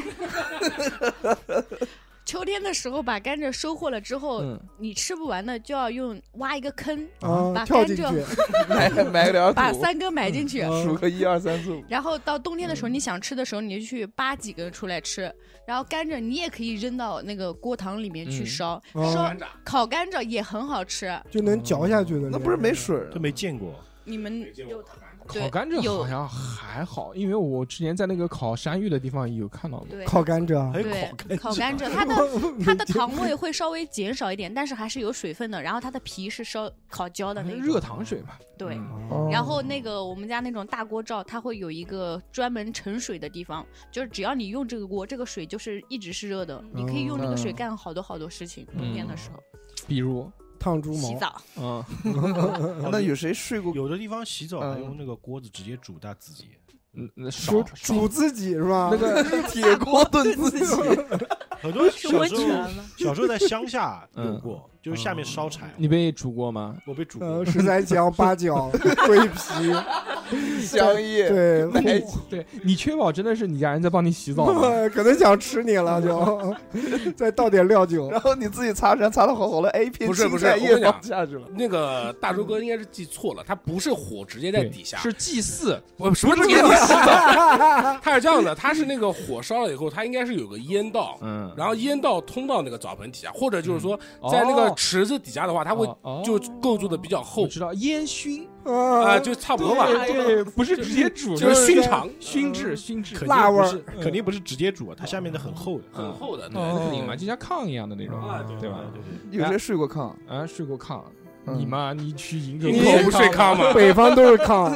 Speaker 7: 秋天的时候把甘蔗收获了之后，
Speaker 2: 嗯，
Speaker 7: 你吃不完的就要用挖一个 坑，
Speaker 3: 啊，
Speaker 7: 嗯把
Speaker 3: 跳
Speaker 7: 甘
Speaker 3: 进去，
Speaker 7: 蔗
Speaker 8: 买买点
Speaker 7: 把
Speaker 8: 土，
Speaker 7: 三哥埋进去。
Speaker 3: 嗯
Speaker 8: 数个一二三四五。
Speaker 7: 然后到冬天
Speaker 2: 嗯
Speaker 7: 的时候，你想吃的时候，你就去扒几根出来吃。然后甘蔗你也可以扔到那个锅膛里面去
Speaker 2: 嗯
Speaker 7: 烧，
Speaker 3: 哦
Speaker 7: 烧烤甘蔗也很好吃。
Speaker 3: 就能嚼下
Speaker 2: 嗯
Speaker 3: 去的。
Speaker 8: 那不是没水儿啊
Speaker 6: 都没见过，
Speaker 7: 你们
Speaker 5: 有
Speaker 7: 对
Speaker 2: 烤甘蔗
Speaker 7: 有
Speaker 2: 好像还好，因为我之前在那个烤山芋的地方有看到过。
Speaker 7: 对
Speaker 3: 烤甘蔗
Speaker 2: 哎
Speaker 3: 啊，
Speaker 6: 还有
Speaker 7: 对
Speaker 6: 烤干
Speaker 7: 烤甘蔗，它的它的糖味会稍微减少一点，但是还是有水分的。然后它的皮是烧烤焦的那种，
Speaker 2: 哎热糖水嘛，
Speaker 7: 对。
Speaker 2: 嗯
Speaker 3: 哦
Speaker 7: 然后那个我们家那种大锅灶，它会有一个专门盛水的地方，就是只要你用这个锅，这个水就是一直是热的，你可以用这个水干好多好多事情。冬天的时候，
Speaker 2: 比如，
Speaker 3: 烫猪
Speaker 7: 洗
Speaker 3: 毛，
Speaker 7: 澡，
Speaker 2: 嗯，
Speaker 8: 那有谁睡过
Speaker 6: 有的地方洗澡还
Speaker 8: 嗯
Speaker 6: 用那个锅子直接煮大自己，
Speaker 2: 嗯那
Speaker 3: 煮
Speaker 2: 少
Speaker 3: 煮自己是吧？
Speaker 2: 那个
Speaker 8: 铁锅炖自己？
Speaker 6: 很多小
Speaker 5: 温
Speaker 6: 时
Speaker 5: 泉
Speaker 6: 候
Speaker 5: 了，
Speaker 6: 小时候在乡下
Speaker 2: 嗯
Speaker 6: 有过，就是下面烧柴，
Speaker 2: 你被煮 过吗？
Speaker 6: 我被煮过
Speaker 3: 呃，，十三香、八角、桂皮，
Speaker 8: 香叶，
Speaker 3: 对，
Speaker 8: 奶
Speaker 2: 对你确保真的是你家人在帮你洗澡吗？
Speaker 3: 可能想吃你了，就 再倒点料酒
Speaker 8: 然。后你自己擦身擦的好好的，哎，一片
Speaker 4: 不是
Speaker 8: 青
Speaker 4: 不是
Speaker 8: 菜
Speaker 4: 我
Speaker 8: 叶
Speaker 4: 跟你讲
Speaker 8: 放下去了。
Speaker 4: 那个大周哥应该是记错了，他不是火直 接在
Speaker 2: 对
Speaker 4: 底下，
Speaker 2: 是祭祀，
Speaker 4: 我什么是给你洗 澡？他是这样的，他是那个火烧了以后，他应该是有个烟道，
Speaker 2: 嗯，
Speaker 4: 然后烟道通到那个澡盆底下，或者就是说
Speaker 2: 哦
Speaker 4: 在那个池子底下的话，它会
Speaker 2: 哦
Speaker 4: 就构筑的比较厚
Speaker 2: 我知道烟熏
Speaker 4: 啊，
Speaker 3: 啊
Speaker 4: 就差不多吧，
Speaker 2: 对对，不是直接煮，
Speaker 4: 就是是熏嗯肠，
Speaker 2: 熏制熏制嗯
Speaker 6: 肯定
Speaker 3: 辣味
Speaker 6: 不
Speaker 3: 儿
Speaker 6: 是，肯定不是直接煮，啊它下面的很厚的，
Speaker 4: 很厚的，对
Speaker 2: 那肯定嘛，
Speaker 3: 哦
Speaker 2: 就像炕一样的那种
Speaker 3: 啊，
Speaker 2: 嗯
Speaker 4: 嗯
Speaker 2: 对吧？
Speaker 6: 对对
Speaker 8: 有谁睡过炕？
Speaker 2: 啊，睡过炕，
Speaker 8: 嗯
Speaker 2: 你嘛，你去营州
Speaker 4: 你
Speaker 2: 过
Speaker 4: 不睡
Speaker 2: 啊
Speaker 4: 炕吗？
Speaker 3: 北方都是炕，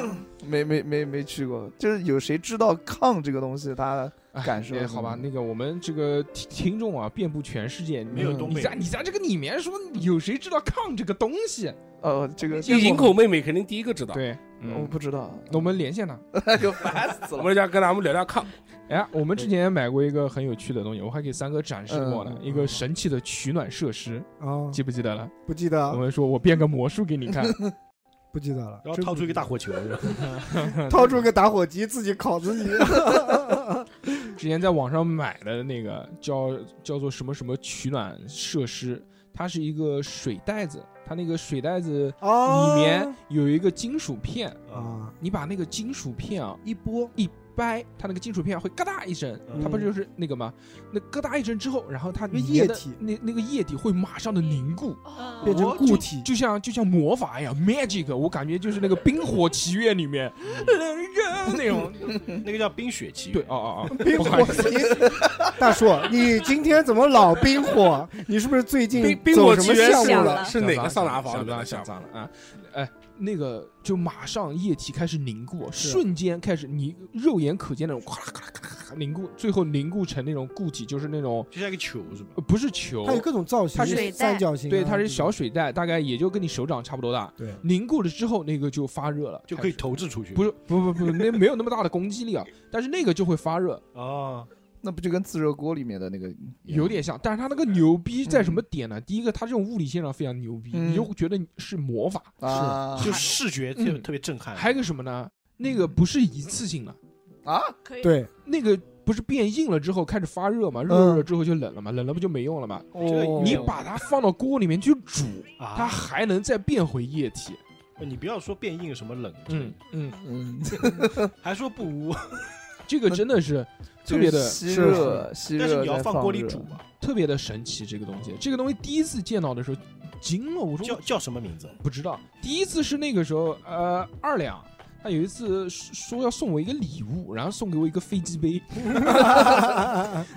Speaker 8: 没没没没去过，就是有谁知道炕这个东西？它
Speaker 2: 哎
Speaker 8: 感受
Speaker 2: 哎好吧，那个我们这个听听众啊，遍布全世界，
Speaker 6: 没有东
Speaker 2: 你
Speaker 6: 北
Speaker 2: 在
Speaker 6: 人
Speaker 2: 你在这个里面说有谁知道炕这个东西？
Speaker 8: 呃，这个
Speaker 4: 就营口妹妹肯定第一个知道。
Speaker 2: 对，
Speaker 8: 我
Speaker 2: 嗯，
Speaker 8: 不知道，
Speaker 2: 那我 们连线他。
Speaker 8: 就烦死
Speaker 4: 我
Speaker 8: 了。
Speaker 4: 们想跟他们聊聊炕，
Speaker 2: 哎，我们之前买过一个很有趣的东西，我还给三哥展示过呢，
Speaker 8: 嗯
Speaker 2: 一个神奇的取暖设施，
Speaker 3: 啊，
Speaker 2: 记不记得了？
Speaker 3: 不记
Speaker 8: 啊
Speaker 2: 我
Speaker 3: 得，
Speaker 2: 们说我变个魔术给你 看，
Speaker 3: 不记得了。
Speaker 6: 然后
Speaker 3: 真
Speaker 6: 掏
Speaker 3: 不
Speaker 6: 出一个
Speaker 3: 记得
Speaker 6: 大，火球，
Speaker 3: 掏出个打火机自己烤自己。
Speaker 2: 之前在网上买的那个叫叫做什么什么取暖设施，它是一个水袋子，它那个水袋子
Speaker 3: 啊，
Speaker 2: 里面有一个金属片，
Speaker 3: 啊，
Speaker 2: 你把那个金属片啊
Speaker 3: 一拨
Speaker 2: 一掰，它那个金属片会咯嗒一声，
Speaker 6: 嗯
Speaker 2: 它不就是那个吗？那咯嗒一声之后，然后它
Speaker 3: 那
Speaker 2: 粘的
Speaker 3: 液体
Speaker 2: 那那个液体会马上的凝固，
Speaker 5: 哦
Speaker 2: 哦
Speaker 3: 变成固体，
Speaker 2: 就像就像魔法一样，magic，我感觉就是那个《冰火奇缘》里面，
Speaker 6: 那种，那个叫《冰雪奇
Speaker 2: 对
Speaker 6: 缘，》。
Speaker 2: 哦哦哦，
Speaker 3: 嗯冰
Speaker 2: 不
Speaker 3: 火
Speaker 2: 好意思，
Speaker 3: 大叔，你今天怎么老冰火？你是不是最
Speaker 4: 冰
Speaker 3: 近
Speaker 4: 冰
Speaker 3: 走
Speaker 4: 火
Speaker 3: 什
Speaker 4: 奇
Speaker 3: 么
Speaker 4: 缘
Speaker 3: 项
Speaker 5: 想
Speaker 3: 目
Speaker 5: 了
Speaker 3: 了？
Speaker 4: 是哪个桑拿
Speaker 2: 想
Speaker 4: 房？
Speaker 2: 脏了
Speaker 4: 的？
Speaker 2: 想脏了啊！哎，那个就马上液体开始凝固，
Speaker 3: 是
Speaker 2: 瞬间开始你肉眼可见那种咔啦咔啦咔啦咔啦凝固，最后凝固成那种固体，就是那种
Speaker 6: 就像一个球是吧？
Speaker 2: 呃不是球
Speaker 3: 它，有各种造型，
Speaker 2: 它
Speaker 5: 是
Speaker 3: 是三角形啊，
Speaker 2: 对，它是
Speaker 3: 这种
Speaker 2: 小水袋，大概也就跟你手掌差不多大。
Speaker 3: 对，
Speaker 2: 凝固了之后，那个就发热了，
Speaker 6: 就可以
Speaker 2: 开始。
Speaker 6: 投掷出去。
Speaker 2: 不是，不不不，那没有那么大的攻击力啊，但是那个就会发热，
Speaker 6: 哦，
Speaker 8: 那不就跟自热锅里面的那个一样
Speaker 2: 有点像。但是它那个牛逼在什么点呢？第一个，它这种物理现象非常牛逼，
Speaker 8: 嗯
Speaker 2: 你就会觉得是魔法。
Speaker 8: 啊
Speaker 6: 就视觉特
Speaker 2: 嗯
Speaker 6: 特别震撼。啊
Speaker 2: 还有个什么呢？
Speaker 6: 嗯
Speaker 2: 那个不是一次性的，
Speaker 8: 啊？
Speaker 5: 可以，
Speaker 3: 对，
Speaker 2: 那个不是变硬了之后开始发热嘛，热
Speaker 3: 嗯
Speaker 2: 热热之后就冷了嘛，冷了不就没用了嘛？
Speaker 6: 哦
Speaker 2: 你把它放到锅里面去煮，
Speaker 6: 啊，
Speaker 2: 它还能再变回液体。
Speaker 6: 你不要说变硬什么冷，
Speaker 2: 嗯，嗯，
Speaker 8: 嗯，
Speaker 6: 还说不污，
Speaker 2: 这个真的是特别的
Speaker 8: 吸
Speaker 2: 是
Speaker 8: 热，吸热
Speaker 6: 但是你要
Speaker 8: 再
Speaker 6: 放
Speaker 8: 放
Speaker 6: 锅里
Speaker 8: 热
Speaker 6: 煮啊。
Speaker 2: 特别的神奇，这个东西，这个东西第一次见到的时候惊了，我说
Speaker 6: 叫
Speaker 2: 我
Speaker 6: 叫什么名字？
Speaker 2: 不知道，第一次是那个时候，呃，二两。他有一次说说要送我一个礼物，然后送给我一个飞机杯，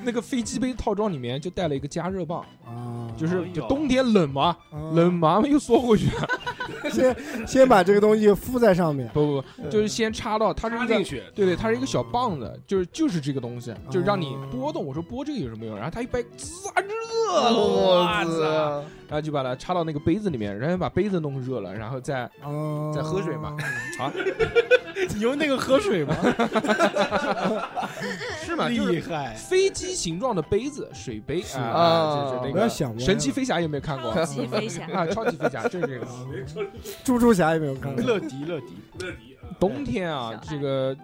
Speaker 2: 那个飞机杯套装里面就带了一个加热棒，
Speaker 3: 啊
Speaker 2: 就是
Speaker 6: 哎呦
Speaker 2: 就冬天冷嘛，
Speaker 3: 嗯
Speaker 2: 冷，嘛又缩回去，
Speaker 3: 先先把这个东西敷在上面，
Speaker 2: 不不不，就是先插到它是
Speaker 4: 插
Speaker 2: 一
Speaker 4: 进
Speaker 2: 个，
Speaker 4: 去，
Speaker 2: 对对，它是一个小棒子，就是就是这个东西，就是让你拨动。我说拨这个有什么用？然后它一掰，滋啊热了，
Speaker 8: 我
Speaker 2: 哇塞！
Speaker 8: 操！
Speaker 2: 然后就把它插到那个杯子里面，然后把杯子弄热了，然后再
Speaker 3: 啊，
Speaker 2: 再喝水嘛，啊，
Speaker 6: 你用那个喝水吗？
Speaker 2: 是吗？就
Speaker 6: 厉
Speaker 2: 是
Speaker 6: 害，
Speaker 2: 飞机形状的杯子，水杯啊，
Speaker 8: 啊
Speaker 2: 就是那
Speaker 3: 不要
Speaker 2: 个
Speaker 3: 想歪了
Speaker 2: 神奇飞侠有没有看过
Speaker 5: 超级飞侠，
Speaker 2: 啊？超级飞侠就是这个。
Speaker 3: 猪猪侠有没有看过？
Speaker 6: 乐迪乐迪，
Speaker 4: 乐迪啊
Speaker 2: 冬天啊
Speaker 5: 小，
Speaker 2: 这
Speaker 5: 爱
Speaker 2: 个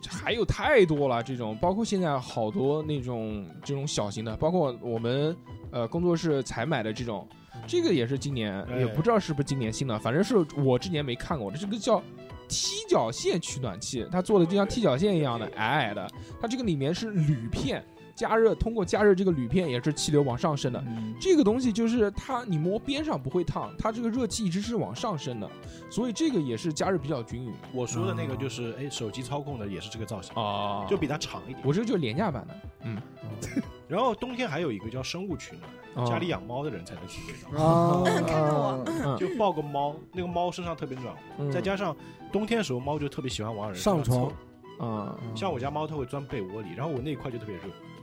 Speaker 2: 就是还有太多了，这种包括现在好多那种这种小型的，包括我们呃工作室才买的这种，这个也是今年
Speaker 6: 哎
Speaker 2: 也不知道是不是今年新的，反正是我之前没看过的，这个叫踢脚线取暖器，它做的就像踢脚线一样的矮矮的，它这个里面是铝片，加热通过加热这个铝片也是气流往上升的，这个东西就是它，你摸边上不会烫，它这个热气一直是往上升的，所以这个也是加热比较均匀
Speaker 6: 我说的那个就是，哎，手机操控的也是这个造型，
Speaker 2: 啊
Speaker 6: 就比它长一点。
Speaker 2: 我这个就是廉价版的，
Speaker 6: 然后冬天还有一个叫生物取暖，
Speaker 2: 哦
Speaker 6: 家里养猫的人才能体会到，
Speaker 3: 啊，
Speaker 6: 就抱个猫，那个猫身上特别暖和，
Speaker 2: 嗯
Speaker 6: 再加上冬天的时候猫就特别喜欢往人
Speaker 3: 上
Speaker 6: 凑
Speaker 3: 床，
Speaker 2: 啊，
Speaker 6: 像我家猫它会钻被窝里，然后我那一块就特别热，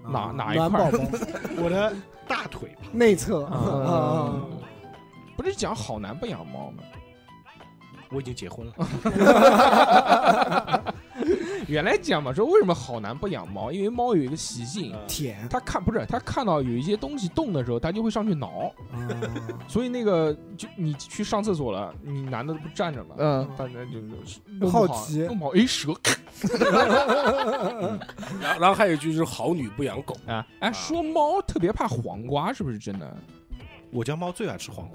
Speaker 2: 哪哪一
Speaker 3: 嗯暖
Speaker 2: 块
Speaker 3: 宝
Speaker 2: 儿
Speaker 3: 宝
Speaker 6: 我的大腿 吧，
Speaker 3: 内侧
Speaker 2: 啊
Speaker 3: 啊，
Speaker 2: 不是讲好男不养猫吗？
Speaker 6: 我已经结婚了，
Speaker 2: 原来讲嘛，说为什么好男不养猫，因为猫有一个习性。
Speaker 6: 呃
Speaker 3: 舔
Speaker 2: 它看不是，它看到有一些东西动的时候，它就会上去挠，
Speaker 3: 啊，
Speaker 2: 所以那个就你去上厕所了，你男的不站着吗？
Speaker 8: 嗯，
Speaker 2: 大家就是
Speaker 3: 我呃好奇
Speaker 2: 弄不好哎蛇
Speaker 4: 然后然后还有一句就是好女不养狗，
Speaker 2: 啊，哎，说猫特别怕黄瓜，是不是真的？
Speaker 6: 我家猫最爱吃黄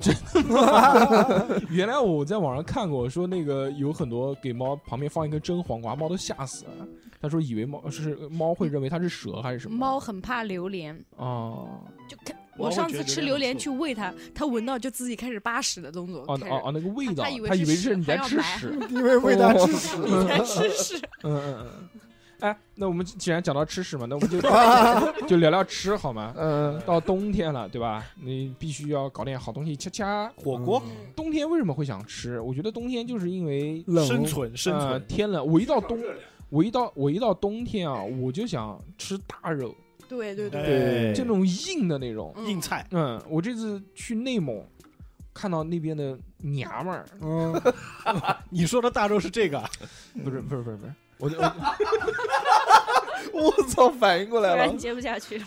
Speaker 6: 瓜，
Speaker 2: 原来我在网上看过，说那个有很多给猫旁边放一根真黄瓜，猫都吓死了。他说以为猫是猫会认为它是蛇还是什么
Speaker 7: 猫很怕榴莲，
Speaker 2: 哦
Speaker 7: 就看
Speaker 6: 猫
Speaker 7: 我
Speaker 6: 会
Speaker 7: 上
Speaker 6: 觉得
Speaker 7: 次吃
Speaker 6: 榴
Speaker 7: 榴
Speaker 6: 莲
Speaker 7: 莲
Speaker 6: 不错
Speaker 7: 去喂它，它闻到就自己开始扒屎的动作，
Speaker 2: 哦
Speaker 7: 开始
Speaker 2: 哦哦那个味道，他
Speaker 7: 它以为
Speaker 2: 以为
Speaker 7: 是
Speaker 2: 是你在
Speaker 7: 它要
Speaker 2: 吃
Speaker 7: 埋
Speaker 2: 屎。
Speaker 3: 因为喂大吃屎，
Speaker 7: 你才吃屎。
Speaker 2: 嗯嗯嗯。哎，那我们既然讲到吃屎嘛，那我们就就聊聊吃好 吗？
Speaker 8: 嗯，
Speaker 2: 到冬天了，对吧？你必须要搞点好东西吃吃。
Speaker 6: 火锅
Speaker 2: 冬天为什么会想吃？我觉得冬天就是因为
Speaker 6: 生
Speaker 3: 冷
Speaker 6: 存生
Speaker 2: 呃、
Speaker 6: 存，
Speaker 2: 天冷，我一到冬，我一到我一到冬天啊，我就想吃大肉，
Speaker 7: 对 对
Speaker 6: 哎
Speaker 7: 对，
Speaker 6: 对
Speaker 2: 就那种硬的那种。
Speaker 6: 硬菜，
Speaker 2: 嗯，我这次去内蒙，看到那边的娘们儿，
Speaker 3: 嗯，
Speaker 6: 你说的大肉是这个啊，
Speaker 2: 不是不是不是不是，我我
Speaker 8: 我操，反应过
Speaker 5: 不
Speaker 8: 来
Speaker 5: 然
Speaker 8: 了
Speaker 5: 你，接不下去了。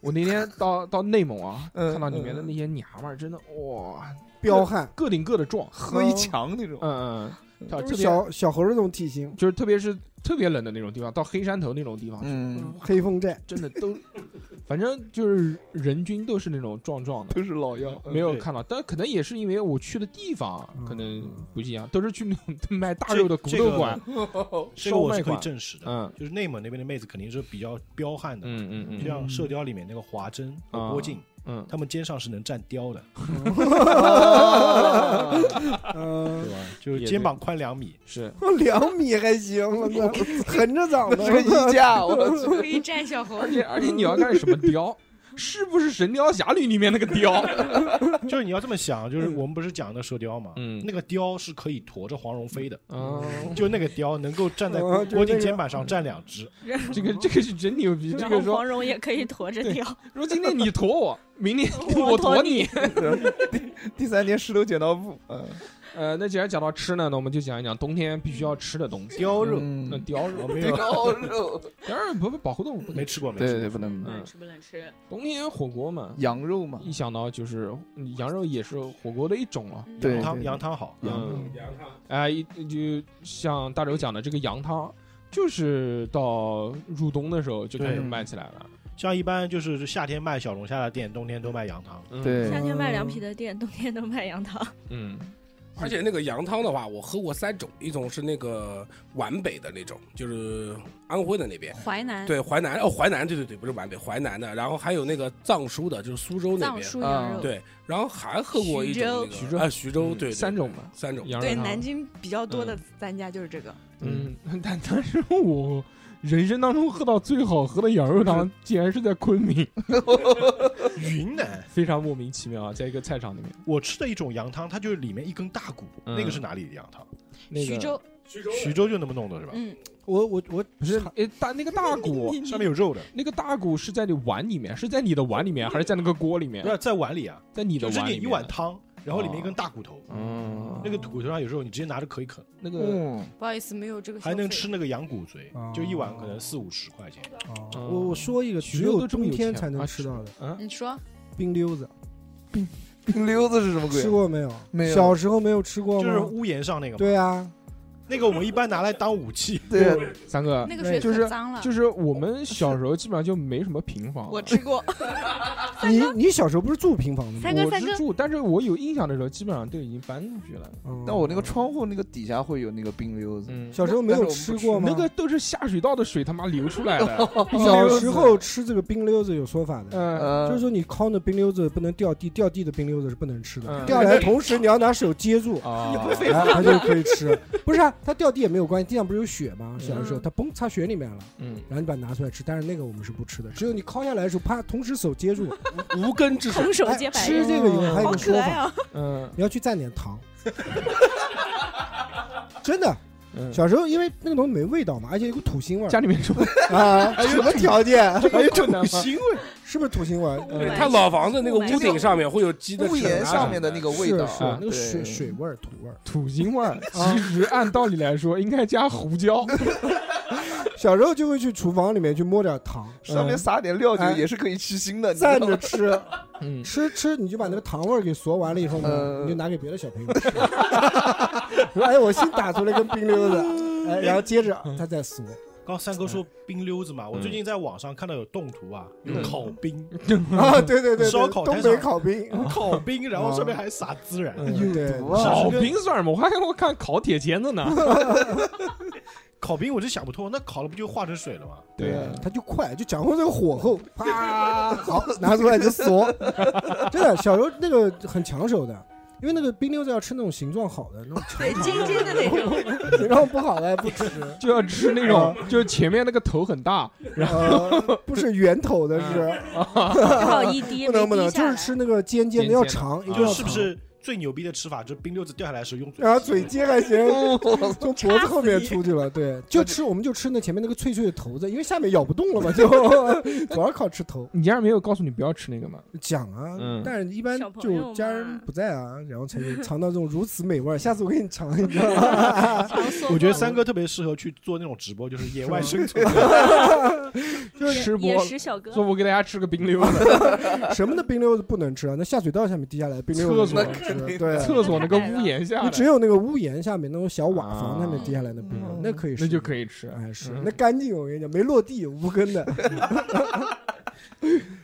Speaker 2: 我那天到到内蒙啊，
Speaker 8: 嗯
Speaker 2: 看到里面的那些娘们儿，真的哇，
Speaker 3: 彪悍，
Speaker 2: 个顶个的壮，
Speaker 8: 喝一墙那种，
Speaker 2: 嗯嗯，特特
Speaker 3: 都是
Speaker 2: 别
Speaker 3: 小小猴儿这种体型，
Speaker 2: 就是特别是特别冷的那种地方，到黑山头那种地方，
Speaker 8: 嗯，
Speaker 3: 黑风寨，
Speaker 2: 真的都， 反正就是人均都是那种壮壮的。
Speaker 8: 都是老药，
Speaker 2: 没 有
Speaker 6: 对
Speaker 2: 看到，但可能也是因为我去的地方啊
Speaker 3: 嗯
Speaker 2: 可能不一样，都是去那种卖大肉的骨头馆，
Speaker 6: 这个
Speaker 2: 烧
Speaker 6: 我
Speaker 2: 卖
Speaker 6: 是可以
Speaker 2: 馆。
Speaker 6: 证实的，
Speaker 2: 嗯
Speaker 6: 就是内蒙那边的妹子肯定是比较彪悍的，
Speaker 2: 嗯嗯
Speaker 6: 就
Speaker 2: 嗯，
Speaker 6: 像《射雕》里面那个华筝和郭靖，
Speaker 2: 嗯，
Speaker 6: 他们肩上是能站貂的，
Speaker 3: 嗯，
Speaker 6: 对吧？就是
Speaker 2: 也
Speaker 6: 肩膀宽两米，
Speaker 2: 是
Speaker 3: 两米还行，我操，横着长的，
Speaker 8: 这个衣架，我
Speaker 7: 可以站小猴
Speaker 2: 而且而且你要看是什么雕，是不是《神雕侠侣》里面那个雕？
Speaker 6: 就是你要这么想，啊就是我们不是讲的射雕嘛，
Speaker 2: 嗯
Speaker 6: 那个雕是可以驮着黄蓉飞的，
Speaker 2: 嗯，
Speaker 6: 就那个雕能够站在
Speaker 3: 哦就是
Speaker 6: 郭
Speaker 3: 那
Speaker 6: 靖
Speaker 3: 个
Speaker 6: 肩膀上站两只，
Speaker 2: 这个这个是真牛逼，这
Speaker 5: 然
Speaker 2: 个
Speaker 5: 后
Speaker 2: 说
Speaker 5: 黄蓉也可以驮着
Speaker 2: 对
Speaker 5: 貂，
Speaker 2: 说今天你驮我，明天
Speaker 5: 我
Speaker 2: 我
Speaker 5: 驮
Speaker 2: 驮你。
Speaker 8: 第三天石头剪刀布，嗯，
Speaker 2: 呃，那既然讲到吃呢，那我们就讲一讲冬天必须要吃的东西。
Speaker 6: 雕肉
Speaker 2: 那
Speaker 8: 嗯，
Speaker 2: 雕肉，
Speaker 6: 哦没有
Speaker 8: 刀肉，
Speaker 2: 当然不不保护动物，不能
Speaker 6: 没吃过没
Speaker 8: 对
Speaker 6: 吃
Speaker 8: 对
Speaker 6: 过，
Speaker 8: 对，不能
Speaker 2: 嗯
Speaker 5: 能吃不能吃？
Speaker 2: 冬天火锅嘛，
Speaker 8: 羊肉嘛，
Speaker 2: 一想到就是嗯羊肉也是火锅的一种啊了。
Speaker 8: 对
Speaker 6: 羊
Speaker 8: 对
Speaker 6: 汤
Speaker 8: 对
Speaker 6: 羊汤好，
Speaker 8: 羊
Speaker 2: 嗯，
Speaker 4: 羊汤
Speaker 2: 哎，一就像大刘讲的，这个羊汤就是到入冬的时候就开始
Speaker 6: 对
Speaker 2: 卖起来了。
Speaker 6: 像一般就是夏天卖小龙虾的店，冬天都卖羊汤。
Speaker 2: 嗯，
Speaker 8: 对
Speaker 5: 夏天卖凉皮的店，冬天都卖羊汤。
Speaker 2: 嗯，
Speaker 4: 而且那个羊汤的话，我喝过三种，一种是那个皖北的那种，就是安徽的那边，
Speaker 7: 淮南
Speaker 4: 对，淮南哦，淮南，对对对，不是皖北，淮南的，然后还有那个藏书的，就是苏州那
Speaker 7: 藏
Speaker 4: 边，
Speaker 7: 书
Speaker 2: 啊
Speaker 7: 羊肉，
Speaker 4: 对，然后还喝过一种那个
Speaker 2: 徐州
Speaker 4: 啊，徐州，对，对
Speaker 2: 三种吧，
Speaker 4: 三种，
Speaker 2: 羊肉
Speaker 9: 对，
Speaker 2: 汤
Speaker 9: 南京比较多的三家就是这个，
Speaker 2: 嗯，但但是我人生当中喝到最好喝的羊肉汤，竟然是在昆明，
Speaker 6: 云南，
Speaker 2: 非常莫名其妙啊，在一个菜场里面。
Speaker 6: 我吃的一种羊汤，它就是里面一根大骨，
Speaker 2: 嗯
Speaker 6: 那个是哪里的羊汤？
Speaker 2: 那个
Speaker 9: 徐州
Speaker 4: 徐州
Speaker 6: 徐州就那么弄的是吧？
Speaker 7: 嗯，
Speaker 3: 我我我
Speaker 2: 不是，哎，大那个 大骨，
Speaker 6: 上面有肉的，
Speaker 2: 那个大骨是在你碗里面，是在你的碗里面，还是在那个锅里面
Speaker 6: 不？是在碗里啊，
Speaker 2: 在你的
Speaker 6: 就是
Speaker 2: 碗
Speaker 6: 你
Speaker 2: 里
Speaker 6: 一
Speaker 2: 面。
Speaker 6: 碗汤，然后里面一根大骨头，
Speaker 2: 嗯，
Speaker 6: 那个骨头上有肉，你直接拿着可以啃，
Speaker 2: 那个
Speaker 8: 嗯，
Speaker 7: 不好意思，没有这个消费
Speaker 6: 还能吃那个羊骨髓
Speaker 3: 哦，
Speaker 6: 就一碗可能四五十块钱。
Speaker 3: 哦
Speaker 2: 嗯
Speaker 3: 我我说一个，
Speaker 2: 徐
Speaker 3: 只
Speaker 2: 州
Speaker 3: 有
Speaker 2: 都这么
Speaker 3: 冬
Speaker 2: 有
Speaker 3: 天
Speaker 2: 钱
Speaker 3: 才
Speaker 2: 啊
Speaker 3: 能吃到的
Speaker 2: 嗯，
Speaker 7: 你说
Speaker 3: 冰溜子，
Speaker 8: 冰溜子是什么鬼
Speaker 3: 吃？过没有？
Speaker 8: 没有
Speaker 3: 小时候没有吃过
Speaker 6: 就是
Speaker 3: 吗？
Speaker 6: 屋檐上那个嘛，
Speaker 3: 对啊，
Speaker 6: 那个我们一般拿来当武器。
Speaker 8: 对啊，
Speaker 2: 三哥
Speaker 7: 那，个水
Speaker 2: 就是
Speaker 7: 可脏了，
Speaker 2: 就是我们小时候基本上就没什么平房。
Speaker 9: 啊我吃过，
Speaker 3: 你啊你小时候不是住平房的吗？
Speaker 7: 三哥
Speaker 2: 我
Speaker 7: 三
Speaker 2: 是
Speaker 7: 哥
Speaker 2: 住，但是我有印象的时候，基本上都已经搬出去了。
Speaker 3: 嗯
Speaker 8: 那我那个窗户那个底下会有那个冰溜子，
Speaker 2: 嗯，
Speaker 3: 小时候没有吃过吗？
Speaker 2: 那个都是下水道的水他妈流出来的。
Speaker 3: 小时候吃这个冰溜子有说法的，
Speaker 2: 嗯
Speaker 8: 呃，
Speaker 3: 就是说你烤的冰溜子不能掉地，掉地的冰溜子是不能吃的
Speaker 2: 嗯。
Speaker 3: 掉下来的同时你要拿手接住，
Speaker 2: 啊，
Speaker 3: 哎它就可以吃。不是啊，它掉地也没有关系，地上不是有雪吗？小的时候它嘣擦雪里面了，
Speaker 2: 嗯，
Speaker 3: 然后你把它拿出来吃，但是那个我们是不吃的，只有你烤下来的时候，啪，同时手接住，
Speaker 4: 无根 之水，
Speaker 5: 空手
Speaker 3: 哎
Speaker 5: 接白
Speaker 3: 吃
Speaker 5: 刃，
Speaker 3: 这个以后还有
Speaker 9: 好
Speaker 3: 个
Speaker 9: 可
Speaker 3: 说
Speaker 9: 爱
Speaker 3: 法，
Speaker 9: 啊！
Speaker 2: 嗯
Speaker 3: 你要去蘸点糖。真的，
Speaker 2: 嗯，
Speaker 3: 小时候因为那个东西没味道嘛，而且有股土腥味
Speaker 2: 家
Speaker 3: 儿
Speaker 2: 里面住
Speaker 3: 啊，
Speaker 8: 哎
Speaker 3: 什么条件？哎
Speaker 2: 还有困难吗？
Speaker 3: 是不是土腥味儿？
Speaker 4: 对，他老房子那个屋顶上面会有鸡的
Speaker 8: 屋
Speaker 4: 齿
Speaker 8: 檐
Speaker 4: 啊
Speaker 8: 上面的那个味道，啊
Speaker 3: 是是那个
Speaker 8: 对
Speaker 3: 水水味儿、土味儿。
Speaker 2: 土腥味 儿，其实按道理来说应该加胡椒，
Speaker 3: 小时候就会去厨房里面去摸点糖，
Speaker 8: 上面撒点料酒
Speaker 3: 哎
Speaker 8: 也是可以去腥的，你知道
Speaker 3: 蘸
Speaker 8: 吗
Speaker 3: 着吃，
Speaker 2: 嗯，
Speaker 3: 吃吃你就把那个糖味儿给嗦完了以后呢，
Speaker 8: 呃
Speaker 3: 你就拿给别的小朋友吃。 说哎，我新打出来一根冰溜 子，哎，然后接着他再嗦。
Speaker 6: 刚三哥说
Speaker 2: 嗯
Speaker 6: 冰溜子嘛，我最近在网上看到有动图啊，有烤 冰，
Speaker 3: 啊，对对对对，
Speaker 6: 烧烤摊
Speaker 3: 东
Speaker 6: 上啊
Speaker 3: 北烤冰，
Speaker 6: 烤冰，然后上面
Speaker 2: 哦
Speaker 6: 还撒孜然。
Speaker 5: 哎
Speaker 3: 嗯对，
Speaker 8: 毒啊
Speaker 2: 烤冰算什么？我还我看烤铁钳子呢。
Speaker 6: 烤冰我真想不通，那烤了不就化成水了吗？
Speaker 2: 对啊，
Speaker 3: 他就快，就掌握这个火候， 啪，好拿出来就嗦。 真的，小时候那个很抢手的。因为那个冰溜子要吃那种形状好的，那种
Speaker 9: 对，
Speaker 7: 哎
Speaker 9: 尖尖的那种，
Speaker 3: 形状不好的 不吃，
Speaker 2: 就要吃那种，
Speaker 3: 嗯
Speaker 2: 就是前面那个头很大，
Speaker 3: 呃，不是圆头
Speaker 6: 嗯
Speaker 3: 的是，
Speaker 5: 只好一滴
Speaker 3: 不能不
Speaker 5: 没
Speaker 3: 能，
Speaker 5: 滴下
Speaker 3: 就
Speaker 5: 来
Speaker 3: 是吃那个尖尖的，
Speaker 2: 尖尖的
Speaker 3: 要长，一定嗯要
Speaker 6: 就啊
Speaker 3: 长
Speaker 6: 是不？是最牛逼的吃法，就是冰溜子掉下来的时候用嘴
Speaker 3: 然后
Speaker 6: 吸
Speaker 3: 嘴尖还行，
Speaker 5: 哦
Speaker 3: 从脖子后面出去了。对，就
Speaker 8: 那就
Speaker 3: 吃我们就吃那前面那个脆脆的头子，因为下面咬不动了嘛，就 主要靠吃头。
Speaker 2: 你家人没有告诉你不要吃那个吗？
Speaker 3: 讲啊
Speaker 2: 嗯，
Speaker 3: 但是一般
Speaker 5: 小朋友
Speaker 3: 就
Speaker 5: 嘛
Speaker 3: 家人不在 啊，然后才能尝到这种如此美味儿。下次我给你尝 一个，
Speaker 6: 我觉得三哥特别适合去做那种直播，就是 野外生存，
Speaker 2: 吃播
Speaker 5: 野食小哥
Speaker 2: 说，我给大家吃个冰溜子，
Speaker 3: 什么的冰溜子不能吃啊，那下水道下面滴下来的冰溜子不能
Speaker 8: 厕所
Speaker 3: 吃， 对。啊
Speaker 2: 厕所那个屋檐下
Speaker 3: 你
Speaker 2: 的，
Speaker 3: 只有那个屋檐下面那种小瓦房下面
Speaker 2: 啊
Speaker 3: 滴下来的冰溜子，那可以吃，
Speaker 2: 那就可以吃。
Speaker 3: 哎，是
Speaker 2: 嗯
Speaker 3: 那干净，我跟你讲，没落地，无根 的。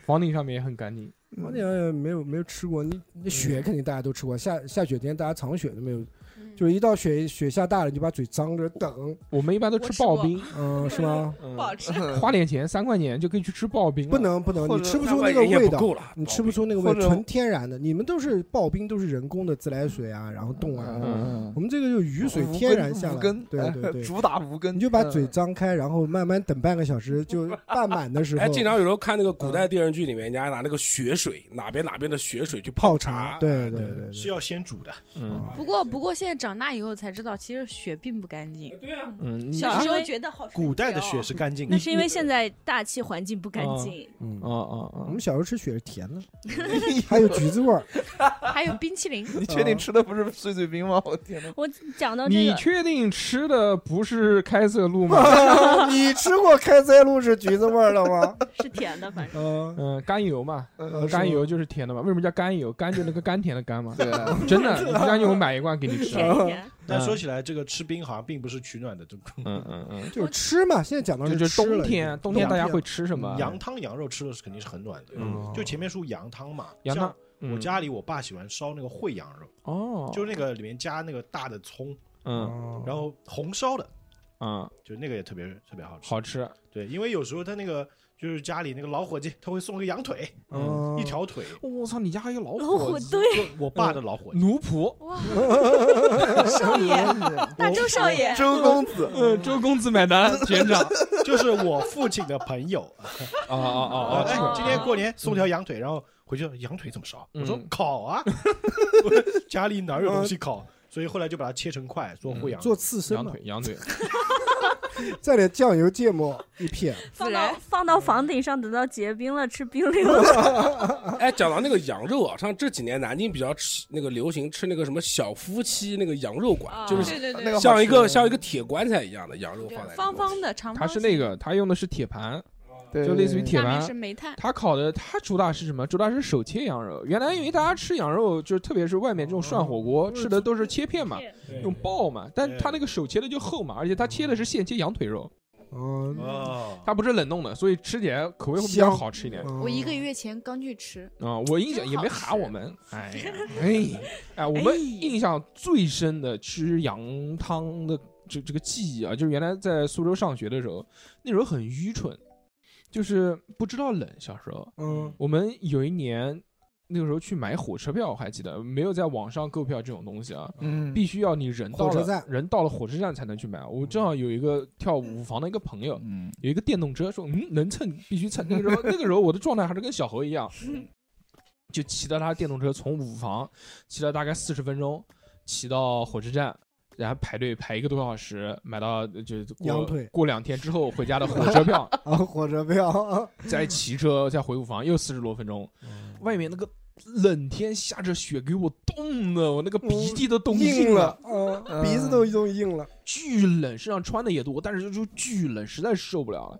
Speaker 2: 房顶上面也很干净。
Speaker 3: 我那没有没有吃过，你那雪肯定大家都吃过，下下雪天大家藏雪都没有，
Speaker 7: 嗯
Speaker 3: 就一到雪雪下大了，你就把嘴张着等，
Speaker 2: 我们一般都吃刨冰，
Speaker 3: 嗯，是吗？
Speaker 2: 嗯
Speaker 5: 不好吃。
Speaker 2: 花点钱三块钱就可以去吃刨冰了，
Speaker 3: 不能不能，
Speaker 8: 或
Speaker 3: 你
Speaker 8: 者
Speaker 3: 吃不
Speaker 4: 三
Speaker 3: 出
Speaker 4: 块
Speaker 3: 那个
Speaker 4: 钱也
Speaker 3: 味
Speaker 4: 不
Speaker 3: 道，
Speaker 4: 够了，哦
Speaker 3: 你吃不出那个味
Speaker 8: 或，者
Speaker 3: 纯天然的。你们都是刨冰，都是人工的自来水啊，然后冻啊。
Speaker 2: 嗯
Speaker 3: 我们这个就雨水
Speaker 8: 无
Speaker 3: 天
Speaker 8: 根
Speaker 3: 然下
Speaker 8: 无
Speaker 3: 来
Speaker 8: 根，，
Speaker 3: 对
Speaker 8: 哎
Speaker 3: 对 对，
Speaker 8: 主打无根，
Speaker 3: 你就把
Speaker 8: 嗯
Speaker 3: 嘴张开，然后慢慢等半个小时，就半满的时候
Speaker 4: 哎，经常有时候看那个古
Speaker 3: 嗯
Speaker 4: 代电视剧里面，人家拿那个血水，哪边哪边的血水去
Speaker 3: 泡
Speaker 4: 茶
Speaker 3: 茶。，对对对
Speaker 6: 是
Speaker 3: 对，
Speaker 6: 要先煮 的，
Speaker 2: 嗯
Speaker 7: 不过不过现在长大以后才知道，其实血并不干净。
Speaker 4: 对啊，
Speaker 2: 嗯，你
Speaker 5: 小
Speaker 2: 啊
Speaker 5: 时候觉得好神奇哦，
Speaker 6: 古代的血是干净的
Speaker 3: 哦
Speaker 5: 那。是因为现在大气环境不干净，
Speaker 3: 嗯，
Speaker 2: 啊啊
Speaker 3: 我们小时候吃雪是甜的，
Speaker 8: 嗯
Speaker 3: 还有橘子味儿，
Speaker 7: 还有冰淇 淋，
Speaker 8: 你确
Speaker 2: 嗯
Speaker 8: 定吃的不是碎碎冰吗？我天哪！
Speaker 5: 我讲到这
Speaker 2: 你
Speaker 5: 个，
Speaker 2: 确定吃的不是开塞露吗？
Speaker 3: 你吃过开塞露是橘子味儿的吗？
Speaker 5: 是甜的，反 正
Speaker 3: 嗯，
Speaker 2: 嗯，甘油嘛，
Speaker 8: 呃
Speaker 2: 甘油就是甜的嘛。为什么叫甘油？甘就那个甘甜的甘嘛。
Speaker 8: 对啊，
Speaker 2: 真的，你甘油我买一罐给你吃。啊
Speaker 5: 甜甜。
Speaker 6: 但说起来，这个吃冰好像并不是取暖的，这种
Speaker 2: 嗯嗯嗯，
Speaker 3: 就是吃嘛。现在讲到
Speaker 2: 就
Speaker 3: 这
Speaker 2: 就
Speaker 3: 吃
Speaker 2: 冬
Speaker 3: 了已经
Speaker 2: 天，冬天大家会吃什么？
Speaker 6: 嗯羊汤、羊肉吃了是肯定是很暖
Speaker 2: 啊
Speaker 6: 的。
Speaker 2: 嗯
Speaker 6: 就前面说羊汤嘛，
Speaker 2: 羊汤。
Speaker 6: 像
Speaker 2: 嗯
Speaker 6: 我家里我爸喜欢烧那个烩羊肉，
Speaker 2: 哦，
Speaker 6: 就是那个里面加那个大的葱，
Speaker 2: 嗯
Speaker 6: 然后红烧的，
Speaker 2: 嗯，
Speaker 6: 就那个也特别特别好吃。
Speaker 2: 好吃。
Speaker 6: 对，因为有时候他那个就是家里那个老伙计，他会送一个羊腿，
Speaker 2: 嗯
Speaker 6: 一条腿，
Speaker 2: 我操，你家还有老
Speaker 5: 老
Speaker 2: 火
Speaker 5: 虎
Speaker 2: 鸡
Speaker 5: 哦对，
Speaker 6: 我爸的老伙计。
Speaker 2: 奴仆，
Speaker 7: 哇，
Speaker 5: 少爷，大周少爷，
Speaker 8: 周公子，
Speaker 2: 嗯，周公子买单，全场。
Speaker 6: 就是我父亲的朋 友。
Speaker 2: 哦哦哦
Speaker 6: 哦，
Speaker 2: 哦，
Speaker 6: 哎，今天过年送条羊腿，然后回去羊腿怎么烧？我说
Speaker 2: 嗯
Speaker 6: 烤 啊，家里哪有东西烤？所以后来就把它切成块
Speaker 2: 嗯
Speaker 6: 做烩羊。
Speaker 3: 做刺身
Speaker 2: 羊
Speaker 3: 嘛
Speaker 2: 腿，，羊腿，
Speaker 3: 再点酱油、芥末一片，
Speaker 5: 放
Speaker 7: 自
Speaker 5: 到
Speaker 7: 然
Speaker 5: 放到房顶上，等到结冰了吃冰溜了。
Speaker 4: 哎，讲到那个羊肉啊，像这几年南京比较吃那个流行吃那个什么小夫妻那个羊肉馆，
Speaker 5: 啊
Speaker 4: 就是
Speaker 7: 对对对，
Speaker 8: 那个好
Speaker 4: 像一个
Speaker 8: 吃
Speaker 4: 像一个
Speaker 3: 嗯
Speaker 4: 铁棺材一样的羊肉放在里面
Speaker 7: 方方的长
Speaker 2: 他
Speaker 7: 方
Speaker 2: 是
Speaker 7: 形，
Speaker 2: 那个，他用的是铁盘，
Speaker 8: 对
Speaker 2: 就类似于铁
Speaker 7: 下面
Speaker 2: 盘
Speaker 7: 是。煤炭，
Speaker 2: 他烤的，他主打是什么？主打是手切羊肉。原来因为大家吃羊肉，就是特别是外面这种涮火锅，吃的都是切片嘛，
Speaker 6: 啊
Speaker 2: 用爆嘛。但他那个手切的就厚嘛，而且他切的是现切羊腿肉，
Speaker 3: 嗯，
Speaker 6: 哦，
Speaker 2: 它不是冷冻的，所以吃起来口味会比较
Speaker 3: 香
Speaker 2: 好吃一点。
Speaker 3: 嗯
Speaker 7: 我一个月前刚去吃，
Speaker 2: 啊、我印象
Speaker 7: 真
Speaker 2: 也没喊
Speaker 7: 好吃
Speaker 2: 我 们，哎呀，哎，哎，我们印象最深的吃羊汤的这这个记忆啊，就是原来在苏州上学的时候，那时候很愚蠢，就是不知道冷。小时候，
Speaker 3: 嗯
Speaker 2: 我们有一年那个时候去买火车票，我还记得没有在网上购票这种东西啊，
Speaker 8: 嗯，
Speaker 2: 必须要你人到
Speaker 3: 火车
Speaker 2: 了
Speaker 3: 站
Speaker 2: 人到了火车站才能去买。啊我正好有一个跳舞房的一个朋友，
Speaker 8: 嗯，
Speaker 2: 有一个电动车，说嗯能蹭必须蹭。那个时候那个时候我的状态还是跟小猴一样，就骑着他的电动车从五房骑了大概四十分钟，骑到火车站，然后排队排一个多小时，买到就过
Speaker 3: 羊腿
Speaker 2: 过两天之后回家的火车票，
Speaker 3: 啊，火车票，
Speaker 2: 再骑车再回五房又四十多分钟，
Speaker 3: 嗯
Speaker 2: 外面那个。冷天下着雪，给我冻的，我那个鼻涕都冻
Speaker 3: 嗯硬
Speaker 2: 了
Speaker 3: 了，，嗯，鼻子都冻硬了，
Speaker 2: 巨冷，身上穿的也多，但是就就巨冷，实在受不了了。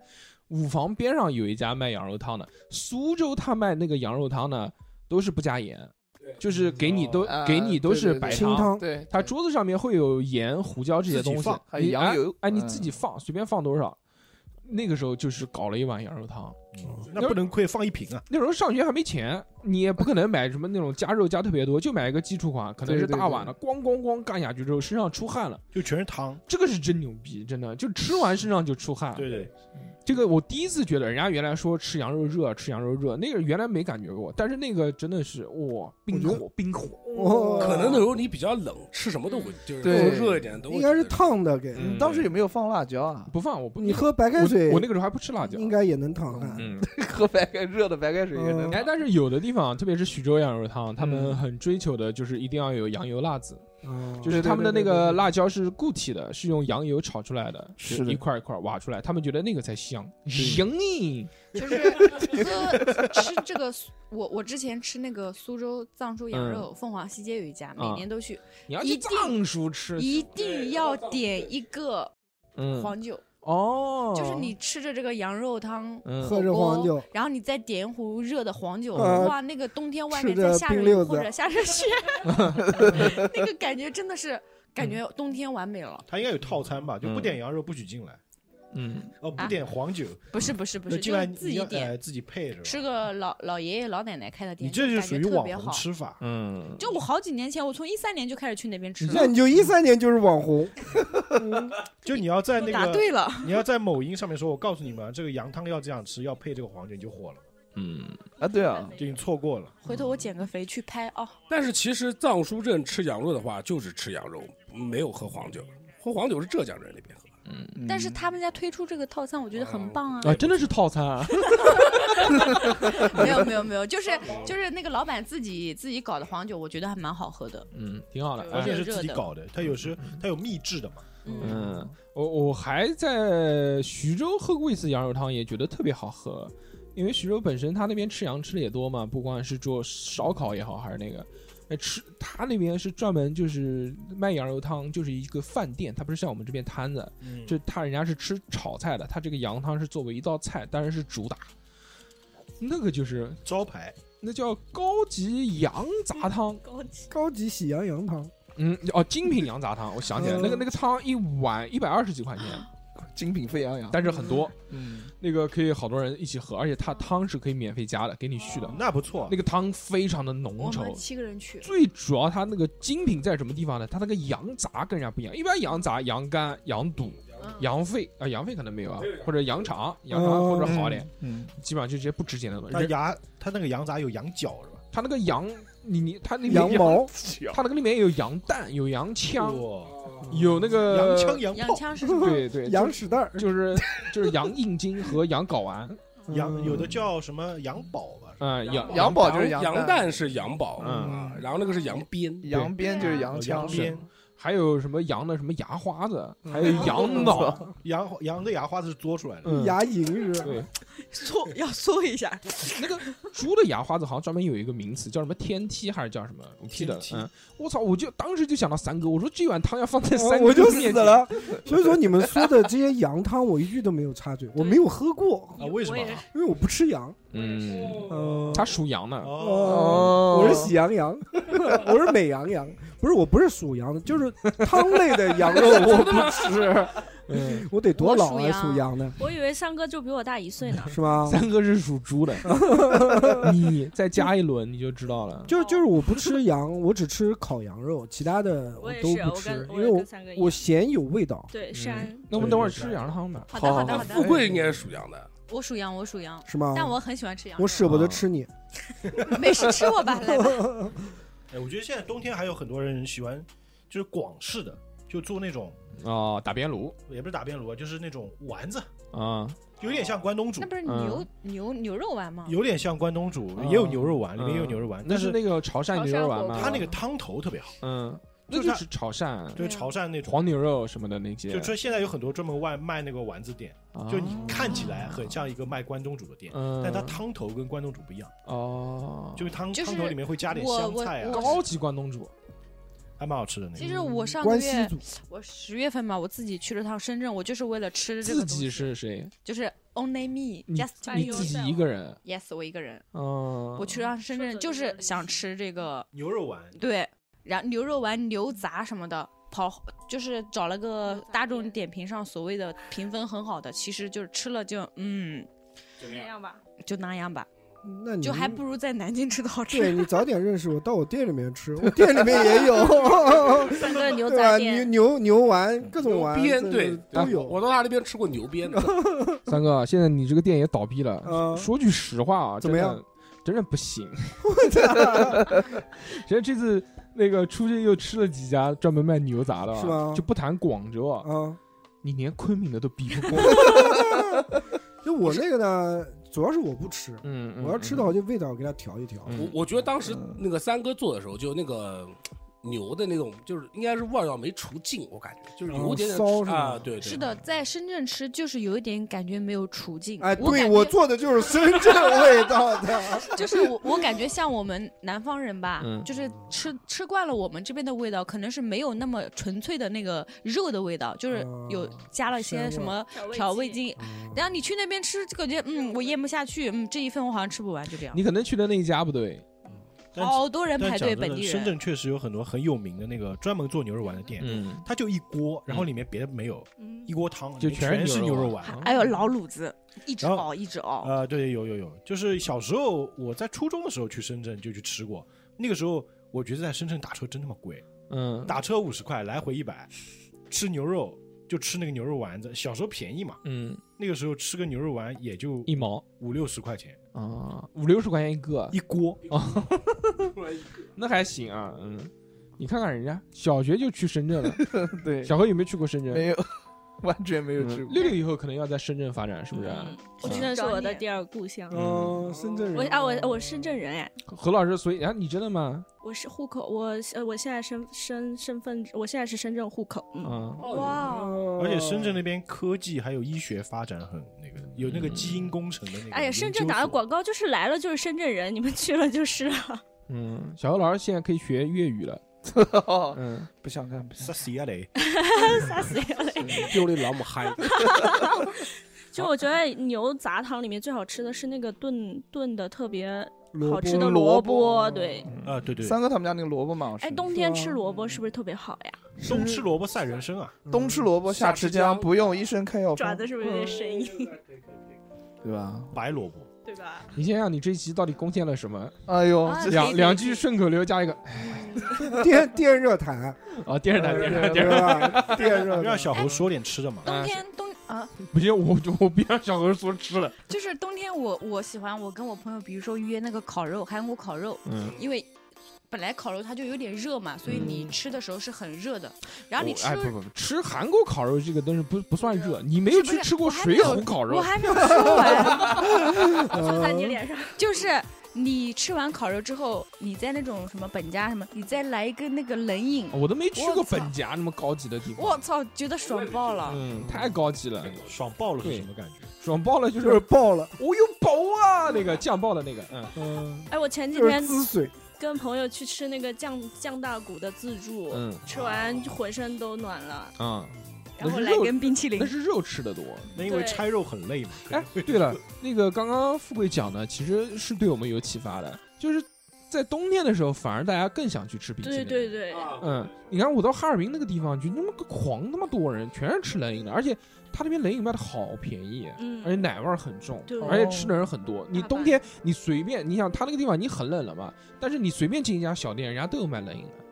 Speaker 2: 五房边上有一家卖羊肉汤的，苏州他卖那个羊肉汤呢，都是不加盐，就是给你都、
Speaker 8: 啊
Speaker 2: 给你都是白
Speaker 8: 对
Speaker 3: 清汤，
Speaker 8: 对，
Speaker 2: 他
Speaker 8: 对
Speaker 2: 桌子上面会有盐、胡椒这些东
Speaker 6: 自
Speaker 2: 西
Speaker 6: 己放，
Speaker 8: 还有
Speaker 2: 你
Speaker 8: 羊
Speaker 2: 哎
Speaker 8: 油
Speaker 2: 哎，你
Speaker 8: 嗯
Speaker 2: 自己放，随便放多少。那个时候就是搞了一碗羊肉汤，
Speaker 6: 那不能亏放一瓶啊。
Speaker 2: 那时候上学还没钱，你也不可能买什么那种加肉加特别多，就买一个基础款，可能是
Speaker 8: 对对
Speaker 2: 大碗的，咣咣咣干下去之后身上出汗了，
Speaker 6: 就全是汤，
Speaker 2: 这个是真牛逼，真的，就吃完身上就出汗。
Speaker 6: 对对，
Speaker 2: 这个我第一次觉得，人家原来说吃羊肉热，吃羊肉热，那个原来没感觉过，但是那个真的是哇，冰
Speaker 3: 我觉
Speaker 2: 火冰火，
Speaker 3: 哦
Speaker 4: 可能那时候你比较冷，吃什么都会就是
Speaker 8: 对
Speaker 4: 热一点都会
Speaker 3: 应该是
Speaker 4: 觉得
Speaker 3: 烫的给。
Speaker 2: 嗯
Speaker 8: 当时有没有放辣椒啊？
Speaker 2: 不放我不，
Speaker 3: 你喝白开水，
Speaker 2: 我我那个时候还不吃辣椒，
Speaker 3: 应该也能啊淌汗。
Speaker 2: 嗯，
Speaker 8: 喝白开热的白开水也能
Speaker 2: 哎，但是有的地方，特别是徐州羊肉汤，他们很追求的就是一定要有羊油辣子，
Speaker 3: 嗯
Speaker 2: 就是他们的那个辣椒是固体的，是用羊油炒出来的，
Speaker 8: 是
Speaker 2: 就
Speaker 8: 的
Speaker 2: 一块一块挖出来，他们觉得那个才香，香咦，
Speaker 7: 就是喝吃这个苏。我我之前吃那个苏州藏书羊肉，凤凰西街有一家，每
Speaker 2: 啊
Speaker 7: 年都去，
Speaker 2: 你要去
Speaker 7: 一定
Speaker 2: 藏书吃，
Speaker 7: 一定要点一个
Speaker 2: 嗯，
Speaker 7: 黄酒，
Speaker 2: 哦，
Speaker 7: 就是你吃着这个羊肉汤，
Speaker 2: 嗯
Speaker 3: 喝着黄酒，
Speaker 7: 然后你再点一壶热的黄酒，
Speaker 3: 啊
Speaker 7: 哇，那个冬天外
Speaker 3: 吃
Speaker 7: 面
Speaker 3: 着
Speaker 7: 再下着
Speaker 3: 冰
Speaker 7: 雨
Speaker 3: 溜
Speaker 7: 或
Speaker 3: 子
Speaker 7: 者下着雪， 那
Speaker 3: 嗯
Speaker 7: 个感觉真的是感觉冬天完美了。
Speaker 6: 他应该有套餐吧？就不点羊肉不许进来。
Speaker 2: 嗯，
Speaker 6: 哦，不点黄酒，
Speaker 7: 不是不是啊不
Speaker 6: 那
Speaker 7: 是，
Speaker 6: 今
Speaker 7: 就
Speaker 6: 晚
Speaker 7: 是
Speaker 6: 你
Speaker 7: 自己
Speaker 6: 要
Speaker 7: 点，
Speaker 6: 哎自己配是
Speaker 7: 吃
Speaker 6: 吧？
Speaker 7: 个老老爷爷老奶奶开的店，
Speaker 6: 你这就
Speaker 7: 感
Speaker 6: 属
Speaker 7: 觉
Speaker 6: 于
Speaker 7: 特
Speaker 6: 网
Speaker 7: 别
Speaker 6: 红
Speaker 7: 好。
Speaker 6: 吃法，
Speaker 2: 嗯，
Speaker 7: 就我好几年前，我从一三年就开始去那边吃
Speaker 3: 那
Speaker 7: 了。
Speaker 3: 你就一三年就是 网红，
Speaker 6: 就你要 在那
Speaker 9: 答
Speaker 6: 个
Speaker 9: 对了，
Speaker 6: 你要在某音上面说，我告诉你们，这个羊汤要这样吃，要配这个黄酒，你就火了，
Speaker 2: 嗯，
Speaker 8: 啊，对啊，
Speaker 6: 就你错过了。
Speaker 7: 回头我减个肥去拍哦，
Speaker 4: 但是其实藏书镇吃羊肉的话，就是吃羊肉，没有喝黄酒。喝黄酒是浙江人那边喝，
Speaker 8: 嗯
Speaker 7: 但
Speaker 3: 嗯
Speaker 7: 是他们家推出这个套餐，我觉得
Speaker 3: 哦
Speaker 7: 很棒啊。
Speaker 2: 啊，真的是套餐啊，
Speaker 7: 没有没有没有，就是就是那个老板自己自己搞的黄酒，我觉得还蛮好喝的。
Speaker 2: 嗯， 挺好的，
Speaker 6: 而
Speaker 2: 哎
Speaker 6: 且是自己搞的，它有时它有秘制的嘛。
Speaker 7: 嗯，
Speaker 2: 嗯，我我还在徐州喝过一次羊肉汤，也觉得特别好喝。因为徐州本身它那边吃羊吃的也多嘛，不管是做烧烤也好，还是那个，哎吃它那边是专门就是卖羊肉汤，就是一个饭店，它不是像我们这边摊子，
Speaker 6: 嗯
Speaker 2: 就他人家是吃炒菜的，他这个羊汤是作为一道菜，当然是主打。那个就是
Speaker 6: 招牌，
Speaker 2: 那叫高级羊杂汤，
Speaker 5: 高级，
Speaker 3: 高级喜羊羊汤，
Speaker 2: 嗯，哦，精品羊杂汤，我想起来，那个那个汤一碗一百二十几块钱，
Speaker 8: 精品沸羊羊，
Speaker 2: 但是很多，
Speaker 8: 嗯，
Speaker 2: 那个可以好多人一起喝，而且它汤是可以免费加的，给你续的。
Speaker 6: 那不错
Speaker 2: 那。个汤非常的浓
Speaker 7: 我们
Speaker 2: 稠。
Speaker 7: 七个人去，
Speaker 2: 最主要它那个精品在什么地方呢？它那个羊杂跟人家不一样，一般羊杂、羊肝、羊肚、羊肺啊、羊肺可能没有啊，或者羊肠、羊肠或者好点，
Speaker 8: 嗯，
Speaker 2: 基本上就这些不值钱的东西
Speaker 6: 它。牙，它那个羊杂有羊角是吧？
Speaker 2: 它那个羊，你你它那
Speaker 3: 羊毛，
Speaker 2: 它那个里面有羊蛋、有羊呃腔、
Speaker 6: 哇，
Speaker 2: 有那个
Speaker 6: 羊哦腔、羊
Speaker 7: 洋
Speaker 6: 泡、
Speaker 7: 枪是什么？
Speaker 2: 对对，
Speaker 3: 羊屎蛋儿，
Speaker 2: 就是就是羊硬筋和羊睾丸，
Speaker 6: 羊，
Speaker 3: 嗯
Speaker 6: 有的叫什么羊宝吧？
Speaker 2: 嗯，羊
Speaker 8: 羊宝就是
Speaker 4: 羊
Speaker 8: 羊
Speaker 4: 蛋是羊宝，
Speaker 2: 嗯
Speaker 4: 啊，然后那个是羊鞭，
Speaker 8: 羊鞭就是
Speaker 6: 羊
Speaker 8: 羊腔，
Speaker 6: 鞭、
Speaker 2: 还有什么羊的什么牙花子，还有羊脑，
Speaker 8: 脑，
Speaker 6: 羊羊的牙花子是嘬出来的，
Speaker 2: 嗯，
Speaker 3: 牙龈是吧？
Speaker 2: 对，
Speaker 9: 搜要搜一下，
Speaker 2: 那个猪的牙花子好像专门有一个名词，叫什么天梯还是叫什么？我记得
Speaker 6: 天，梯
Speaker 2: 嗯，我操，我就当时就想到三哥，我说 这碗汤要放在三哥
Speaker 3: 哦我就死
Speaker 2: 面前，
Speaker 3: 了。所以说你们说的这些羊汤，我一句都没有插嘴，我没有喝过，
Speaker 6: 啊？为什
Speaker 5: 我
Speaker 6: 么
Speaker 5: 也
Speaker 6: 啊？
Speaker 3: 因为我不吃羊。
Speaker 2: 嗯，
Speaker 3: 嗯，
Speaker 2: 他属羊的，
Speaker 6: 哦，
Speaker 3: 哦，我是 喜羊羊，我是美羊羊，不是，我不是属羊的，就是汤类的羊肉我不吃，
Speaker 2: 嗯，
Speaker 3: 我得多老啊，
Speaker 7: 我
Speaker 3: 属
Speaker 7: 属
Speaker 3: 羊的
Speaker 5: 我以为三哥就比我大一岁 呢。
Speaker 3: 是吗？
Speaker 2: 三哥是属猪的，你再加一轮你就知道了，
Speaker 3: 就就是我不吃羊，我只吃烤羊肉，其他的
Speaker 5: 我也
Speaker 3: 都
Speaker 5: 是，啊
Speaker 3: 不
Speaker 5: 我跟，
Speaker 3: 吃因
Speaker 5: 我
Speaker 3: 为
Speaker 5: 也
Speaker 3: 我
Speaker 5: 跟三哥一
Speaker 3: 我
Speaker 5: 样。
Speaker 3: 嫌有味道。
Speaker 5: 对啊山，
Speaker 2: 嗯那我们等会儿吃羊肉汤吧，
Speaker 7: 好的好的好
Speaker 4: 富
Speaker 7: 的，
Speaker 3: 哎
Speaker 4: 贵应该是属羊的，
Speaker 7: 我属羊，我属羊，
Speaker 3: 是吗？
Speaker 7: 但我很喜欢吃羊
Speaker 3: 嗯
Speaker 7: 肉。
Speaker 3: 我舍不得吃你，
Speaker 7: 没事吃我吧，来吧。
Speaker 6: 哎，我觉得现在冬天还有很多人喜欢，就是广式的，就做那种
Speaker 2: 哦，打边炉
Speaker 6: 也不是打边炉啊，就是那种丸子，
Speaker 2: 啊，
Speaker 6: 有点像关东煮
Speaker 7: 哦那，不是牛牛牛肉丸吗？
Speaker 6: 有点像关东煮，
Speaker 2: 哦
Speaker 6: 也有牛肉丸，里面也有
Speaker 2: 嗯
Speaker 6: 牛肉丸，
Speaker 2: 那
Speaker 6: 但
Speaker 2: 是
Speaker 6: 是
Speaker 2: 那个潮汕牛肉丸吗？
Speaker 6: 它那个汤头特别好，
Speaker 2: 嗯，
Speaker 6: 就
Speaker 2: 那
Speaker 6: 是它
Speaker 2: 就是潮汕
Speaker 6: 就是潮汕那种。
Speaker 2: 黄牛肉什么的那些啊
Speaker 6: 就，这现在有很多专门外卖那个丸子店，就你看起来很像一个卖关东煮的店，
Speaker 2: 嗯，
Speaker 6: 但它汤头跟关东煮不一样，
Speaker 2: 哦，
Speaker 6: 就是汤
Speaker 7: 就是
Speaker 6: 汤头里面会加点
Speaker 7: 我
Speaker 6: 香
Speaker 7: 我
Speaker 6: 菜啊，
Speaker 7: 我
Speaker 2: 高级关东煮，
Speaker 6: 还蛮好吃的那
Speaker 7: 其
Speaker 6: 个。
Speaker 7: 实我上个
Speaker 3: 关西
Speaker 7: 月
Speaker 3: 组
Speaker 7: 我十月份嘛，我自己去了趟深圳，我就是为了吃这
Speaker 2: 自
Speaker 7: 个东西，
Speaker 2: 己是谁？
Speaker 7: 就是 only me
Speaker 2: 你
Speaker 7: just
Speaker 2: 你
Speaker 7: me
Speaker 2: 自己一个人，
Speaker 7: yes，我一个人，
Speaker 2: 嗯，
Speaker 7: 我去了趟深圳
Speaker 5: 说走就
Speaker 7: 就
Speaker 5: 走
Speaker 7: 是想吃这个
Speaker 6: 牛肉丸，
Speaker 7: 对，然牛肉丸、牛杂什么的，跑就是找了个
Speaker 5: 牛杂
Speaker 7: 大众
Speaker 5: 店
Speaker 7: 点评上所谓的评分很好的，其实就是吃了就嗯
Speaker 5: 那样吧。
Speaker 7: 就那样吧，
Speaker 3: 那你
Speaker 7: 就还不如在南京吃的好
Speaker 3: 对
Speaker 7: 吃。
Speaker 3: 你早点认识我，到我店里面吃，我店里面 也有，
Speaker 5: 三哥牛
Speaker 3: 对啊
Speaker 5: 杂
Speaker 3: 吧？牛
Speaker 5: 店，
Speaker 3: 牛牛丸各种
Speaker 4: 牛
Speaker 3: 丸
Speaker 4: 鞭
Speaker 3: 这
Speaker 4: 对啊
Speaker 3: 都有。
Speaker 4: 我到他那边吃过牛 鞭的，
Speaker 2: 三哥，现在你这个店也倒闭了。
Speaker 3: 嗯，
Speaker 2: 说句实话啊，
Speaker 3: 怎么样
Speaker 2: 真的？真的不行。 其实这次那个出去又吃了几家专门卖牛杂的啊，
Speaker 3: 是吗
Speaker 2: 就不谈广州啊，
Speaker 3: 啊，
Speaker 2: 你连昆明的都比 不过。
Speaker 3: 就我那个呢，主要是我不吃，
Speaker 2: 嗯，嗯
Speaker 3: 我要吃的，话就味道给它调一调。
Speaker 2: 嗯
Speaker 4: 我我觉得当时那个三哥做的时候，就那个牛的那种，就是应该是味儿要没除尽，我感觉就是有点点
Speaker 3: 哦骚是吗
Speaker 4: 啊，对，对
Speaker 7: 是的，，在深圳吃就是有一点感觉没有处境。
Speaker 3: 哎，
Speaker 7: 我
Speaker 3: 对
Speaker 7: 感
Speaker 3: 我
Speaker 7: 觉
Speaker 3: 做的就是深圳味道的，
Speaker 7: 就是我，我感觉像我们南方人吧，
Speaker 2: 嗯
Speaker 7: 就是吃吃惯了我们这边的味道，可能是没有那么纯粹的那个肉的味道，就是有
Speaker 3: 哦
Speaker 7: 加了一些
Speaker 3: 膻
Speaker 7: 什
Speaker 3: 味
Speaker 7: 么
Speaker 5: 调味
Speaker 7: 调味
Speaker 5: 剂
Speaker 7: 精。然后你去那边吃，感觉嗯，我咽不下去，嗯，这一份我好像吃不完，就这样。
Speaker 2: 你可能去的那一家不对，
Speaker 6: 但
Speaker 7: 好多人
Speaker 6: 但
Speaker 7: 排
Speaker 6: 讲
Speaker 7: 队，
Speaker 6: 真
Speaker 7: 本
Speaker 6: 的
Speaker 7: 地
Speaker 6: 深
Speaker 7: 人。
Speaker 6: 圳确实有很多很有名的那个专门做牛肉丸的店，
Speaker 2: 嗯，
Speaker 6: 它就一锅，然后里面别的没有，
Speaker 5: 嗯
Speaker 6: 一锅汤
Speaker 2: 就
Speaker 6: 里面全
Speaker 2: 是
Speaker 6: 是牛
Speaker 2: 牛
Speaker 6: 肉
Speaker 2: 丸
Speaker 6: 丸。
Speaker 2: 啊，
Speaker 9: 还有老卤子，一直
Speaker 6: 然后
Speaker 9: 熬，一直熬。
Speaker 7: 呃
Speaker 6: 啊、对，有有有，就是小时候我在初中的时候去深圳就去吃过，那个时候我觉得在深圳打车真他妈贵，
Speaker 2: 嗯
Speaker 6: 打车五十块，来回一百，吃牛肉就吃那个牛肉丸子，小时候便宜嘛，
Speaker 2: 嗯，
Speaker 6: 那个时候吃个牛肉丸也就
Speaker 2: 一毛
Speaker 6: 五六十块钱
Speaker 2: 啊，五六十块钱一个，
Speaker 6: 一锅，
Speaker 2: 那还行啊，嗯。你看看人家小学就去深圳了，
Speaker 8: 对，
Speaker 2: 小何有没有去过深圳？
Speaker 8: 没有，完全没有吃
Speaker 2: 嗯
Speaker 8: 过。
Speaker 2: 六六以后可能要在深圳发展，是不是？啊
Speaker 5: 嗯，深圳是我的第二故乡。
Speaker 3: 嗯，深圳人
Speaker 5: 我啊，我我深圳人哎，
Speaker 7: 嗯
Speaker 2: 何老师，所以啊，你真的吗？
Speaker 5: 我是户口，我呃我现在身身身份，我现在是深圳户口。嗯，
Speaker 2: 嗯，
Speaker 4: 哦
Speaker 7: 哦
Speaker 5: 哇，
Speaker 3: 哦
Speaker 6: 而且深圳那边科技还有医学发展很那个，有那个基因工程的那个。
Speaker 5: 哎呀，深圳打的，广告就是来了就是深圳人，你们去了就是了。
Speaker 2: 嗯，小何老师现在可以学粤语了。
Speaker 8: 哦
Speaker 2: 嗯，
Speaker 8: 不想看，不想
Speaker 6: 啥死啊嘞？
Speaker 5: 吓死人了！
Speaker 4: 丢你老母嗨！
Speaker 5: 就我觉得牛杂汤里面最好吃的是那个炖炖的特别好吃的萝
Speaker 8: 萝卜
Speaker 5: 对，
Speaker 6: 啊，对对
Speaker 8: 看。，三哥他们家那个萝卜嘛，
Speaker 5: 哎，
Speaker 8: 是
Speaker 5: 冬天吃萝卜是不是特别好呀？
Speaker 6: 冬吃萝卜赛人参啊，
Speaker 8: 冬吃萝卜夏吃姜，不用医生开药
Speaker 5: 爪
Speaker 8: 方，
Speaker 5: 子是不是有点生硬？
Speaker 8: 对吧？
Speaker 6: 白萝卜。
Speaker 5: 对 吧？
Speaker 2: 你想想你这一期到底贡献了什么？
Speaker 8: 哎呦，
Speaker 7: 啊
Speaker 8: 这
Speaker 7: 对
Speaker 2: 两两句顺口溜加一个
Speaker 6: 嗯
Speaker 3: 电电 热毯，
Speaker 2: 啊，电视台电视台电
Speaker 3: 对
Speaker 2: 视台，
Speaker 3: 吧？电热
Speaker 6: 让
Speaker 3: 毯，
Speaker 7: 哎
Speaker 6: 小猴说点吃的嘛。
Speaker 7: 冬天冬啊，
Speaker 2: 不行，我我别让小何说吃了。
Speaker 7: 就是冬天我我喜欢我跟我朋友，比如说约那个烤肉，韩国烤肉，
Speaker 2: 嗯，
Speaker 7: 因为本来烤肉它就有点热嘛，所以你吃的时候是很热的。然啊后你吃啊
Speaker 2: 哎，不不不，吃韩国烤肉这个东西不不算热，你没有
Speaker 7: 不
Speaker 2: 去
Speaker 7: 是
Speaker 2: 吃过
Speaker 7: 我还
Speaker 2: 水
Speaker 7: 没有
Speaker 2: 浒烤
Speaker 7: 我
Speaker 2: 肉，
Speaker 7: 还没有说完，
Speaker 5: 吐在
Speaker 3: 嗯
Speaker 5: 你脸上，
Speaker 7: 就是你吃完烤肉之后，你在那种什么本家什么，你再来一个那个冷饮，
Speaker 2: 我都没去
Speaker 7: 我
Speaker 2: 过
Speaker 7: 操
Speaker 2: 本家那么高级的地方。
Speaker 7: 我操，觉得爽爆了。
Speaker 2: 嗯，太高级了，
Speaker 6: 爽爆了是什么感觉？
Speaker 2: 爽爆了就
Speaker 3: 嗯就是是爆了，
Speaker 2: 我有宝啊，那个酱爆的那个，嗯，
Speaker 3: 嗯，
Speaker 5: 哎，我前几
Speaker 3: 就是
Speaker 5: 天
Speaker 3: 滋水，
Speaker 5: 跟朋友去吃那个酱酱大骨的自助，
Speaker 2: 嗯
Speaker 5: 吃完浑身都暖了。
Speaker 2: 啊，
Speaker 7: 然
Speaker 2: 那
Speaker 7: 后
Speaker 2: 是
Speaker 7: 来
Speaker 2: 肉
Speaker 7: 根冰淇淋
Speaker 2: 那，是肉吃的多。
Speaker 6: 那因为
Speaker 5: 对
Speaker 6: 拆肉很累嘛。可
Speaker 2: 哎
Speaker 6: 能，
Speaker 2: 对了，那个刚刚富贵讲的其实是对我们有启发的，就是在冬天的时候，反而大家更想去吃冰淇
Speaker 5: 对
Speaker 2: 淋。
Speaker 5: 对对，
Speaker 2: 嗯，你看我到哈尔滨那个地方，就那么个狂那么多人，全是吃冷饮的，而且他那边冷饮卖的好便宜，而且
Speaker 5: 嗯，
Speaker 2: 奶味儿很重
Speaker 5: 对，
Speaker 2: 而且吃的人很多。你冬天你随便，你想他那个地方你很冷了嘛，但是你随便进一家小店，人家都有卖冷饮的。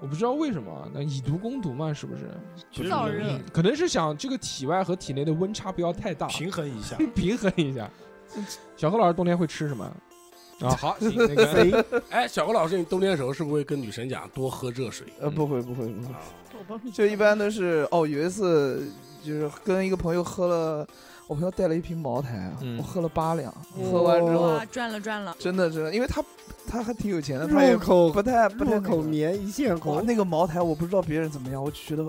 Speaker 2: 我不知道为什么，啊那以毒攻毒嘛，是不是？嗯
Speaker 6: 其实
Speaker 7: 燥
Speaker 6: 你
Speaker 7: 热
Speaker 2: 可能是想这个体外和体内的温差不要太大，
Speaker 6: 平衡一下。
Speaker 2: 平 衡一下。小何老师冬天会吃什么？啊， 好，行，那个
Speaker 3: 贼
Speaker 4: 哎，小郭老师，你冬天的时候是不是会跟女神讲多喝热水？
Speaker 8: 呃不会不会不会，
Speaker 5: 我帮你
Speaker 8: 就一般都是哦，有一次就是跟一个朋友喝了，我朋友带了一瓶茅台，啊
Speaker 2: 嗯
Speaker 8: 我喝了八两，喝完之后
Speaker 7: 哇，赚了赚了。
Speaker 8: 真的真的，因为他他还挺有钱的，他也
Speaker 3: 入口
Speaker 8: 不太不太
Speaker 3: 入
Speaker 8: 那
Speaker 3: 口
Speaker 8: 个
Speaker 3: 绵一线
Speaker 8: 哇
Speaker 3: 红，
Speaker 8: 那个茅台我不知道别人怎么样，我就觉得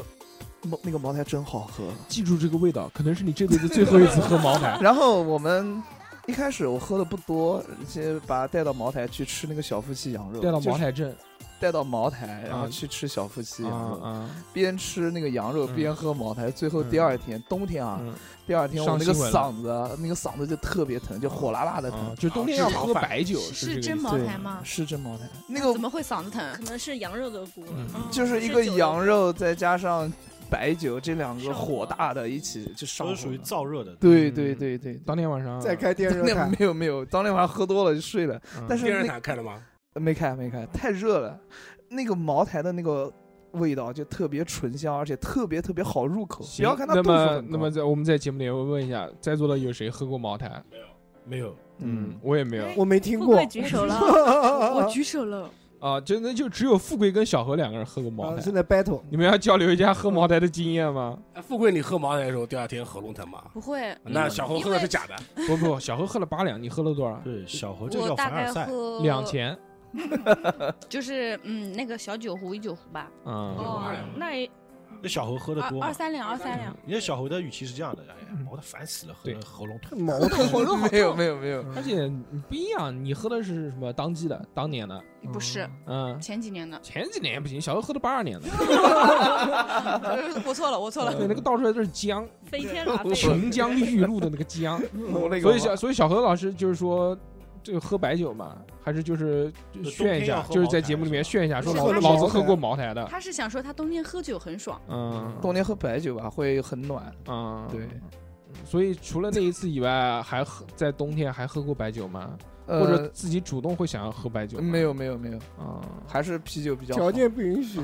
Speaker 8: 茅那个茅台真好喝。
Speaker 2: 记住这个味道，可能是你这辈子最后一次喝茅 台。
Speaker 8: 然后我们一开始我喝的不多，先把他带到茅台去吃那个小夫妻羊肉，
Speaker 2: 带到茅
Speaker 8: 就是
Speaker 2: 台镇
Speaker 8: 带到茅台，然后
Speaker 2: 啊
Speaker 8: 去吃小夫妻
Speaker 2: 啊
Speaker 8: 羊肉，
Speaker 2: 啊，
Speaker 8: 边吃那个羊肉
Speaker 2: 嗯
Speaker 8: 边喝茅台，最后第
Speaker 2: 嗯
Speaker 8: 二天冬天啊，
Speaker 2: 嗯
Speaker 8: 第二天我
Speaker 2: 上
Speaker 8: 那个
Speaker 2: 新闻了
Speaker 8: 嗓子啊那个嗓子就特别疼，就火辣辣的
Speaker 2: 啊
Speaker 8: 疼，，
Speaker 2: 就冬天要喝白酒这
Speaker 7: 是
Speaker 2: 个
Speaker 7: 真
Speaker 2: 意思
Speaker 7: 茅
Speaker 8: 对
Speaker 7: 台吗？
Speaker 8: 是真茅台，那个
Speaker 7: 怎么会嗓子疼
Speaker 5: 可？能是羊肉的锅，
Speaker 2: 嗯
Speaker 5: 嗯
Speaker 8: 就是一个羊，肉再加上白酒这两个
Speaker 5: 上火
Speaker 8: 火大的一起就上
Speaker 6: 都
Speaker 8: 火
Speaker 6: 是属于
Speaker 8: 了
Speaker 6: 燥热的，
Speaker 8: 对
Speaker 2: 嗯
Speaker 8: 对对对，
Speaker 2: 当天晚上
Speaker 3: 再开电热
Speaker 8: 那
Speaker 3: 毯
Speaker 8: 没，有没有，当天晚上喝多了就睡了，
Speaker 2: 嗯
Speaker 8: 但是
Speaker 4: 电
Speaker 8: 那
Speaker 4: 热毯开了吗？
Speaker 8: 没开没开，太热了。那个茅台的那个味道就特别醇香，而且特别特别好入口。不
Speaker 2: 行
Speaker 8: 要看它
Speaker 2: 那
Speaker 8: 度数
Speaker 2: 么
Speaker 8: 很
Speaker 2: 那
Speaker 8: 高
Speaker 2: 么在我们在节目里我问一下，在座的有谁喝过茅台？
Speaker 6: 没有
Speaker 8: 嗯，
Speaker 2: 我也没有
Speaker 3: 我没听
Speaker 5: 富
Speaker 3: 过
Speaker 5: 贵，举手了，
Speaker 7: 我举手了，
Speaker 2: 啊，真的就只有富贵跟小何两个人喝过茅
Speaker 3: 啊，
Speaker 2: 台
Speaker 3: 现。在 battle，
Speaker 2: 你们要交流一下喝茅台的经验吗？
Speaker 4: 哎，富贵，你喝茅台的时候第二天喉咙疼吗？
Speaker 7: 不会。
Speaker 3: 嗯
Speaker 4: 那小侯喝的是假的，
Speaker 2: 不不，小何喝了八两，你喝了多少？
Speaker 6: 对小猴这
Speaker 7: 我
Speaker 6: 叫
Speaker 7: 大
Speaker 6: 凡
Speaker 7: 概
Speaker 6: 尔赛，
Speaker 7: 喝
Speaker 2: 两，钱。
Speaker 7: 就是嗯，那个小酒壶一酒壶吧，
Speaker 2: 嗯，
Speaker 5: 哦，那也
Speaker 6: 那小猴喝的多嘛
Speaker 7: 二二？三两，二三两。
Speaker 6: 你看小猴的语气是这样的，哎
Speaker 7: 嗯
Speaker 6: 呀，毛的烦死了，喝
Speaker 2: 对
Speaker 6: 的喉咙痛。
Speaker 3: 毛
Speaker 8: 没有没有没有没有，
Speaker 2: 而且你不一样，你喝的是什么当季的，当年的，
Speaker 7: 不是
Speaker 2: 嗯，，
Speaker 7: 前几年 的
Speaker 2: 前几年也不行，小何喝的八二年的，
Speaker 9: 我错了，我错了。
Speaker 2: 对，那个到处都是姜，
Speaker 5: 飞天拿贝，
Speaker 2: 琼江玉露的那个姜，
Speaker 3: 嗯
Speaker 8: 我那个
Speaker 2: 所以小所以小何老师就是说，这个喝白酒嘛，还是就是就
Speaker 6: 就
Speaker 2: 炫一下，
Speaker 6: 冬天要喝
Speaker 2: 就是在
Speaker 6: 茅台
Speaker 2: 节目里面
Speaker 6: 是吧
Speaker 2: 炫一下，说
Speaker 7: 是
Speaker 2: 老
Speaker 7: 他
Speaker 2: 老
Speaker 3: 是
Speaker 2: 子喝过茅台的，
Speaker 7: 他是想说他冬天喝酒很爽，
Speaker 2: 嗯
Speaker 8: 冬天喝白酒吧会很暖，
Speaker 2: 嗯，
Speaker 8: 对。
Speaker 2: 所以除了那一次以外，还喝在冬天还喝过白酒吗？嗯
Speaker 8: 呃
Speaker 2: 或者自己主动会想要喝白酒？
Speaker 8: 没，有没有没有，
Speaker 2: 嗯，
Speaker 8: 还是啤酒比较好
Speaker 3: 条。件不允许。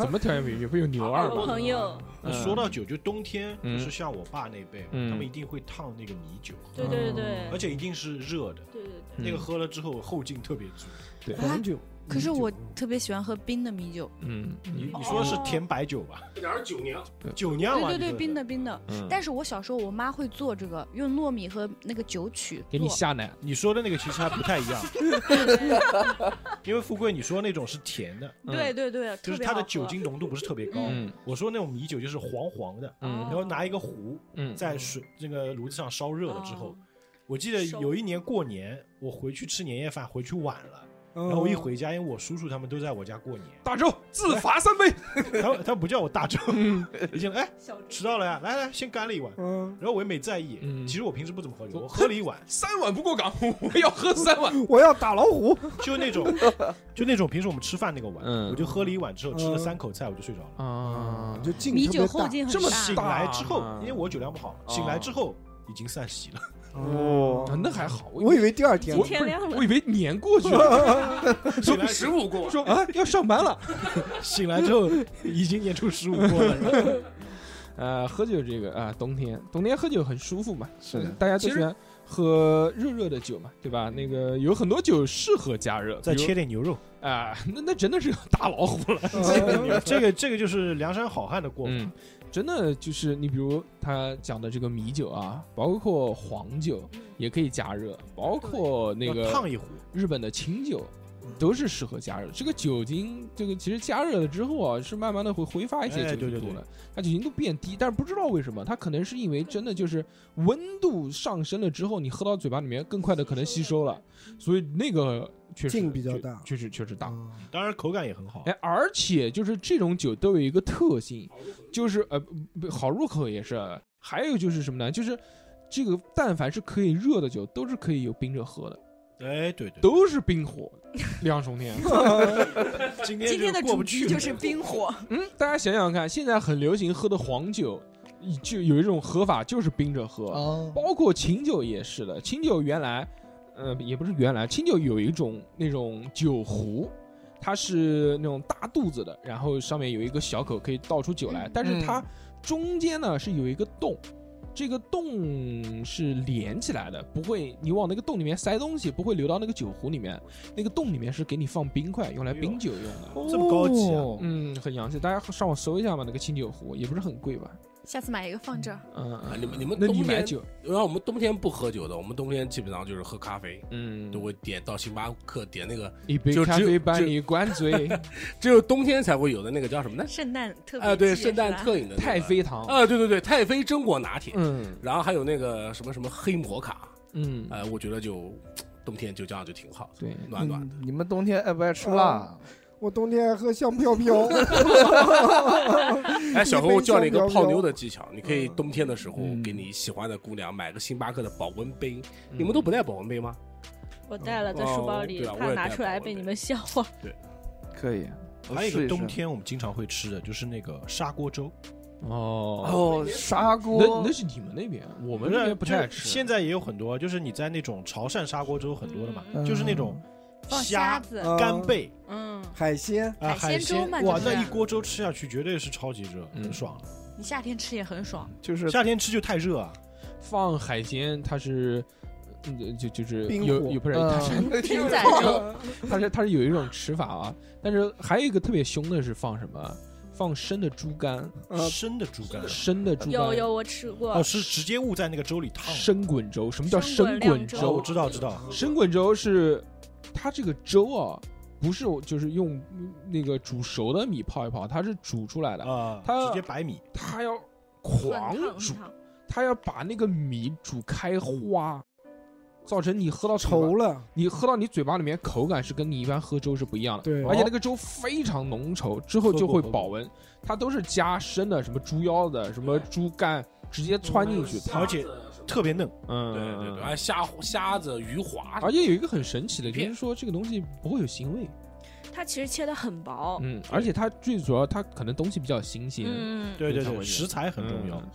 Speaker 2: 怎么条件不允许？不有牛二
Speaker 5: 好
Speaker 2: 吗？
Speaker 5: 朋友，
Speaker 6: 那
Speaker 2: 嗯
Speaker 6: 说到酒，就冬天，就
Speaker 2: 嗯
Speaker 6: 是像我爸那辈，
Speaker 2: 嗯
Speaker 6: 他们一定会烫那个米酒，
Speaker 5: 对对对
Speaker 6: 而
Speaker 5: 对
Speaker 6: 且一定是热的，
Speaker 5: 对对。
Speaker 6: 那个
Speaker 2: 嗯
Speaker 6: 喝了之后后劲特别足。
Speaker 3: 黄酒，
Speaker 7: 可是
Speaker 3: 米酒
Speaker 7: 我特别喜欢喝冰的米酒，
Speaker 2: 嗯
Speaker 6: 你你说的是甜白酒吧？
Speaker 4: 哪哦是酒酿？
Speaker 6: 酒酿
Speaker 7: 对
Speaker 6: 啊？
Speaker 7: 对对，
Speaker 6: 你说
Speaker 7: 冰的冰的。
Speaker 2: 嗯，
Speaker 7: 但是我小时候我妈会做这个，用糯米和那个酒曲
Speaker 2: 给你
Speaker 7: 做
Speaker 2: 下奶，
Speaker 6: 你说的那个其实还不太一 样，因为富贵你说那种是甜的，
Speaker 2: 嗯
Speaker 7: 对对对，
Speaker 6: 就
Speaker 7: 特
Speaker 6: 是
Speaker 7: 别
Speaker 6: 它
Speaker 7: 好喝。
Speaker 6: 的酒精浓度不是特别高。
Speaker 2: 嗯
Speaker 6: 我说那种米酒就是黄黄的，
Speaker 2: 嗯
Speaker 6: 然后拿一个壶
Speaker 2: 嗯，
Speaker 6: 哦在水那个炉子上烧热了之后
Speaker 5: 哦，
Speaker 6: 我记得
Speaker 5: 烧
Speaker 6: 有一年过年我回去吃年夜饭，回去晚了，
Speaker 2: 嗯
Speaker 3: 然
Speaker 6: 然后我一回家，因为我叔叔他们都在我 家过年，
Speaker 2: 大周自罚三杯，
Speaker 6: 他他不叫我大周， 以前哎
Speaker 5: 小猪
Speaker 6: 迟到了呀，来来先干了一碗，
Speaker 3: 嗯，
Speaker 6: 然后我也没在意，
Speaker 2: 嗯
Speaker 6: 其实我平时不怎么喝酒，我喝了一碗，
Speaker 2: 三碗不过岗， 我要喝三碗。
Speaker 3: 我要打老虎。
Speaker 6: 就 那种就那种平时我们吃饭那个碗，
Speaker 2: 嗯
Speaker 6: 我就喝了一碗之后吃了
Speaker 3: 嗯
Speaker 6: 三口菜我就睡着了，
Speaker 2: 啊，
Speaker 3: 就劲
Speaker 7: 米
Speaker 3: 特
Speaker 7: 酒
Speaker 3: 别
Speaker 7: 后
Speaker 3: 大
Speaker 7: 劲
Speaker 2: 这
Speaker 7: 很
Speaker 2: 么
Speaker 7: 大
Speaker 6: 醒。来之后
Speaker 2: 啊，
Speaker 6: 因为我酒量不好，醒来之后已经散席了，
Speaker 3: 哦
Speaker 2: 啊那还好，
Speaker 3: 我以为第二天
Speaker 2: 我
Speaker 5: 天
Speaker 2: 不是
Speaker 5: 亮了
Speaker 2: 我以为年过去了，哦
Speaker 6: 醒来
Speaker 4: 十 五过，
Speaker 2: 说啊要上 班了。
Speaker 6: 醒来之后已经年初十五 过了，
Speaker 2: 呃，喝酒这个啊、冬天冬天喝酒很舒服嘛，
Speaker 8: 是的
Speaker 2: 大家都
Speaker 4: 其实
Speaker 2: 喜欢喝热热的酒嘛，对吧？那个有很多酒适合加热，
Speaker 6: 再
Speaker 2: 比
Speaker 6: 切
Speaker 2: 如
Speaker 6: 点牛肉，
Speaker 2: 啊、那那真的是大老虎了，
Speaker 3: 哦
Speaker 6: 这个这个就是梁山好汉的过法
Speaker 2: 嗯，真的就是你比如他讲的这个米酒啊，包括黄酒也可以加热，包括，那
Speaker 6: 要
Speaker 2: 个
Speaker 6: 烫一壶，
Speaker 2: 日本的清酒。
Speaker 3: 嗯
Speaker 2: 都是适合加热，这个酒精，这个其实加热了之后啊，是慢慢的会挥发一些
Speaker 6: 哎
Speaker 2: 酒精
Speaker 6: 对对
Speaker 2: 度
Speaker 6: 对
Speaker 2: 了，它酒精度变低，但是不知道为什么，它可能是因为真的就是温度上升了之后，你喝到嘴巴里面更快的可能吸收了，所以那个确实
Speaker 3: 嗯劲比较大
Speaker 2: 确确实确 实大。
Speaker 3: 嗯
Speaker 6: 当然口感也很好
Speaker 2: 哎，，而且就是这种酒都有一个特性，就是呃不好入口也是，啊还有就是什么呢？就是这个但凡是可以热的酒，都是可以有冰着喝的，
Speaker 6: 哎对对，
Speaker 2: 都是冰火两重天。
Speaker 6: 今
Speaker 9: 今天
Speaker 6: 就
Speaker 9: 的
Speaker 6: 过
Speaker 9: 主
Speaker 6: 不去
Speaker 9: 题
Speaker 6: 了，
Speaker 9: 就是冰火，
Speaker 2: 嗯，大家想想看，现在很流行喝的黄酒，就有一种喝法就是冰着喝，
Speaker 8: 哦，
Speaker 2: 包括清酒也是的。清酒原来，呃，也不是原来，清酒有一种那种酒壶。它是那种大肚子的，然后上面有一个小口可以倒出酒来，
Speaker 4: 嗯
Speaker 2: 但是它中间呢是有一个洞，这个洞是连起来的，不会你往那个洞里面塞东西，不会流到那个酒壶里面。那个洞里面是给你放冰
Speaker 4: 哎
Speaker 2: 块，用来冰酒用的。
Speaker 6: 这么高级
Speaker 3: 哦
Speaker 6: 啊！
Speaker 2: 嗯，很洋气，大家上网搜一下嘛，那个清酒壶也不是很贵吧？
Speaker 7: 下次买一个放这儿。
Speaker 2: 嗯，
Speaker 4: 啊
Speaker 2: 嗯
Speaker 4: 你们你们
Speaker 2: 那你
Speaker 4: 冬天
Speaker 2: 买酒，
Speaker 4: 然后我们冬天不喝酒的，我们冬天基本上就是喝咖啡，
Speaker 2: 嗯，
Speaker 4: 就会点到星巴克点那个，
Speaker 2: 一杯
Speaker 4: 就
Speaker 2: 咖
Speaker 4: 只有
Speaker 2: 啡把
Speaker 4: 就
Speaker 2: 你灌醉，
Speaker 4: 只有冬天才会有的那个叫什么呢？
Speaker 9: 圣诞特别
Speaker 4: 啊，对，
Speaker 9: 季是
Speaker 4: 圣
Speaker 9: 吧
Speaker 4: 诞特饮的那个
Speaker 2: 太妃糖，
Speaker 4: 啊，对对对，太妃榛果拿铁，
Speaker 2: 嗯
Speaker 4: 然后还有那个什么什么黑摩卡，
Speaker 2: 嗯，
Speaker 4: 呃，我觉得就冬天就这样就挺好，
Speaker 2: 对，
Speaker 4: 暖暖的。
Speaker 8: 你们冬天爱不爱吃辣？
Speaker 3: 嗯我冬天喝香飘飘，
Speaker 4: 哎，小
Speaker 3: 一
Speaker 4: 红，我
Speaker 3: 杯
Speaker 4: 教你一个
Speaker 3: 香飘
Speaker 4: 泡
Speaker 3: 飘
Speaker 4: 妞的技巧，你可以冬天的时候
Speaker 2: 嗯
Speaker 4: 给你喜欢的姑娘买个星巴克的保温杯。你
Speaker 2: 嗯
Speaker 4: 们都不带保温杯吗？
Speaker 5: 我带了在
Speaker 4: 哦
Speaker 5: 书包里，
Speaker 4: 对啊我
Speaker 5: 怕
Speaker 4: 也
Speaker 5: 拿
Speaker 4: 带
Speaker 5: 出来
Speaker 4: 包
Speaker 5: 被
Speaker 4: 对
Speaker 5: 你们笑话。
Speaker 8: 可以，我
Speaker 6: 还有一
Speaker 8: 试
Speaker 6: 个
Speaker 8: 一
Speaker 6: 冬
Speaker 8: 试
Speaker 6: 天我们经常会吃的就是那个砂锅粥，
Speaker 2: 哦，
Speaker 8: 哦，砂
Speaker 2: 那
Speaker 8: 锅
Speaker 2: 那是你们那边，我
Speaker 6: 我
Speaker 2: 们这边不太爱吃。
Speaker 6: 现在也有很多，啊就是你在那种潮汕砂锅粥很多的嘛，
Speaker 8: 嗯
Speaker 6: 就是那种
Speaker 7: 放
Speaker 6: 虾、
Speaker 7: 子，
Speaker 3: 嗯
Speaker 6: 干贝
Speaker 7: 嗯，
Speaker 3: 海鲜
Speaker 6: 啊、
Speaker 7: 海
Speaker 6: 海
Speaker 7: 鲜粥
Speaker 6: 鲜
Speaker 7: 嘛，
Speaker 6: 哇，
Speaker 7: 就
Speaker 6: 那
Speaker 7: 是
Speaker 6: 一锅粥吃下去绝对是超级热，
Speaker 2: 嗯
Speaker 6: 很爽。
Speaker 7: 你夏天吃也很爽。
Speaker 8: 就是
Speaker 6: 夏天吃就太热啊，
Speaker 2: 放海鲜，它是。嗯，就就是
Speaker 3: 冰
Speaker 2: 有
Speaker 3: 火
Speaker 2: 有不是，它是
Speaker 8: 嗯，
Speaker 7: 天仔 粥，
Speaker 2: 它是它是有一种吃法啊，但是还有一个特别凶的是放什么？放生的猪肝，
Speaker 3: 呃
Speaker 6: 生的猪肝啊
Speaker 2: 生的猪肝，
Speaker 5: 有有，我吃过
Speaker 6: 哦，，是直接捂在那个粥里烫。
Speaker 2: 生滚粥，什么叫
Speaker 5: 生
Speaker 2: 生滚
Speaker 5: 滚亮
Speaker 6: 哦，
Speaker 2: 粥
Speaker 6: 我？知道知道，
Speaker 2: 生滚粥是它这个粥啊，不是我就是用嗯那个煮熟的米泡一泡，它是煮出来的，
Speaker 6: 啊，
Speaker 2: 它
Speaker 6: 直接白米，
Speaker 2: 它要
Speaker 5: 很
Speaker 2: 狂
Speaker 5: 烫
Speaker 2: 煮
Speaker 5: 很，烫
Speaker 2: 它要把那个米煮开花，造成你喝到嘴巴
Speaker 3: 稠，了，
Speaker 2: 你喝到你嘴巴里面口感是跟你一般喝粥是不一样的。
Speaker 3: 对，
Speaker 2: 而且那个粥非常浓稠，之后就会保温，它都是加生的，什么猪腰子、什么猪肝，直接窜进去。它
Speaker 6: 而且特别嫩，
Speaker 2: 嗯，
Speaker 4: 对对对，还有虾虾子、鱼滑什么
Speaker 2: 而
Speaker 4: 的，
Speaker 2: 且有一个很神奇的，就
Speaker 4: 片
Speaker 2: 是说这个东西不会有腥味，
Speaker 5: 它其实切的很薄，
Speaker 2: 嗯，而且它最主要它可能东西比较新鲜，
Speaker 5: 哦嗯，
Speaker 6: 对对
Speaker 2: 非常
Speaker 6: 对，
Speaker 2: 关键
Speaker 6: 食材很重要。
Speaker 2: 嗯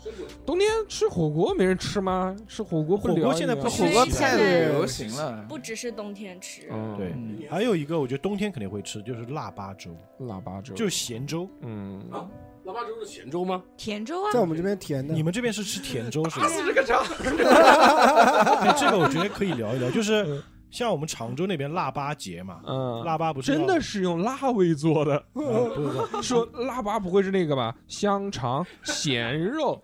Speaker 2: 冬天吃火锅没人吃吗？吃火锅不
Speaker 6: 火锅
Speaker 2: 聊一
Speaker 6: 现在
Speaker 2: 聊
Speaker 6: 不
Speaker 2: 吗
Speaker 6: 好
Speaker 8: 火锅
Speaker 6: 吃
Speaker 8: 太
Speaker 5: 对
Speaker 8: 流行了，
Speaker 5: 不只是冬天吃，
Speaker 2: 嗯，
Speaker 6: 对
Speaker 8: 嗯
Speaker 6: 还有一个，我觉得冬天肯定会吃，就是腊八粥，
Speaker 2: 腊八粥
Speaker 6: 就是咸粥。
Speaker 2: 嗯，
Speaker 4: 啊腊八粥是咸粥吗？
Speaker 9: 甜粥啊
Speaker 3: 在，我们这边甜的
Speaker 6: 你，们这边是吃甜 粥是吧？
Speaker 8: 这个啥？
Speaker 6: 哎，这个我觉得可以聊一聊，就是像我们常州那边腊八节嘛，
Speaker 2: 嗯，
Speaker 6: 腊八不是
Speaker 2: 真的是用腊味做的，
Speaker 6: 要，嗯不是不
Speaker 2: 说腊八不会是那个吧？香肠、咸肉，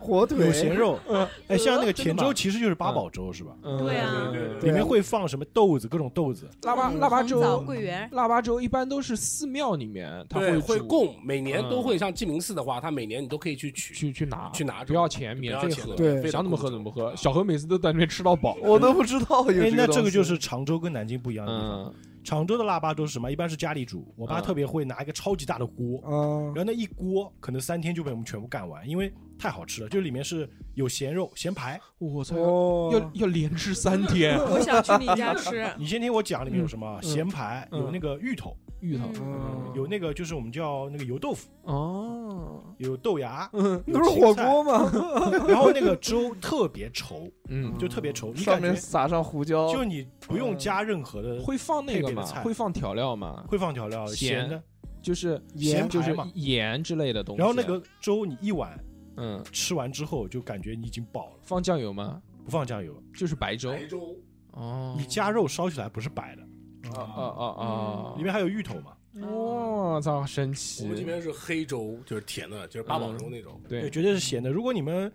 Speaker 3: 火
Speaker 6: 是有
Speaker 3: 腿
Speaker 6: 咸肉
Speaker 2: 嗯，
Speaker 6: 哎，像那个
Speaker 2: 真的
Speaker 6: 甜
Speaker 2: 吗
Speaker 6: 粥其实就是八宝粥是吧？
Speaker 2: 嗯，
Speaker 5: 对啊
Speaker 2: 对
Speaker 6: 里
Speaker 3: 对
Speaker 6: 面会放什么豆子，各种豆子。
Speaker 2: 腊八
Speaker 7: 嗯
Speaker 2: 腊八
Speaker 7: 红枣
Speaker 2: 粥，
Speaker 7: 桂圆，
Speaker 2: 腊八粥一般都是寺庙里面他
Speaker 4: 对，
Speaker 2: 会
Speaker 4: 会
Speaker 2: 煮
Speaker 4: 供，每年都
Speaker 2: 嗯
Speaker 4: 会，像鸡鸣寺的话，它每年你都可以去取，
Speaker 2: 去去拿
Speaker 4: 去拿
Speaker 2: 不要钱，免费
Speaker 4: 喝
Speaker 2: 喝，
Speaker 3: 对
Speaker 2: 想怎么喝怎么喝。小何每次都在那边吃到饱，
Speaker 8: 我都不知道有
Speaker 6: 哎，那
Speaker 8: 这
Speaker 6: 这个
Speaker 8: 个
Speaker 6: 就是常州跟南京不一样的地方。
Speaker 2: 嗯
Speaker 6: 常州的腊八粥是什么？一般是家里煮，我爸
Speaker 2: 嗯
Speaker 6: 特别会拿一个超级大的锅，
Speaker 3: 啊
Speaker 6: 然，后那一锅可能三天就被我们全部干完，因为太好吃了。就里面是有咸肉、咸排。
Speaker 2: 我操，
Speaker 3: 哦，
Speaker 2: 要要连吃三天，
Speaker 9: 我想去你家吃。
Speaker 6: 你先听我讲，里面有什么？
Speaker 2: 嗯
Speaker 6: 咸排，
Speaker 2: 嗯
Speaker 6: 有那个芋头，
Speaker 2: 芋头
Speaker 3: 嗯
Speaker 6: 有那个就是我们叫那个油豆腐，
Speaker 2: 哦，
Speaker 6: 有豆芽，
Speaker 2: 嗯
Speaker 3: 那不是火锅吗？
Speaker 6: 然后那个粥特别稠，
Speaker 2: 嗯，
Speaker 6: 就特别稠，你
Speaker 8: 上
Speaker 6: 感
Speaker 8: 面
Speaker 6: 觉
Speaker 8: 撒上胡椒，
Speaker 6: 就你不用加任何的，
Speaker 2: 哦会放那
Speaker 6: 嗯配
Speaker 2: 个
Speaker 6: 别的
Speaker 2: 吗
Speaker 6: 菜？
Speaker 2: 会放调料吗？
Speaker 6: 会放调料，
Speaker 2: 咸
Speaker 6: 咸的。
Speaker 2: 就是
Speaker 6: 咸
Speaker 2: 就
Speaker 6: 排
Speaker 2: 是
Speaker 6: 嘛
Speaker 2: 盐之类的东西。
Speaker 6: 然后那个粥你一碗
Speaker 2: 嗯，
Speaker 6: 吃完之后，就感觉你已经饱了，
Speaker 2: 放酱油吗？
Speaker 6: 不放酱油，
Speaker 2: 就是白粥
Speaker 4: 白粥
Speaker 2: 哦
Speaker 6: 你加肉烧起来不是白的，嗯
Speaker 2: 哦哦
Speaker 6: 里面还有芋头嘛。
Speaker 2: 哦，我操，神
Speaker 4: 我
Speaker 2: 奇
Speaker 4: 们！这边是黑粥，就是甜的，就是八
Speaker 2: 嗯
Speaker 4: 宝粥那种。
Speaker 6: 对，
Speaker 2: 对，
Speaker 6: 绝对是咸的。如果你们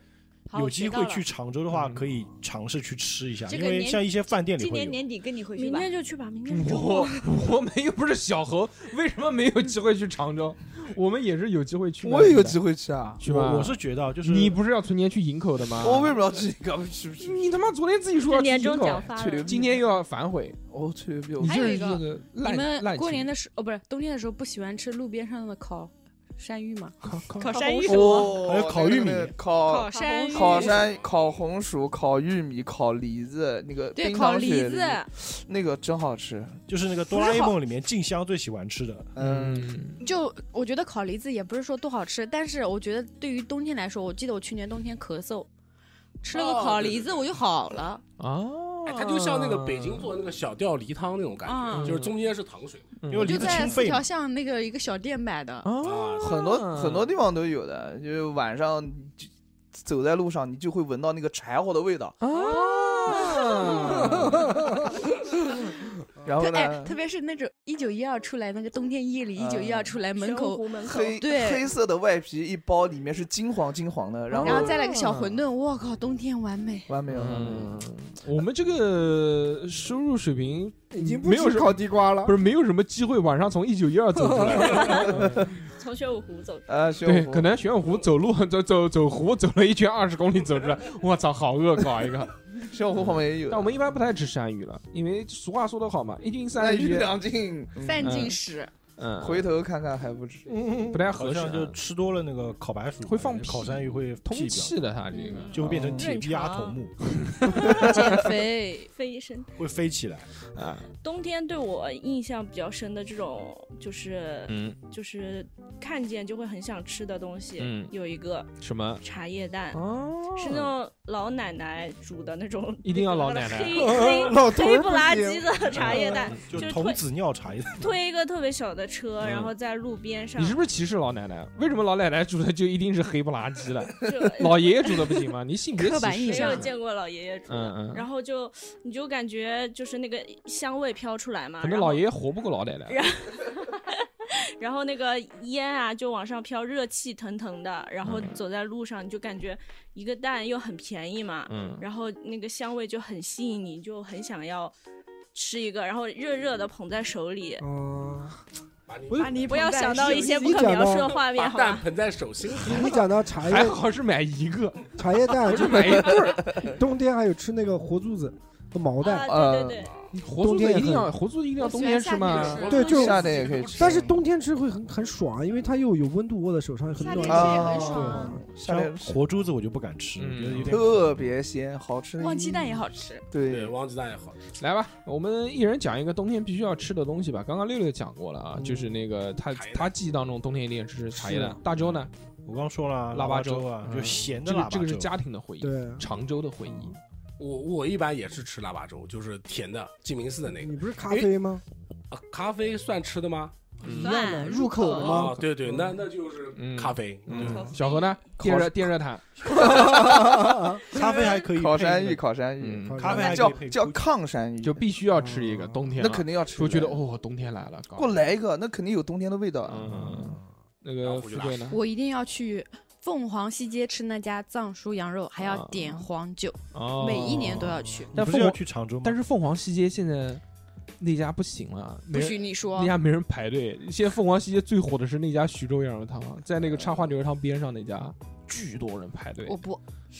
Speaker 7: 好
Speaker 6: 有
Speaker 7: 我
Speaker 6: 机
Speaker 7: 学到
Speaker 6: 会
Speaker 7: 了
Speaker 6: 去常州的话，
Speaker 2: 嗯
Speaker 6: 可以尝试去吃一下，
Speaker 9: 这
Speaker 6: 因
Speaker 9: 个
Speaker 6: 为
Speaker 9: 年
Speaker 6: 像一些饭店里
Speaker 9: 今
Speaker 6: 会
Speaker 9: 年
Speaker 6: 有。
Speaker 9: 年底跟你回去
Speaker 5: 明
Speaker 9: 吧。
Speaker 5: 天就去吧，明天就
Speaker 2: 我我们又不是小猴，为什么没有机会去常州？我们也是有机会去的。
Speaker 8: 我也有机会吃啊。
Speaker 2: 去吧
Speaker 6: 我我是觉得啊就是
Speaker 2: 你不是要存钱去营口的吗？
Speaker 8: 我为什么要吃这个？吃 不吃？
Speaker 2: 你他妈昨天自己说要
Speaker 5: 这
Speaker 2: 去
Speaker 5: 年终
Speaker 2: 营口
Speaker 5: 奖发
Speaker 8: 去
Speaker 5: 了，
Speaker 2: 今天又要反悔，
Speaker 8: 我吹牛
Speaker 2: 你
Speaker 8: 逼！
Speaker 7: 还
Speaker 2: 就
Speaker 7: 有
Speaker 2: 是
Speaker 7: 一个
Speaker 2: 这个烂
Speaker 7: 你们
Speaker 2: 烂
Speaker 7: 过年
Speaker 2: 的
Speaker 7: 的时哦，不是冬天的时候，不喜欢吃路边上的烤山芋吗？
Speaker 2: 烤烤
Speaker 9: 烤山芋
Speaker 8: 哦
Speaker 6: 还有烤玉米
Speaker 8: 那个烤
Speaker 7: 山
Speaker 8: 烤山、烤红薯、烤玉米、烤梨子，那个
Speaker 7: 对，
Speaker 8: 冰
Speaker 7: 烤
Speaker 8: 糖
Speaker 7: 梨
Speaker 8: 雪
Speaker 7: 子，
Speaker 8: 梨那个真好吃。
Speaker 6: 就是那个哆啦 A 梦里面静香最喜欢吃的，
Speaker 8: 嗯，
Speaker 2: 嗯
Speaker 7: 就我觉得烤梨子也不是说多好吃，但是我觉得对于冬天来说，我记得我去年冬天咳嗽，吃了个
Speaker 4: 哦
Speaker 7: 烤
Speaker 4: 对
Speaker 7: 梨
Speaker 4: 对
Speaker 7: 子
Speaker 4: 对
Speaker 7: 我就好了。
Speaker 2: 哦
Speaker 4: 哎，，它就像那个北京做的那个小吊梨汤那种感
Speaker 7: 嗯
Speaker 4: 觉，就是中间是糖水。
Speaker 2: 嗯
Speaker 6: 因为
Speaker 7: 我就
Speaker 6: 梨子
Speaker 7: 在
Speaker 6: 清
Speaker 7: 四
Speaker 6: 肺
Speaker 7: 条
Speaker 6: 嘛，
Speaker 7: 巷那个一个小店买的，
Speaker 2: 哦，
Speaker 4: 啊
Speaker 8: 很多很多地方都有的，就是晚上你就走在路上，你就会闻到那个柴火的味道。
Speaker 2: 啊，嗯
Speaker 8: 然后
Speaker 7: 特哎，
Speaker 8: 呢
Speaker 7: 特，别是那种一九一二出来那个冬天夜里一
Speaker 8: 嗯
Speaker 7: 九一二出来门口，
Speaker 5: 玄武湖门口
Speaker 8: 黑
Speaker 7: 对嗯
Speaker 8: 黑色的外皮一包，里面是金黄金黄的，然
Speaker 7: 然
Speaker 8: 后
Speaker 7: 后再来个小馄饨，我靠，冬天完美。
Speaker 8: 完美了，完美了。
Speaker 2: 嗯， 我们这个收入水平
Speaker 3: 已经不
Speaker 2: 没有
Speaker 3: 吃
Speaker 2: 什
Speaker 3: 烤地瓜了
Speaker 2: 不。是没有什么机会晚上从一九一二走出来。
Speaker 5: 从玄武湖走。
Speaker 8: 呃，学
Speaker 2: 对，
Speaker 8: 我
Speaker 2: 可能玄武湖走路走走走湖走了一圈二十公里走出来，我操，好饿，搞一个。
Speaker 8: 小火旁边也有的。
Speaker 2: 但我们一般不太吃山芋了，因为俗话说得好嘛，一嗯斤
Speaker 8: 那
Speaker 2: 三
Speaker 8: 一
Speaker 2: 鱼，
Speaker 8: 两斤，
Speaker 7: 散尽时，
Speaker 2: 嗯，
Speaker 8: 回头看看还不止。
Speaker 2: 不太合
Speaker 6: 好
Speaker 2: 适
Speaker 6: 像
Speaker 2: 啊，
Speaker 6: 就吃多了那个烤白薯
Speaker 2: 会放屁
Speaker 6: 烤山芋会
Speaker 2: 通
Speaker 6: 屁掉，
Speaker 2: 气的它这个。
Speaker 6: 就会变成
Speaker 8: 嗯
Speaker 6: 铁臂
Speaker 5: 正
Speaker 6: 阿
Speaker 5: 常
Speaker 6: 童木，
Speaker 7: 减肥
Speaker 5: 飞升，
Speaker 6: 会飞起来。
Speaker 2: 啊，
Speaker 5: 冬天对我印象比较深的这种，就是、
Speaker 2: 嗯
Speaker 5: 就是看见就会很想吃的东西，
Speaker 2: 嗯
Speaker 5: 有一个
Speaker 2: 什么？
Speaker 5: 茶叶蛋，
Speaker 2: 哦，
Speaker 5: 是那种老奶奶煮的那种，
Speaker 2: 一定要老奶奶
Speaker 5: 黑 黑
Speaker 3: 老头
Speaker 5: 黑
Speaker 3: 儿
Speaker 5: 不拉几的茶叶蛋，
Speaker 6: 就
Speaker 5: 哎就是
Speaker 6: 童
Speaker 5: 推
Speaker 6: 子尿茶叶蛋，
Speaker 5: 推一个特别小的车，
Speaker 2: 嗯
Speaker 5: 然后在路边上
Speaker 2: 你，是不是歧视老奶奶？为什么老奶奶煮的就一定是黑不拉几的？
Speaker 5: 就
Speaker 2: 老爷爷煮的不行吗？你性别
Speaker 7: 刻板
Speaker 2: 歧
Speaker 7: 印
Speaker 2: 视
Speaker 5: 没
Speaker 7: 象
Speaker 2: 啊
Speaker 5: 有见过老爷爷煮的。
Speaker 2: 嗯嗯，
Speaker 5: 然后就你就感觉就是那个香味飘出来嘛，
Speaker 2: 可能
Speaker 5: 然后
Speaker 2: 老爷爷活不过老奶奶。
Speaker 5: 然后那个烟啊就往上飘，热气腾腾的，然后
Speaker 2: 嗯
Speaker 5: 走在路上你就感觉一个蛋又很便宜嘛，
Speaker 2: 嗯，
Speaker 5: 然后那个香味就很吸引你，就很想要吃一个，然后热热的捧在手里。
Speaker 3: 嗯，
Speaker 9: 把你
Speaker 5: 不要想到一些不可
Speaker 3: 一讲
Speaker 5: 描
Speaker 3: 到
Speaker 5: 述的画面，
Speaker 4: 把
Speaker 5: 好
Speaker 4: 蛋
Speaker 5: 吧？
Speaker 4: 盆在手心里，
Speaker 3: 你讲到茶
Speaker 2: 还
Speaker 3: 叶
Speaker 2: 好是买一个，
Speaker 3: 茶叶蛋，
Speaker 2: 不
Speaker 3: 就是
Speaker 2: 买一对儿。
Speaker 3: 冬天还有吃那个活珠子，和毛蛋，
Speaker 5: 啊，对对对，
Speaker 2: 活酥
Speaker 3: 冬天
Speaker 2: 的
Speaker 3: 也
Speaker 2: 一定
Speaker 3: 很
Speaker 2: 要活酥的一定要
Speaker 9: 我
Speaker 2: 冬
Speaker 9: 喜欢
Speaker 2: 天
Speaker 9: 夏
Speaker 2: 吃
Speaker 9: 天
Speaker 2: 吗？
Speaker 9: 吃
Speaker 3: 对
Speaker 2: 嗯
Speaker 3: 就
Speaker 8: 夏天也可以吃
Speaker 3: 但是冬天吃会很很爽，因为它又有温度握在手上，很
Speaker 9: 夏天
Speaker 3: 暖
Speaker 9: 吃
Speaker 8: 啊
Speaker 9: 也很
Speaker 8: 对
Speaker 9: 爽，
Speaker 8: 夏
Speaker 6: 像
Speaker 8: 天
Speaker 6: 活珠子我就不敢吃，
Speaker 2: 嗯
Speaker 6: 我觉得有点
Speaker 8: 特别鲜，好吃的。
Speaker 7: 忘鸡蛋也。好吃，
Speaker 4: 对，
Speaker 8: 对，
Speaker 4: 王子蛋也好吃，
Speaker 2: 来吧，我们一人讲一个冬天必须要吃的东西吧。刚刚六六讲过了啊，
Speaker 3: 嗯
Speaker 2: 就是那个他
Speaker 4: 茶叶蛋
Speaker 2: 他记忆当中冬天一定吃茶叶
Speaker 3: 是
Speaker 2: 蛋。大洲呢，
Speaker 6: 我刚说了，
Speaker 2: 腊
Speaker 6: 腊
Speaker 2: 八
Speaker 6: 八
Speaker 2: 粥
Speaker 6: 粥啊，
Speaker 2: 嗯
Speaker 6: 就咸的
Speaker 2: 这
Speaker 6: 腊
Speaker 2: 个
Speaker 6: 八粥。
Speaker 2: 这个是家庭的回忆，
Speaker 3: 对，
Speaker 2: 常州的回忆。
Speaker 4: 我我一般也是吃腊八粥，就是甜的，鸡鸣寺的那个
Speaker 3: 你不是咖啡吗？
Speaker 4: 啊，咖啡算吃的吗？
Speaker 5: 嗯
Speaker 3: 一
Speaker 7: 算
Speaker 3: 样的，入口的
Speaker 4: 啊
Speaker 3: 吗，？
Speaker 4: 对对，那那就是
Speaker 2: 嗯
Speaker 4: 咖啡，对
Speaker 2: 嗯，小何呢？电热电热毯，
Speaker 6: 咖啡还可以配那
Speaker 8: 烤
Speaker 6: 个，
Speaker 8: 山芋，烤山芋，
Speaker 2: 嗯，
Speaker 3: 烤
Speaker 6: 咖啡
Speaker 8: 那
Speaker 6: 还
Speaker 8: 叫
Speaker 6: 可以配
Speaker 8: 叫
Speaker 6: 猪
Speaker 8: 抗山芋，
Speaker 2: 就必须要吃一个冬天啊。
Speaker 8: 那肯定要吃。
Speaker 2: 就觉得，哦，冬天来了，搞
Speaker 8: 给我。来一个，那肯定有冬天的味道啊。
Speaker 2: 嗯，那
Speaker 4: 然
Speaker 2: 个
Speaker 4: 后我
Speaker 2: 富
Speaker 4: 就
Speaker 2: 贵呢？
Speaker 7: 我一定要去凤凰西街吃那家藏书羊肉，还要
Speaker 2: 啊
Speaker 7: 点黄酒，
Speaker 2: 哦
Speaker 7: 每一年都要去。
Speaker 6: 你
Speaker 2: 但
Speaker 6: 不
Speaker 2: 凤
Speaker 6: 是要
Speaker 2: 凰
Speaker 6: 去常州吗？
Speaker 2: 但是凤凰西街现在那家不行了，没
Speaker 7: 不
Speaker 2: 人
Speaker 7: 许你说
Speaker 2: 那，家没人排队。现在凤凰西街最火的是那家徐州羊肉汤，啊在那个插花牛肉汤边上那家，巨多人排队
Speaker 7: 我不，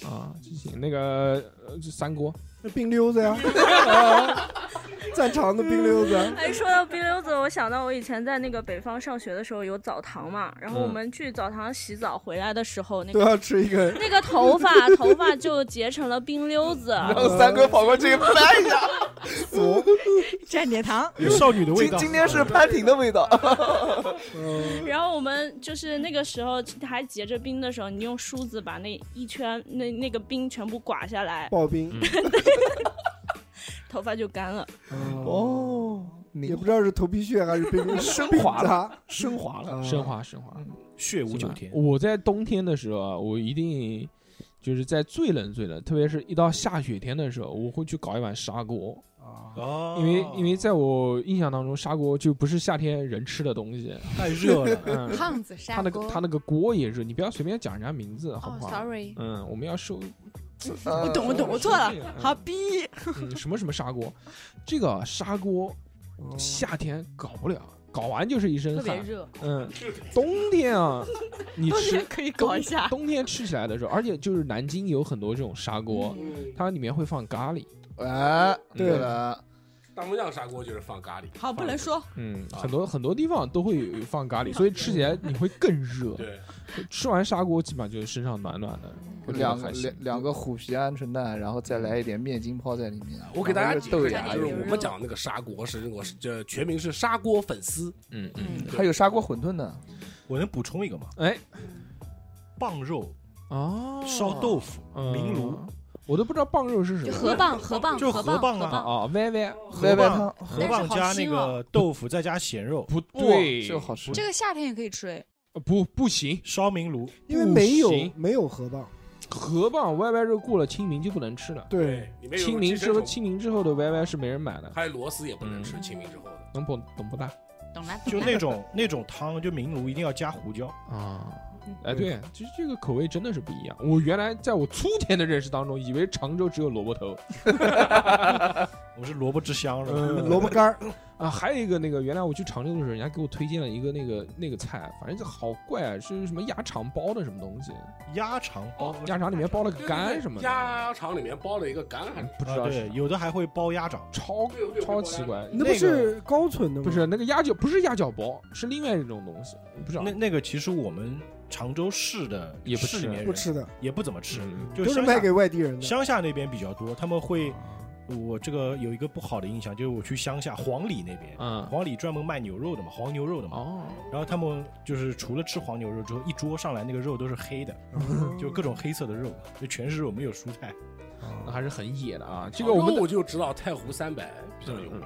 Speaker 2: 啊！就行，那个呃就三锅，
Speaker 3: 那冰溜子呀，啊蘸肠的冰溜子，
Speaker 5: 哎，说到冰溜子，我想到我以前在那个北方上学的时候有澡堂嘛，然后我
Speaker 2: 嗯
Speaker 5: 们去澡堂洗澡回来的时候，那
Speaker 3: 都
Speaker 5: 个
Speaker 8: 啊
Speaker 3: 要吃一个。
Speaker 5: 那个头发头发就结成了冰 溜子，
Speaker 8: 然后三哥跑过去哎拍一 下，
Speaker 9: 蘸点糖，
Speaker 6: 有少女的味
Speaker 8: 今
Speaker 6: 道。
Speaker 8: 今天是潘婷的味道。
Speaker 3: 嗯，
Speaker 5: 然后我们就是那个时候还结着冰的时候，你用梳子把那一圈那那个冰全部刮下来，
Speaker 3: 刨冰
Speaker 5: 头发就干了。
Speaker 8: 哦， 你
Speaker 3: 也不知道是头皮屑还是冰冰啊
Speaker 8: 升华了，
Speaker 3: 砸
Speaker 8: 升华了。
Speaker 2: 升华升华。
Speaker 6: 血
Speaker 2: 是
Speaker 6: 无九
Speaker 2: 吧
Speaker 6: 天，
Speaker 2: 我在冬天的时候啊，我一定就是在最冷最冷，特别是一到下雪天的时候，我会去搞一碗砂锅，
Speaker 6: 哦
Speaker 2: 因为因为在我印象当中，砂锅就不是夏天人吃的东 西。
Speaker 6: 太热了，
Speaker 2: 嗯，
Speaker 7: 胖子
Speaker 2: 他
Speaker 7: 砂
Speaker 2: 那
Speaker 7: 锅。
Speaker 2: 个他那个锅也是，你不要随便讲人家名字，好
Speaker 7: 哦
Speaker 2: 不好？
Speaker 7: ，sorry，
Speaker 2: 嗯，我们要收
Speaker 8: 我
Speaker 9: 我懂我懂，我错了，好逼，
Speaker 2: 嗯，什么什么砂锅，这个啊砂锅
Speaker 3: 哦
Speaker 8: 哦
Speaker 2: 夏天搞不了，搞完就是一身
Speaker 7: 特别
Speaker 2: 汗。
Speaker 7: 热，
Speaker 2: 嗯，冬天啊，你
Speaker 9: 冬
Speaker 2: 吃
Speaker 9: 天可以搞一下。
Speaker 2: 冬天吃起来的时候，而且就是南京有很多这种砂
Speaker 9: 嗯
Speaker 2: 锅，它里面会放咖喱，
Speaker 8: 哎，
Speaker 2: 对
Speaker 8: 对了，
Speaker 4: 大木匠砂锅就是放咖喱，
Speaker 9: 好，不能说，
Speaker 2: 嗯，
Speaker 8: 啊
Speaker 2: 很多很多地方都会有放咖喱，所以吃起 来你会更热。
Speaker 4: 对，
Speaker 2: 吃完砂锅，基本上就是身上暖暖的，我觉得
Speaker 8: 两
Speaker 2: 还
Speaker 8: 个
Speaker 2: 行
Speaker 8: 两两个虎皮鹌鹑蛋，然后再来一点面筋泡在里面。
Speaker 4: 我给大家
Speaker 8: 然后
Speaker 4: 解
Speaker 8: 就
Speaker 4: 释
Speaker 8: 哎豆
Speaker 4: 一下，
Speaker 8: 芽
Speaker 4: 就
Speaker 8: 油
Speaker 4: 是我们讲的那个砂锅是我这全名是砂锅粉丝，
Speaker 2: 嗯嗯，
Speaker 8: 还有砂锅馄饨呢，
Speaker 6: 我能补充一个吗？
Speaker 9: 嗯
Speaker 2: 哎，
Speaker 6: 棒肉
Speaker 2: 哦，
Speaker 6: 烧豆腐，
Speaker 2: 嗯
Speaker 6: 明炉，
Speaker 2: 我都不知道棒肉是什
Speaker 7: 就
Speaker 2: 么。
Speaker 7: 河蚌，河蚌，
Speaker 6: 就
Speaker 7: 河
Speaker 6: 河
Speaker 7: 蚌，
Speaker 6: 蚌
Speaker 7: 河
Speaker 6: 啊
Speaker 7: 蚌，
Speaker 2: 啊，歪歪，
Speaker 6: 河
Speaker 8: 歪歪
Speaker 6: 蚌，
Speaker 8: 汤。
Speaker 6: 河
Speaker 7: 但是
Speaker 6: 蚌
Speaker 7: 好
Speaker 6: 加那
Speaker 7: 腥哦
Speaker 6: 个豆腐，再加咸肉，
Speaker 2: 不
Speaker 8: 哇
Speaker 2: 对，
Speaker 8: 这个好吃
Speaker 7: 这个夏天也可以吃，哎
Speaker 2: 呃不不行，
Speaker 6: 烧明炉，
Speaker 3: 因为没有
Speaker 2: 不行
Speaker 3: 没有河蚌，
Speaker 2: 河蚌歪歪肉过了清明就不能吃了。
Speaker 3: 对，，
Speaker 4: 里面有
Speaker 2: 清明之后，
Speaker 4: 后，
Speaker 2: 清嗯明之后的歪歪是没人买的，
Speaker 4: 还有螺丝也不能吃，清明之后的。
Speaker 2: 能不懂不大
Speaker 7: 懂了，
Speaker 6: 就
Speaker 7: 懂了
Speaker 6: 那种那种汤，就明炉一定要加胡椒。
Speaker 2: 啊？哎，对，其实这个口味真的是不一样。我原来在我粗浅的认识当中，以为常州只有萝卜头
Speaker 6: 我们是萝卜之乡是
Speaker 2: 呃
Speaker 6: 吧？
Speaker 3: 嗯萝卜干儿，
Speaker 2: 啊，还有一个那个，原来我去常州的时候，人家给我推荐了一个那个那个菜，反正就好怪啊，是什么鸭肠包的什么东西，
Speaker 6: 鸭肠包，
Speaker 4: 哦
Speaker 2: 鸭肠里面包了个肝什么的，嗯
Speaker 4: 鸭肠里面包了一个干还是？
Speaker 2: 不知
Speaker 6: 啊
Speaker 2: 道是
Speaker 6: 对，有的还会包鸭掌，
Speaker 2: 超
Speaker 4: 对对
Speaker 2: 超奇。怪，
Speaker 3: 那不是高淳的吗？
Speaker 2: 不是那个鸭脚，不是鸭脚包，是另外一种东西，不知道
Speaker 6: 那。那个其实我们常州市的
Speaker 2: 也不吃
Speaker 6: 市里面人
Speaker 3: 不吃的，
Speaker 6: 也不怎么吃，
Speaker 2: 嗯
Speaker 6: 就
Speaker 3: 都是
Speaker 6: 乡
Speaker 3: 卖
Speaker 6: 下
Speaker 3: 给外地人的。
Speaker 6: 乡下那边比较多，他们会。我这个有一个不好的印象，就是我去乡下黄里那边，
Speaker 2: 嗯，
Speaker 6: 黄里专门卖牛肉的嘛，黄牛肉的嘛。
Speaker 2: 哦，
Speaker 6: 然后他们就是除了吃黄牛肉之后，一桌上来那个肉都是黑的，
Speaker 3: 嗯
Speaker 6: 就各种黑色的肉，就全是肉，没有蔬菜。
Speaker 3: 哦
Speaker 2: 那还是很野的嗯啊。这
Speaker 4: 这
Speaker 2: 个
Speaker 4: 个
Speaker 2: 我
Speaker 4: 我
Speaker 2: 们
Speaker 4: 我就知道太湖三百比较有名，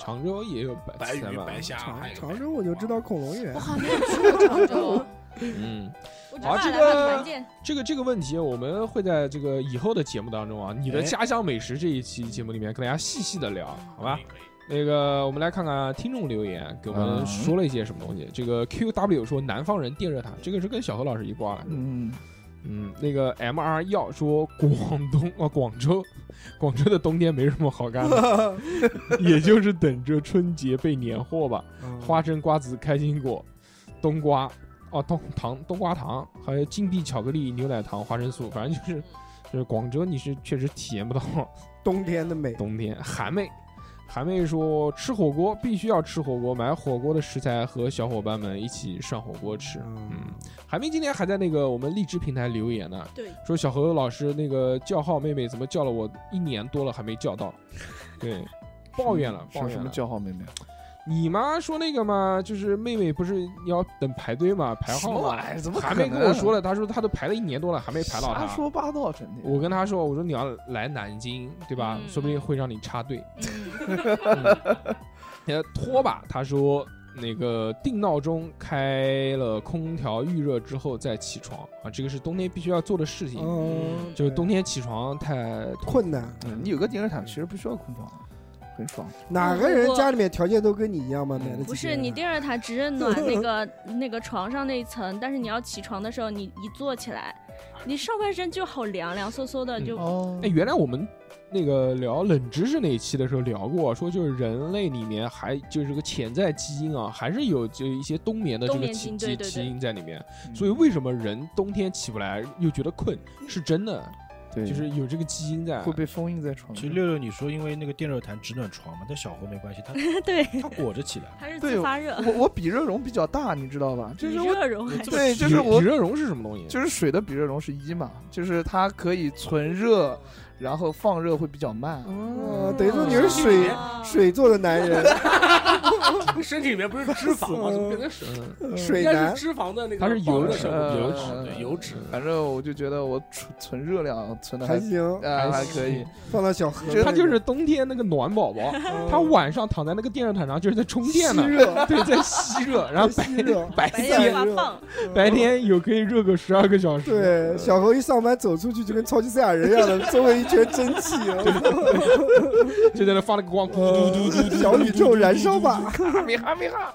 Speaker 2: 常州也有
Speaker 4: 啊白
Speaker 2: 菜
Speaker 4: 鱼、
Speaker 2: 嘛
Speaker 4: 白虾，还
Speaker 3: 长
Speaker 4: 有
Speaker 3: 长州我就知道恐龙园
Speaker 7: 我，好像没有去过常州，
Speaker 2: 嗯，
Speaker 7: 我只
Speaker 2: 好
Speaker 7: 是
Speaker 2: 这
Speaker 7: 来看
Speaker 2: 个
Speaker 7: 团建
Speaker 2: 这个这个问题，我们会在这个以后的节目当中啊，你的
Speaker 6: 哎
Speaker 2: 家乡美食这一期节目里面跟大家细细的聊，好吧
Speaker 4: 嗯可以？可以
Speaker 2: 那个我们来看看听众留言给我们
Speaker 8: 嗯
Speaker 2: 说了一些什么东西。这个 QW 说南方人电热毯，这个是跟小何老师一挂的。
Speaker 8: 嗯，
Speaker 2: 嗯，那个 M R 要说广东啊，广州，广州的冬天没什么好干的， 也就是等着春节备年货吧。
Speaker 3: 嗯
Speaker 2: 花生、瓜子、开心果、冬
Speaker 8: 嗯
Speaker 2: 瓜，哦，冬糖、冬瓜糖，还有金币巧克力、牛奶糖、花生酥，反正就是就是广州，你是确实体验不到
Speaker 3: 冬天的美，
Speaker 2: 冬天。韩妹，韩妹说吃火锅必须要吃火锅，买火锅的食材和小伙伴们一起涮火锅吃。嗯
Speaker 3: 嗯，
Speaker 2: 韩妹今天还在那个我们荔枝平台留言呢，
Speaker 9: 对，
Speaker 2: 说小何老师那个叫号妹妹怎么叫了我一年多了还没叫到， 对，抱怨了，
Speaker 8: 是
Speaker 2: 抱
Speaker 8: 什
Speaker 2: 怨
Speaker 8: 么
Speaker 2: 了。
Speaker 8: 叫号妹妹？
Speaker 2: 你妈说那个嘛，就是妹妹不是要等排队嘛，排
Speaker 8: 什
Speaker 2: 号
Speaker 8: 么
Speaker 2: 嘛，
Speaker 8: 玩意儿？怎么
Speaker 2: 还
Speaker 8: 可
Speaker 2: 没
Speaker 8: 能啊
Speaker 2: 跟我说了，她说她都排了一年多了还没排到
Speaker 8: 瞎
Speaker 2: 她。
Speaker 8: 说八道，整天。
Speaker 2: 我跟她说，我说你要来南京，对吧？
Speaker 5: 嗯
Speaker 2: 说不定会让你插队。
Speaker 5: 嗯
Speaker 2: 呃， 拖把他说那个定闹钟，开了空调预热之后再起床啊，这个是冬天必须要做的事情。
Speaker 3: 嗯，
Speaker 2: 就是冬天起床太
Speaker 3: 困难。
Speaker 8: 嗯你有个电热毯，其实不需要空调，很爽。
Speaker 3: 哪个人家里面条件都跟你一样吗？买了
Speaker 5: 哦不
Speaker 3: 几
Speaker 5: 是
Speaker 3: 个
Speaker 5: 你
Speaker 3: 人
Speaker 5: 电热毯只是暖那个那个床上那一层，但是你要起床的时候，你一坐起来，你上半身就好凉凉飕飕的，
Speaker 2: 嗯
Speaker 5: 就
Speaker 8: 哦
Speaker 2: 哎，原来我们那个聊冷知识那一期的时候聊过，说就是人类里面还就是个潜在基因啊，还是有就一些冬眠的这
Speaker 5: 冬
Speaker 2: 个
Speaker 5: 眠
Speaker 2: 基
Speaker 5: 基因
Speaker 2: 基
Speaker 5: 对对对
Speaker 2: 基因在里面。
Speaker 8: 嗯
Speaker 2: 所以为什么人冬天起不来又觉得困，是真的，
Speaker 8: 对
Speaker 2: 就是有这个基因在。
Speaker 8: 会被封印在
Speaker 3: 嗯
Speaker 8: 床
Speaker 6: 其实
Speaker 8: 上。
Speaker 6: 六六，你说因为那个电热毯只暖床嘛，但小猴没关 系，他
Speaker 5: 对，
Speaker 6: 他裹着起来。
Speaker 5: 它是
Speaker 8: 对
Speaker 5: 自发热，
Speaker 8: 我我比热容比较大，你知道吧？就是我
Speaker 5: 热融还
Speaker 8: 对，就
Speaker 2: 比
Speaker 8: 是我
Speaker 2: 比热容是什么东西？
Speaker 8: 就是水的比热容是一嘛，就是它可以存热，然后放热会比较慢。
Speaker 3: 哦，等于说你是水
Speaker 5: 嗯
Speaker 3: 水做的男人，
Speaker 4: 身体里面不是脂肪 吗？怎么变成
Speaker 3: 嗯
Speaker 4: 水？
Speaker 2: 嗯
Speaker 3: 水
Speaker 4: 应该
Speaker 3: 男
Speaker 4: 是。脂肪的那个，
Speaker 2: 它是油脂嗯
Speaker 4: 呃
Speaker 2: 油
Speaker 8: 脂
Speaker 4: 对油脂。
Speaker 8: 反正我就觉得我储存热量存的还
Speaker 3: 还行，
Speaker 8: 呃
Speaker 2: 还
Speaker 8: 还可以，
Speaker 3: 放到小河那里，
Speaker 2: 他就是冬天那个暖宝宝，他晚上躺在那个电热毯上就是在充电呢
Speaker 3: 吸，热
Speaker 2: 对，在吸热，然后白
Speaker 3: 吸热
Speaker 2: 白
Speaker 5: 白
Speaker 2: 天
Speaker 5: 天
Speaker 3: 白
Speaker 5: 发
Speaker 3: 热
Speaker 5: 放，
Speaker 2: 白天有可以热个十二个小时，嗯
Speaker 3: 对，小猴一上班走出去就跟超级赛亚人一样的， 周围一圈蒸汽，
Speaker 2: 就在那发了个光，咕嘟嘟嘟嘟。
Speaker 3: 小宇宙燃烧吧！
Speaker 8: 哈密哈密哈，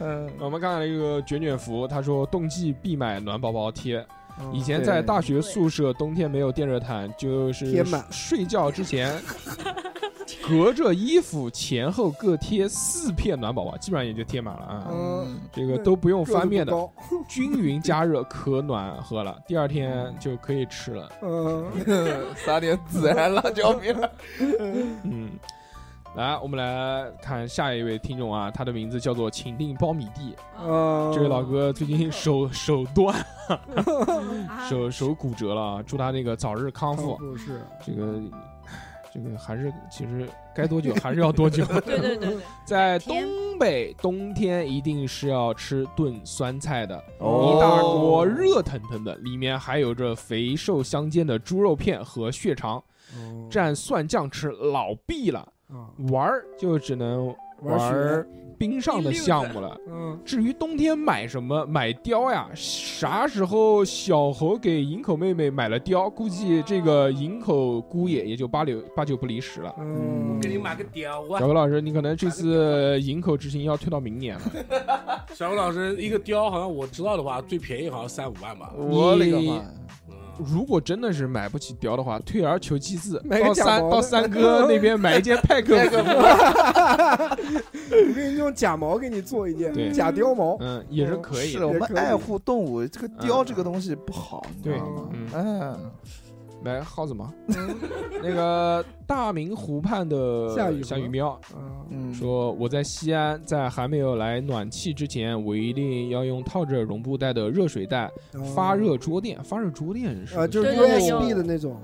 Speaker 8: 嗯，
Speaker 2: 我们看了一个卷卷福，他说冬季必买暖宝宝贴。以前
Speaker 8: 嗯对
Speaker 2: 在大学宿舍，冬天没有电热毯，就是
Speaker 3: 贴满
Speaker 2: 睡觉之 前，隔着衣服前后各贴四片暖宝宝，基本上也就贴满了啊。
Speaker 3: 嗯，
Speaker 2: 这个都不用翻面的，
Speaker 3: 个子不
Speaker 2: 均匀加热可暖和了，第二天就可以吃了。
Speaker 3: 高，嗯，
Speaker 8: 撒点孜然辣椒面，
Speaker 2: 嗯，来，我们来看下一位听众啊，他的名字叫做请定苞米地。
Speaker 3: 嗯
Speaker 2: 这位老哥最近手手断
Speaker 9: 啊
Speaker 2: 手手骨折了啊，祝他那个早日康复。
Speaker 3: 不是，
Speaker 2: 这 个这个还是其实该 多久还是要多久。
Speaker 5: 对对对对，
Speaker 2: 在
Speaker 9: 天
Speaker 2: 东北冬天一定是要吃炖酸菜的，
Speaker 8: 哦
Speaker 2: 一大锅热腾腾的，里面还有着肥瘦相间的猪肉片和血肠，
Speaker 3: 哦
Speaker 2: 蘸蒜酱吃老必了。
Speaker 3: 啊，
Speaker 2: 玩儿就只能玩
Speaker 3: 玩雪
Speaker 2: 儿冰上的项目了。
Speaker 3: 嗯，
Speaker 2: 至于冬天买什么，买貂呀，啥时候小猴给营口妹妹买了貂，估计这个营口姑爷也就八六八九不离十了。
Speaker 3: 嗯，
Speaker 4: 给你买个屌啊
Speaker 2: 小！何老师，你可能这次营口之行要推到明年了。
Speaker 4: 小吴老师，一个貂好像我知道的话，最便宜好像三五万吧。
Speaker 8: 我勒个妈！
Speaker 4: 嗯，
Speaker 2: 如果真的是买不起貂的话，退而求其次，
Speaker 3: 买个
Speaker 2: 到
Speaker 3: 假
Speaker 2: 三
Speaker 3: 毛的
Speaker 2: 到三哥那边买一 件派克服。
Speaker 3: 我给你用假毛给你做一
Speaker 2: 对
Speaker 3: 件假貂毛，
Speaker 2: 嗯，也是可以
Speaker 8: 是
Speaker 2: 的。嗯
Speaker 8: 我们
Speaker 3: 也可以
Speaker 8: 爱护动物，这个雕这个东西不好，你知
Speaker 3: 啊
Speaker 8: 道吗？
Speaker 2: 对
Speaker 8: 嗯，
Speaker 2: 来，耗子毛， 那个大明湖畔的
Speaker 3: 夏雨
Speaker 2: 夏
Speaker 3: 荷
Speaker 2: 雨喵，
Speaker 3: 嗯，
Speaker 8: 嗯，
Speaker 2: 说我在西安，在还没有来暖气之前，我一定要用套着绒布袋的热水袋发热桌垫。发热桌垫是
Speaker 3: 啊，哦就是
Speaker 5: 对对对
Speaker 3: USB 的那种，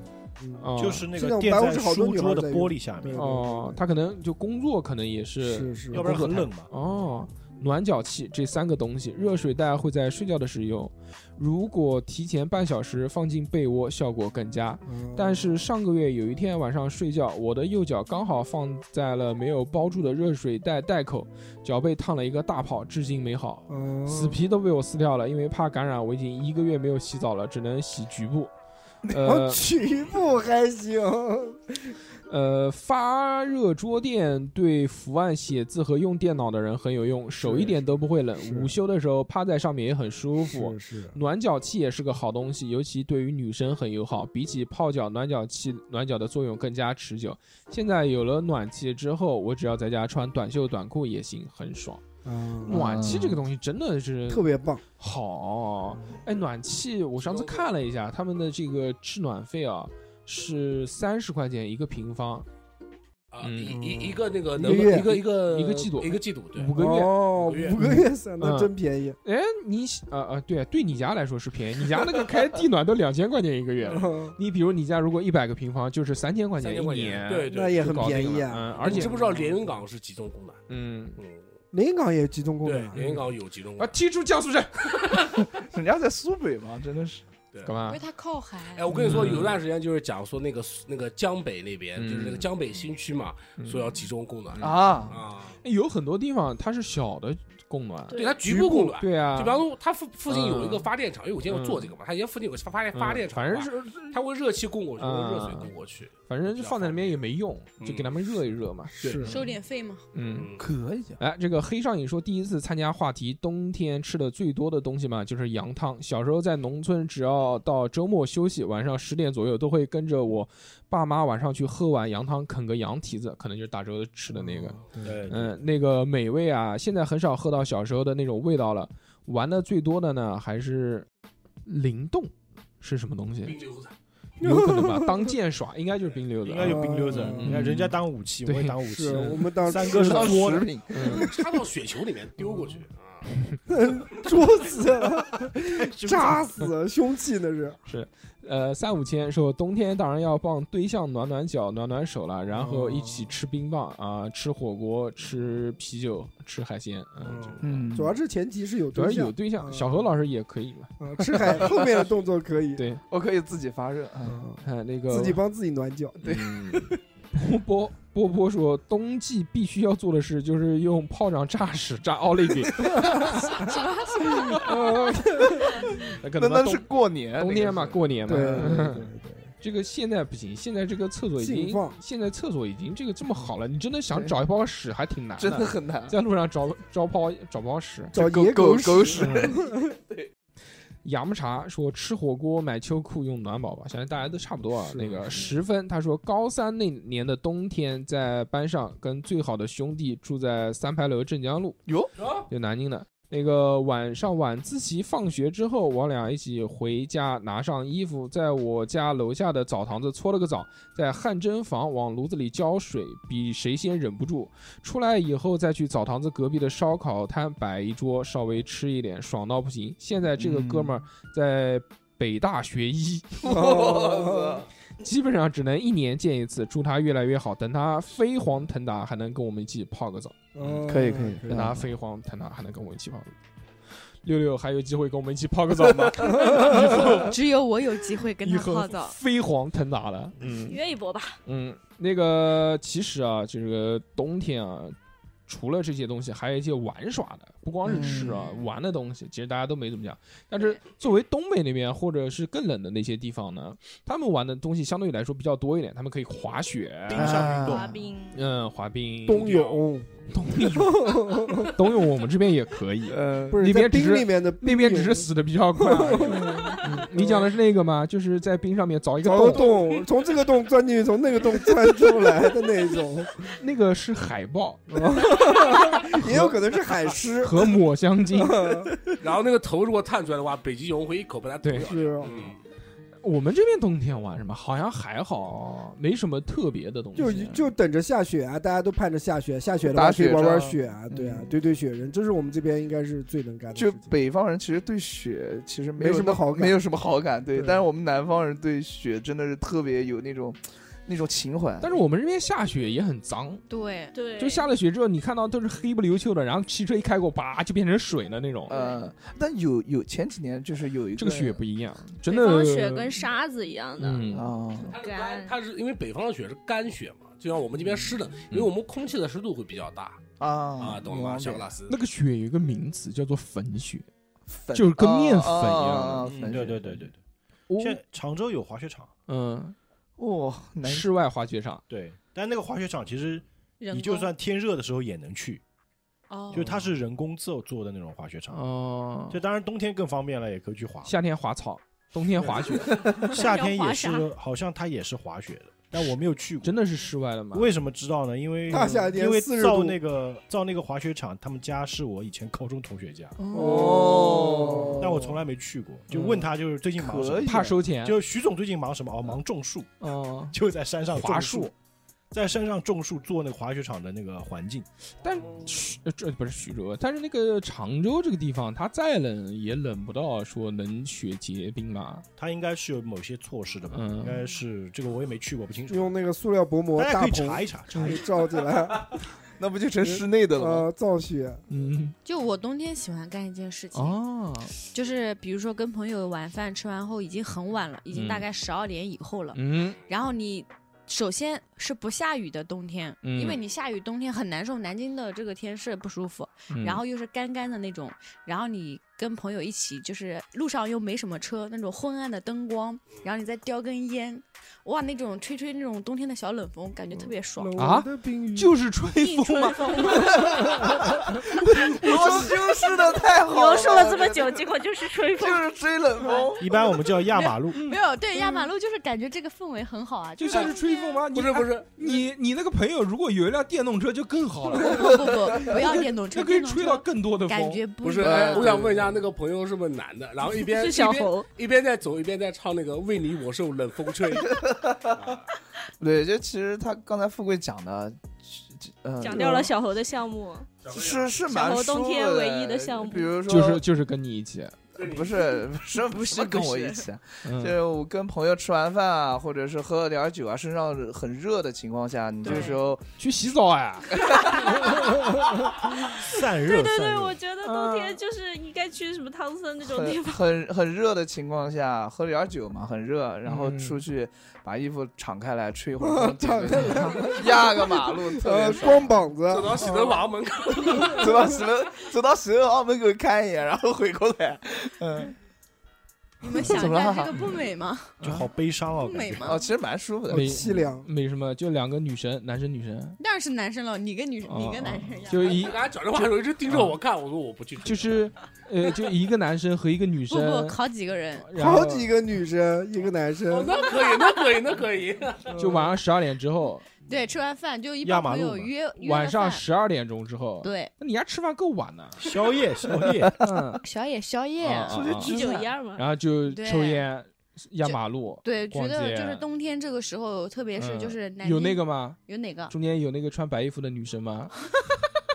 Speaker 3: 嗯，
Speaker 2: 哦
Speaker 6: 就是那
Speaker 3: 这
Speaker 6: 个
Speaker 3: 种
Speaker 6: 垫
Speaker 3: 白屋
Speaker 6: 在
Speaker 3: 是好多
Speaker 6: 书
Speaker 3: 女孩
Speaker 6: 桌的
Speaker 3: 在用嗯
Speaker 6: 玻璃下面
Speaker 3: 对，
Speaker 2: 哦，他可能就工作可能也是
Speaker 3: 是是，
Speaker 6: 要不然很冷嘛。
Speaker 2: 哦。暖脚器这三个东西，热水袋会在睡觉的时用，如果提前半小时放进被窝，效果更佳。
Speaker 3: 嗯，
Speaker 2: 但是上个月有一天晚上睡觉，我的右脚刚好放在了没有包住的热水袋袋口，脚被烫了一个大泡，至今没好，
Speaker 3: 嗯，
Speaker 2: 死皮都被我撕掉了。因为怕感染，我已经一个月没有洗澡了，只能洗局部。
Speaker 3: 哦，
Speaker 2: 呃
Speaker 3: 局部还行，
Speaker 2: 呃，发热桌垫对伏案写字和用电脑的人很有用，手一点都不会冷，
Speaker 3: 是
Speaker 2: 午休的时候趴在上面也很舒服。
Speaker 3: 是，
Speaker 2: 暖脚器也是个好东西，尤其对于女生很友好。比起泡脚，暖脚器暖脚的作用更加持久。现在有了暖气之后，我只要在家穿短袖短裤也行，很爽。
Speaker 3: 嗯，
Speaker 2: 暖气这个东西真的是
Speaker 3: 特别棒，
Speaker 2: 好。哎，暖气我上次看了一下，他们的这个制暖费啊，是三十块钱一个平方，
Speaker 4: 啊，
Speaker 2: 嗯
Speaker 4: 一一一个那个
Speaker 3: 一个
Speaker 4: 能
Speaker 3: 月
Speaker 4: 一个一个
Speaker 2: 一个季度
Speaker 4: 一个季度，对
Speaker 2: 五个月。
Speaker 3: 哦，
Speaker 4: 五个月
Speaker 3: 五个月三，
Speaker 2: 嗯
Speaker 3: 那真便宜。
Speaker 2: 哎，你啊啊，对，对你家来说是便宜，你家那个开地暖都两千块钱一个月了。 你比如你家如果一百个平方，就是三千块
Speaker 4: 嗯三
Speaker 2: 钱一
Speaker 4: 千块
Speaker 2: 年，
Speaker 4: 钱，对
Speaker 3: 那
Speaker 4: 对。
Speaker 3: 也
Speaker 2: 就
Speaker 3: 很
Speaker 2: 搞定
Speaker 3: 便宜
Speaker 2: 了
Speaker 3: 啊。
Speaker 2: 嗯，而
Speaker 4: 你知
Speaker 2: 且
Speaker 4: 不知道连云港是集中供暖？
Speaker 2: 嗯
Speaker 4: 嗯，
Speaker 3: 连云港也有集中供
Speaker 4: 对
Speaker 3: 暖，啊，
Speaker 4: 连云港有集中供
Speaker 2: 啊，
Speaker 4: 暖。
Speaker 2: 踢出江苏人
Speaker 8: 人家在苏北嘛，真的是
Speaker 2: 干
Speaker 7: 因
Speaker 2: 嘛
Speaker 7: 为？它靠海。
Speaker 4: 哎，我跟你说，
Speaker 2: 嗯
Speaker 4: 有一段时间就是讲说那个那个江北那边，
Speaker 2: 嗯
Speaker 4: 就是那个江北新区嘛，
Speaker 2: 嗯哎
Speaker 4: 说要集中供暖
Speaker 8: 啊，
Speaker 4: 啊，
Speaker 2: 有很多地方它是小的供暖，
Speaker 5: 对
Speaker 4: 对，它局部供暖。
Speaker 2: 对啊，
Speaker 4: 就比方说，它附附近有一个
Speaker 2: 嗯
Speaker 4: 发电厂，因为我以前要做这个嘛，它以前附近有个发电
Speaker 2: 嗯
Speaker 4: 发电厂嘛，
Speaker 2: 反正是
Speaker 4: 它会热气供过去，会
Speaker 2: 嗯
Speaker 4: 热水供过去。
Speaker 2: 反正就放在那边也没用，
Speaker 4: 嗯
Speaker 2: 就给他们热一热嘛。
Speaker 4: 对
Speaker 3: 是
Speaker 7: 收点费嘛，
Speaker 2: 嗯，
Speaker 4: 嗯，
Speaker 8: 可以啊。
Speaker 2: 哎，这个黑上瘾说，第一次参加话题，冬天吃的最多的东西嘛，就是羊汤。小时候在农村，只要到周末休息，晚上十点左右，都会跟着我爸妈晚上去喝碗羊汤，啃个羊蹄子，可能就是打折吃的那个。
Speaker 6: 哦
Speaker 4: 对，
Speaker 2: 嗯，那个美味啊，现在很少喝到小时候的那种味道了。玩的最多的呢，还是灵动，是什么东西？
Speaker 4: 冰溜子，
Speaker 2: 有可能吧，当剑耍，应该就是冰溜子啊。
Speaker 6: 应该有冰溜子，
Speaker 8: 嗯
Speaker 6: 你看人家当武器，我也
Speaker 2: 对
Speaker 6: 当武器
Speaker 3: 是。我们当时
Speaker 6: 三哥是
Speaker 8: 当
Speaker 6: 作
Speaker 8: 食
Speaker 6: 的，
Speaker 8: 品，
Speaker 2: 嗯
Speaker 4: 插到雪球里面丢过去啊。
Speaker 3: 作死了，扎死了，凶器那是。
Speaker 2: 呃，三五千说冬天当然要帮对象暖暖脚、暖暖手了，然后一起吃冰棒啊、吃火锅、吃啤酒、吃海鲜，嗯，就是
Speaker 8: 嗯
Speaker 3: 主要是前提是有
Speaker 2: 主要
Speaker 3: 对
Speaker 2: 是
Speaker 3: 象，
Speaker 2: 有对象，
Speaker 3: 嗯
Speaker 2: 小何老师也可以嘛，
Speaker 3: 嗯吃海后面的动作可以，
Speaker 2: 对，
Speaker 8: 我可以自己发热，嗯
Speaker 3: 嗯
Speaker 2: 看那个
Speaker 3: 自己帮自己暖脚。
Speaker 8: 对
Speaker 2: 嗯波波波波说，冬季必须要做的事就是用炮仗炸屎炸奥利给。 呃那可
Speaker 8: 那
Speaker 2: 能吧
Speaker 8: 那是
Speaker 2: 冬
Speaker 8: 过年，
Speaker 2: 冬天嘛，过年嘛
Speaker 3: 对，对对对
Speaker 2: 这个现在不行，现在这个厕所已
Speaker 3: 禁
Speaker 2: 经
Speaker 3: 放，
Speaker 2: 现在厕所已经这个这么好了，你真的想
Speaker 8: 对
Speaker 2: 找一包屎还挺难
Speaker 8: 真的
Speaker 2: 的，
Speaker 8: 很难。
Speaker 2: 在路上找找包找包屎。
Speaker 3: 找
Speaker 8: 狗
Speaker 3: 野
Speaker 8: 狗
Speaker 3: 狗
Speaker 8: 屎，
Speaker 2: 雅木茶说吃火锅买秋裤用暖宝宝，相信大家都差不多啊。
Speaker 3: 是
Speaker 2: 那个十分，他说高三那年的冬天在班上跟最好的兄弟住在三牌楼镇江路，
Speaker 8: 哟，
Speaker 2: 就南京的。那个晚上晚自习放学之后，我俩一起回家拿上衣服，在我家楼下的澡堂子搓了个澡，在汗蒸房往炉子里浇水，比谁先忍不住。出来以后再去澡堂子隔壁的烧烤摊摆一桌，稍微吃一点，爽到不行。现在这个哥们儿在北大学医，
Speaker 8: 我操
Speaker 2: 基本上只能一年见一次。祝他越来越好，等他飞黄腾达，还能跟我们一起泡个澡。
Speaker 3: 嗯
Speaker 8: 可以可以啊
Speaker 2: 等他飞黄腾达，还能跟我一起泡。六六还有机会跟我们一起泡个澡 吗？
Speaker 7: 只有我有机会跟
Speaker 2: 以
Speaker 7: 他
Speaker 2: 后
Speaker 7: 泡澡。
Speaker 2: 飞黄腾达了。嗯
Speaker 5: 约一波吧。
Speaker 2: 嗯，那个其实啊，这个冬天啊，除了这些东西，还有一些玩耍的，不光是吃啊，
Speaker 7: 嗯
Speaker 2: 玩的东西，其实大家都没怎么讲。但是作为东北那边或者是更冷的那些地方呢，他们玩的东西相对来说比较多一点，他们可以滑雪。
Speaker 6: 冰上
Speaker 3: 啊
Speaker 6: 运
Speaker 5: 滑
Speaker 8: 啊
Speaker 6: 动，
Speaker 5: 冰，
Speaker 2: 嗯，滑冰、
Speaker 3: 冬泳，
Speaker 2: 冬泳、冬泳，我们这边也可以。
Speaker 8: 呃，
Speaker 3: 不是
Speaker 2: 里
Speaker 3: 在
Speaker 2: 边只
Speaker 3: 冰
Speaker 2: 是
Speaker 3: 里面的
Speaker 2: 那边只是死的比较快 而已。你讲的是那个吗？就是在冰上面凿一个
Speaker 3: 找嗯个
Speaker 2: 洞，
Speaker 3: 洞， 从这个洞钻进去，从那个洞钻出来的那种，
Speaker 2: 那个是海豹
Speaker 3: 哦也有可能是海狮。
Speaker 2: 和抹香 鲸。
Speaker 4: 然后那个头如果探出来的话，北极熊会一口把它
Speaker 2: 对
Speaker 4: 吞掉。
Speaker 3: 是，
Speaker 4: 嗯，
Speaker 2: 我们这边冬天玩什么？好像还好，没什么特别的东西。
Speaker 3: 哦就就等着下雪啊，大家都盼着下雪，下雪的
Speaker 8: 打
Speaker 3: 话去
Speaker 8: 雪
Speaker 3: 玩玩
Speaker 8: 仗
Speaker 3: 雪啊，对啊
Speaker 2: 嗯，
Speaker 3: 堆堆雪人，这是我们这边应该是最能干的
Speaker 8: 就
Speaker 3: 事情。
Speaker 8: 北方人其实对雪其实
Speaker 3: 没
Speaker 8: 有
Speaker 3: 什么
Speaker 8: 那
Speaker 3: 好感
Speaker 8: 没有什么好感，对。
Speaker 3: 对
Speaker 8: 但是我们南方人对雪真的是特别有那种那种情怀。
Speaker 2: 但是我们这边下雪也很脏，
Speaker 7: 对，
Speaker 5: 对，
Speaker 2: 就下了雪之后，你看到都是黑不溜秋的，然后汽车一开过，叭就变成水了那种。
Speaker 3: 嗯
Speaker 8: 呃，但有有前几年就是有一
Speaker 2: 这个雪不一样，真
Speaker 5: 北
Speaker 2: 的
Speaker 5: 方的雪跟沙子一样的，
Speaker 2: 嗯
Speaker 3: 哦
Speaker 8: 啊，
Speaker 4: 它是
Speaker 5: 干
Speaker 4: 干，它是因为北方的雪是干雪嘛，就像我们这边湿的，
Speaker 2: 嗯
Speaker 4: 因为我们空气的湿度会比较大
Speaker 8: 啊
Speaker 4: 啊，懂了吗？小拉斯
Speaker 2: 那，个雪有一个名词叫做粉雪，
Speaker 8: 粉
Speaker 2: 就是跟面粉一样
Speaker 8: 啊啊啊
Speaker 6: 嗯
Speaker 8: 粉
Speaker 6: 对对对对对。
Speaker 2: 哦
Speaker 6: 现在常州有滑雪场，
Speaker 2: 嗯，
Speaker 8: 哇，南
Speaker 2: 室外滑雪场，
Speaker 6: 对，但那个滑雪场其实
Speaker 7: 人
Speaker 6: 你就
Speaker 7: 工
Speaker 6: 算天热的时候也能去，
Speaker 7: 哦，
Speaker 6: 就是它是人工做做的那种滑雪场。
Speaker 2: 哦
Speaker 6: 这当然冬天更方便了，也可以去滑。
Speaker 2: 夏天滑草，冬天滑雪，
Speaker 6: 夏天
Speaker 7: 要滑
Speaker 6: 也是
Speaker 7: 啥，
Speaker 6: 好像它也是滑雪的，但我没有去过。
Speaker 2: 真的是室外的吗？
Speaker 6: 为什么知道呢？因为
Speaker 3: 大夏天
Speaker 6: 因为
Speaker 3: 40
Speaker 6: 造
Speaker 3: 度
Speaker 6: 那个造那个滑雪场，他们家是我以前高中同学家，
Speaker 3: 哦
Speaker 7: 嗯
Speaker 8: 哦
Speaker 6: 但我从来没去过。就
Speaker 3: 嗯
Speaker 6: 问他就是最近忙什
Speaker 8: 可
Speaker 6: 么，
Speaker 8: 以
Speaker 2: 怕收钱，
Speaker 6: 就是徐总最近忙什么？哦，忙种树，
Speaker 2: 哦。
Speaker 6: 就在山上
Speaker 2: 华
Speaker 6: 种
Speaker 2: 树
Speaker 6: 树，在山上种树做那个滑雪场的那个环境。
Speaker 2: 但徐呃这不是徐州，但是那个常州这个地方，它再冷也冷不到说能雪结冰吧？
Speaker 6: 它应该是有某些措施的吧？
Speaker 2: 嗯
Speaker 6: 应该是这个我也没去过，不清楚。
Speaker 3: 用那个塑料薄膜
Speaker 6: 大家
Speaker 3: 大嗯
Speaker 6: 可以
Speaker 3: 棚
Speaker 6: 查一 查，查一
Speaker 3: 给
Speaker 6: 查。
Speaker 3: 罩起来，
Speaker 8: 那不就成室内的了吗？
Speaker 3: 呃，造雪。
Speaker 2: 嗯，
Speaker 7: 就我冬天喜欢干一件事情，
Speaker 2: 哦，
Speaker 7: 就是比如说跟朋友晚饭吃完后已经很晚了，已经大概十二点以后了。
Speaker 2: 嗯，
Speaker 7: 然后你首先是不下雨的冬天，
Speaker 2: 嗯
Speaker 7: 因为你下雨冬天很难受，南京的这个天是不舒服，
Speaker 2: 嗯
Speaker 7: 然后又是干干的那种，然后你跟朋友一起，就是路上又没什么车，那种昏暗的灯光，然后你再叼根烟，哇，那种吹吹那种冬天的小冷风，感觉特别爽。
Speaker 3: 冷
Speaker 2: 啊
Speaker 3: 冷的冰雨呃
Speaker 2: 就是吹
Speaker 7: 硬
Speaker 2: 风嘛
Speaker 7: 吹，风，
Speaker 2: 呃
Speaker 8: 我修饰的 太好
Speaker 5: 描
Speaker 8: 了，
Speaker 5: 述了这么久，
Speaker 2: 哦
Speaker 5: 结果就是吹
Speaker 8: 就
Speaker 5: 风。
Speaker 8: 是吹冷风。
Speaker 6: 一般我们叫压 马路，
Speaker 7: 没有对压马路就是感觉这个氛围很好啊，
Speaker 2: 嗯就是像是吹风吗？你
Speaker 4: 不是不，是
Speaker 2: 哎，你你那个朋友如果有一辆电动车就更好 了，
Speaker 7: 不不不，不要电动车，
Speaker 2: 那可以
Speaker 7: 电动
Speaker 2: 吹
Speaker 7: 车
Speaker 2: 到更多的
Speaker 7: 感
Speaker 2: 风。
Speaker 7: 觉不
Speaker 4: 不是，
Speaker 7: 一样
Speaker 4: 哎，我想问一下，那个朋友是不是男的？然后一边
Speaker 5: 是小
Speaker 4: 一边
Speaker 2: 嗯
Speaker 5: 猴，
Speaker 4: 一边在走，一边在唱那个“为你我受冷风吹
Speaker 8: 对，就其实他刚才富贵讲的，嗯，
Speaker 5: 讲掉了小猴的项目，
Speaker 8: 是是蛮
Speaker 5: 小猴
Speaker 8: 舒
Speaker 5: 冬
Speaker 8: 服
Speaker 5: 天
Speaker 8: 的
Speaker 5: 唯一的项目
Speaker 8: 比如说
Speaker 2: 就是就是跟你一起，
Speaker 8: 不是不是不是跟我一起，就
Speaker 2: 嗯
Speaker 8: 是我跟朋友吃完饭啊，或者是喝了点酒啊，身上很热的情况下，你这
Speaker 7: 对
Speaker 8: 时候
Speaker 2: 去洗澡哎，
Speaker 6: 散热
Speaker 5: 对对
Speaker 6: 散
Speaker 5: 对，
Speaker 6: 热
Speaker 5: 我觉得冬
Speaker 2: 嗯
Speaker 5: 天就是应该去什么汤森那种地
Speaker 8: 很
Speaker 5: 方，
Speaker 8: 很很热的情况下，喝点酒嘛，很热，然后
Speaker 2: 嗯
Speaker 8: 出去把衣服敞开来吹一会儿风，压个马路，特别
Speaker 3: 呃，
Speaker 8: 爽
Speaker 3: 光膀子”，
Speaker 4: 走到洗头房门口，
Speaker 8: 走到十楼，走到十楼房门口看一眼，然后回过来，嗯，
Speaker 7: 你们想
Speaker 8: 怎
Speaker 7: 一
Speaker 8: 么
Speaker 7: 下
Speaker 8: 了
Speaker 7: 这个不美 吗？
Speaker 6: 就好悲伤哦，
Speaker 7: 不
Speaker 6: 感
Speaker 7: 美
Speaker 6: 觉。
Speaker 8: 哦，
Speaker 7: 吗？
Speaker 8: 其实蛮舒服的
Speaker 3: 好。
Speaker 2: 没
Speaker 3: 凄凉。
Speaker 2: 没什么，就两个女生，男生女生，
Speaker 7: 当然是男生了，你跟女生， 你
Speaker 2: 哦
Speaker 7: 跟男生一样。
Speaker 2: 就一
Speaker 4: 他刚才讲这话的时候一直盯着我看，我说我不去。
Speaker 2: 就是呃，就一个男生和一个女
Speaker 7: 不不，
Speaker 2: 生，
Speaker 7: 考几个人？
Speaker 2: 然后
Speaker 3: 好几个女生，一个男
Speaker 4: 哦
Speaker 3: 生，，
Speaker 4: 那可以，那可以，那可以。
Speaker 2: 就晚上十二点之后，
Speaker 7: 对，吃完饭就一
Speaker 6: 压
Speaker 7: 帮
Speaker 6: 马
Speaker 7: 朋
Speaker 6: 路
Speaker 7: 友
Speaker 6: 嘛
Speaker 7: 约约
Speaker 2: 晚
Speaker 7: 了
Speaker 2: 上
Speaker 7: 饭
Speaker 2: 十二点钟之后，
Speaker 7: 对
Speaker 2: 那你家吃饭够晚的，
Speaker 6: 宵夜宵夜，
Speaker 2: 嗯，
Speaker 7: 小野宵夜，
Speaker 2: 啊啊啊
Speaker 5: 一九一二嘛。
Speaker 2: 然后就
Speaker 7: 对
Speaker 2: 抽烟压马路，
Speaker 7: 对，觉
Speaker 2: 逛
Speaker 7: 得
Speaker 2: 街
Speaker 7: 就是冬天这个时候，特别是
Speaker 2: 嗯
Speaker 7: 就是南
Speaker 2: 有
Speaker 7: 京
Speaker 2: 那个吗？
Speaker 7: 有哪个
Speaker 2: 中间有那个穿白衣服的女生 吗？